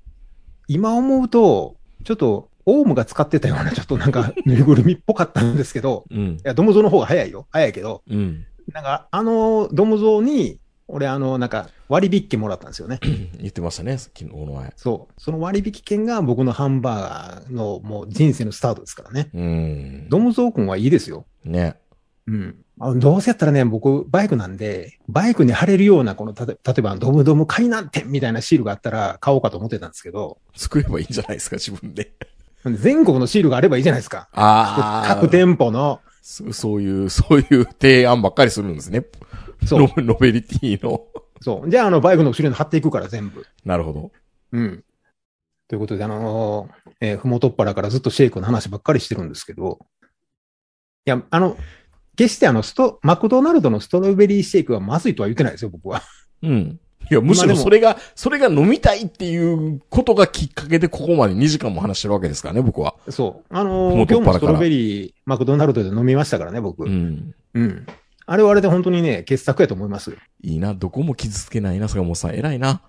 今思うと、ちょっと、オウムが使ってたような、ちょっとなんか、ぬいぐるみっぽかったんですけど、
うん
い。や、ドムゾウの方が早いよ。早いけど、
うん。
なんか、あの、ドム像に、俺、あの、なんか、割引券もらったんですよね。
言ってましたね、昨日の前。
そう。その割引券が僕のハンバーガーの、もう人生のスタートですからね。
うん。
ドムゾウ君はいいですよ。
ね。
うん。あのどうせやったらね、僕、バイクなんで、バイクに貼れるような、この、たと例えば、ドムドム海南店みたいなシールがあったら買おうかと思ってたんですけど、
作ればいいんじゃないですか、自分で。
全国のシールがあればいいじゃないですか。
ああ。
各店舗の、
そそういう、そういう提案ばっかりするんですね。
そ
ノ
う、
ベノベリティの。
そう。じゃあ、あの、バイクの後ろに貼っていくから、全部。
なるほど。
うん。ということで、あのーえーふもとっぱらからずっとシェイクの話ばっかりしてるんですけど、いや、あの、決してあの、スト、マクドナルドのストロベリーシェイクはまずいとは言ってないですよ、僕は。
うん。いや、むし
まあで
ろ
も
それが、それが飲みたいっていうことがきっかけでここまで2時間も話してるわけですからね、僕は。
そう。あのー
ふもと
今
っぱらか
日も
ら
ストロベリー、マクドナルドで飲みましたからね、僕。う。
うんん。
あれはあれで本当にね、傑作やと思いますよ。い
いいな、どこも傷つけないな、坂本さん。偉いな。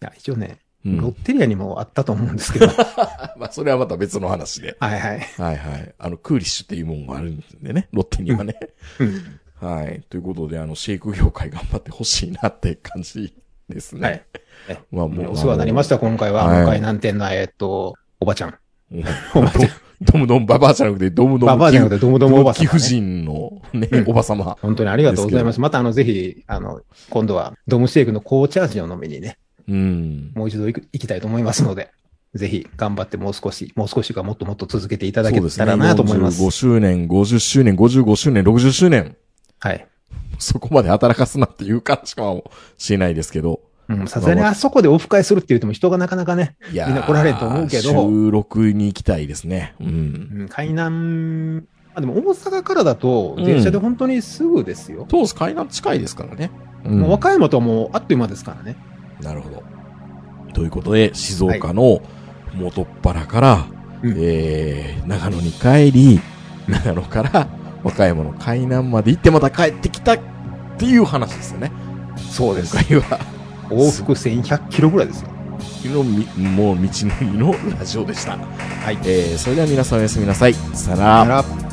や、一応ね、
う
ロッ
ん。
テリアにもあったと思うんですけど。は
まあ、それはまた別の話で。
いはい。
はいはい。あの、クーリッシュっていうもんがあるんでね、ロッテにはね。
うん。
はい。ということで、あの、シェイク業界頑張ってほしいなって感じですね。
はい。
まあ、もう。
お世話になりました、今回は。
はい
あの海南店の、えーっと、おばちゃん。
うん
おばちゃん。
ドムドムババアじゃなくて、ドムドム
ババアじゃなくて、どもどもおばさ
貴
んがね、
婦人のね、
うん
おばさま。
本当にありがとうございます。また、あの、ぜひ、あの、今度は、ドムシェイクの紅茶味を飲みにね、
うん。
もう一度行く行きたいと思いますので、ぜひ、頑張ってもう少し、もう少しかもっともっと続けていただけたらなと思います。
45周年、50周年、55周年、60周年。
はい。
そこまで働かすなっていう感じかもしれないですけど。
うん、さすがにあそこでオフ会するって言っても人がなかなかね、
いやー
みんな来られると思うけど
収録に行きたいですね。うん。
うん、海南、あでも大阪からだと、電車で本当にすぐですよ。
トース海南近いですからね。うん
もう和歌山とはもうあっという間ですからね。
なるほど。ということで、静岡の元っ腹から、
うん
えー、長野に帰り、長野から和歌山の海南まで行ってまた帰ってきたっていう話ですよね。
そうです。
今回は、
往復1100キロぐらいですよ。
のみもう道のりのラジオでした。はい。えー、それでは皆さんおやすみなさい。さよなら
な。ら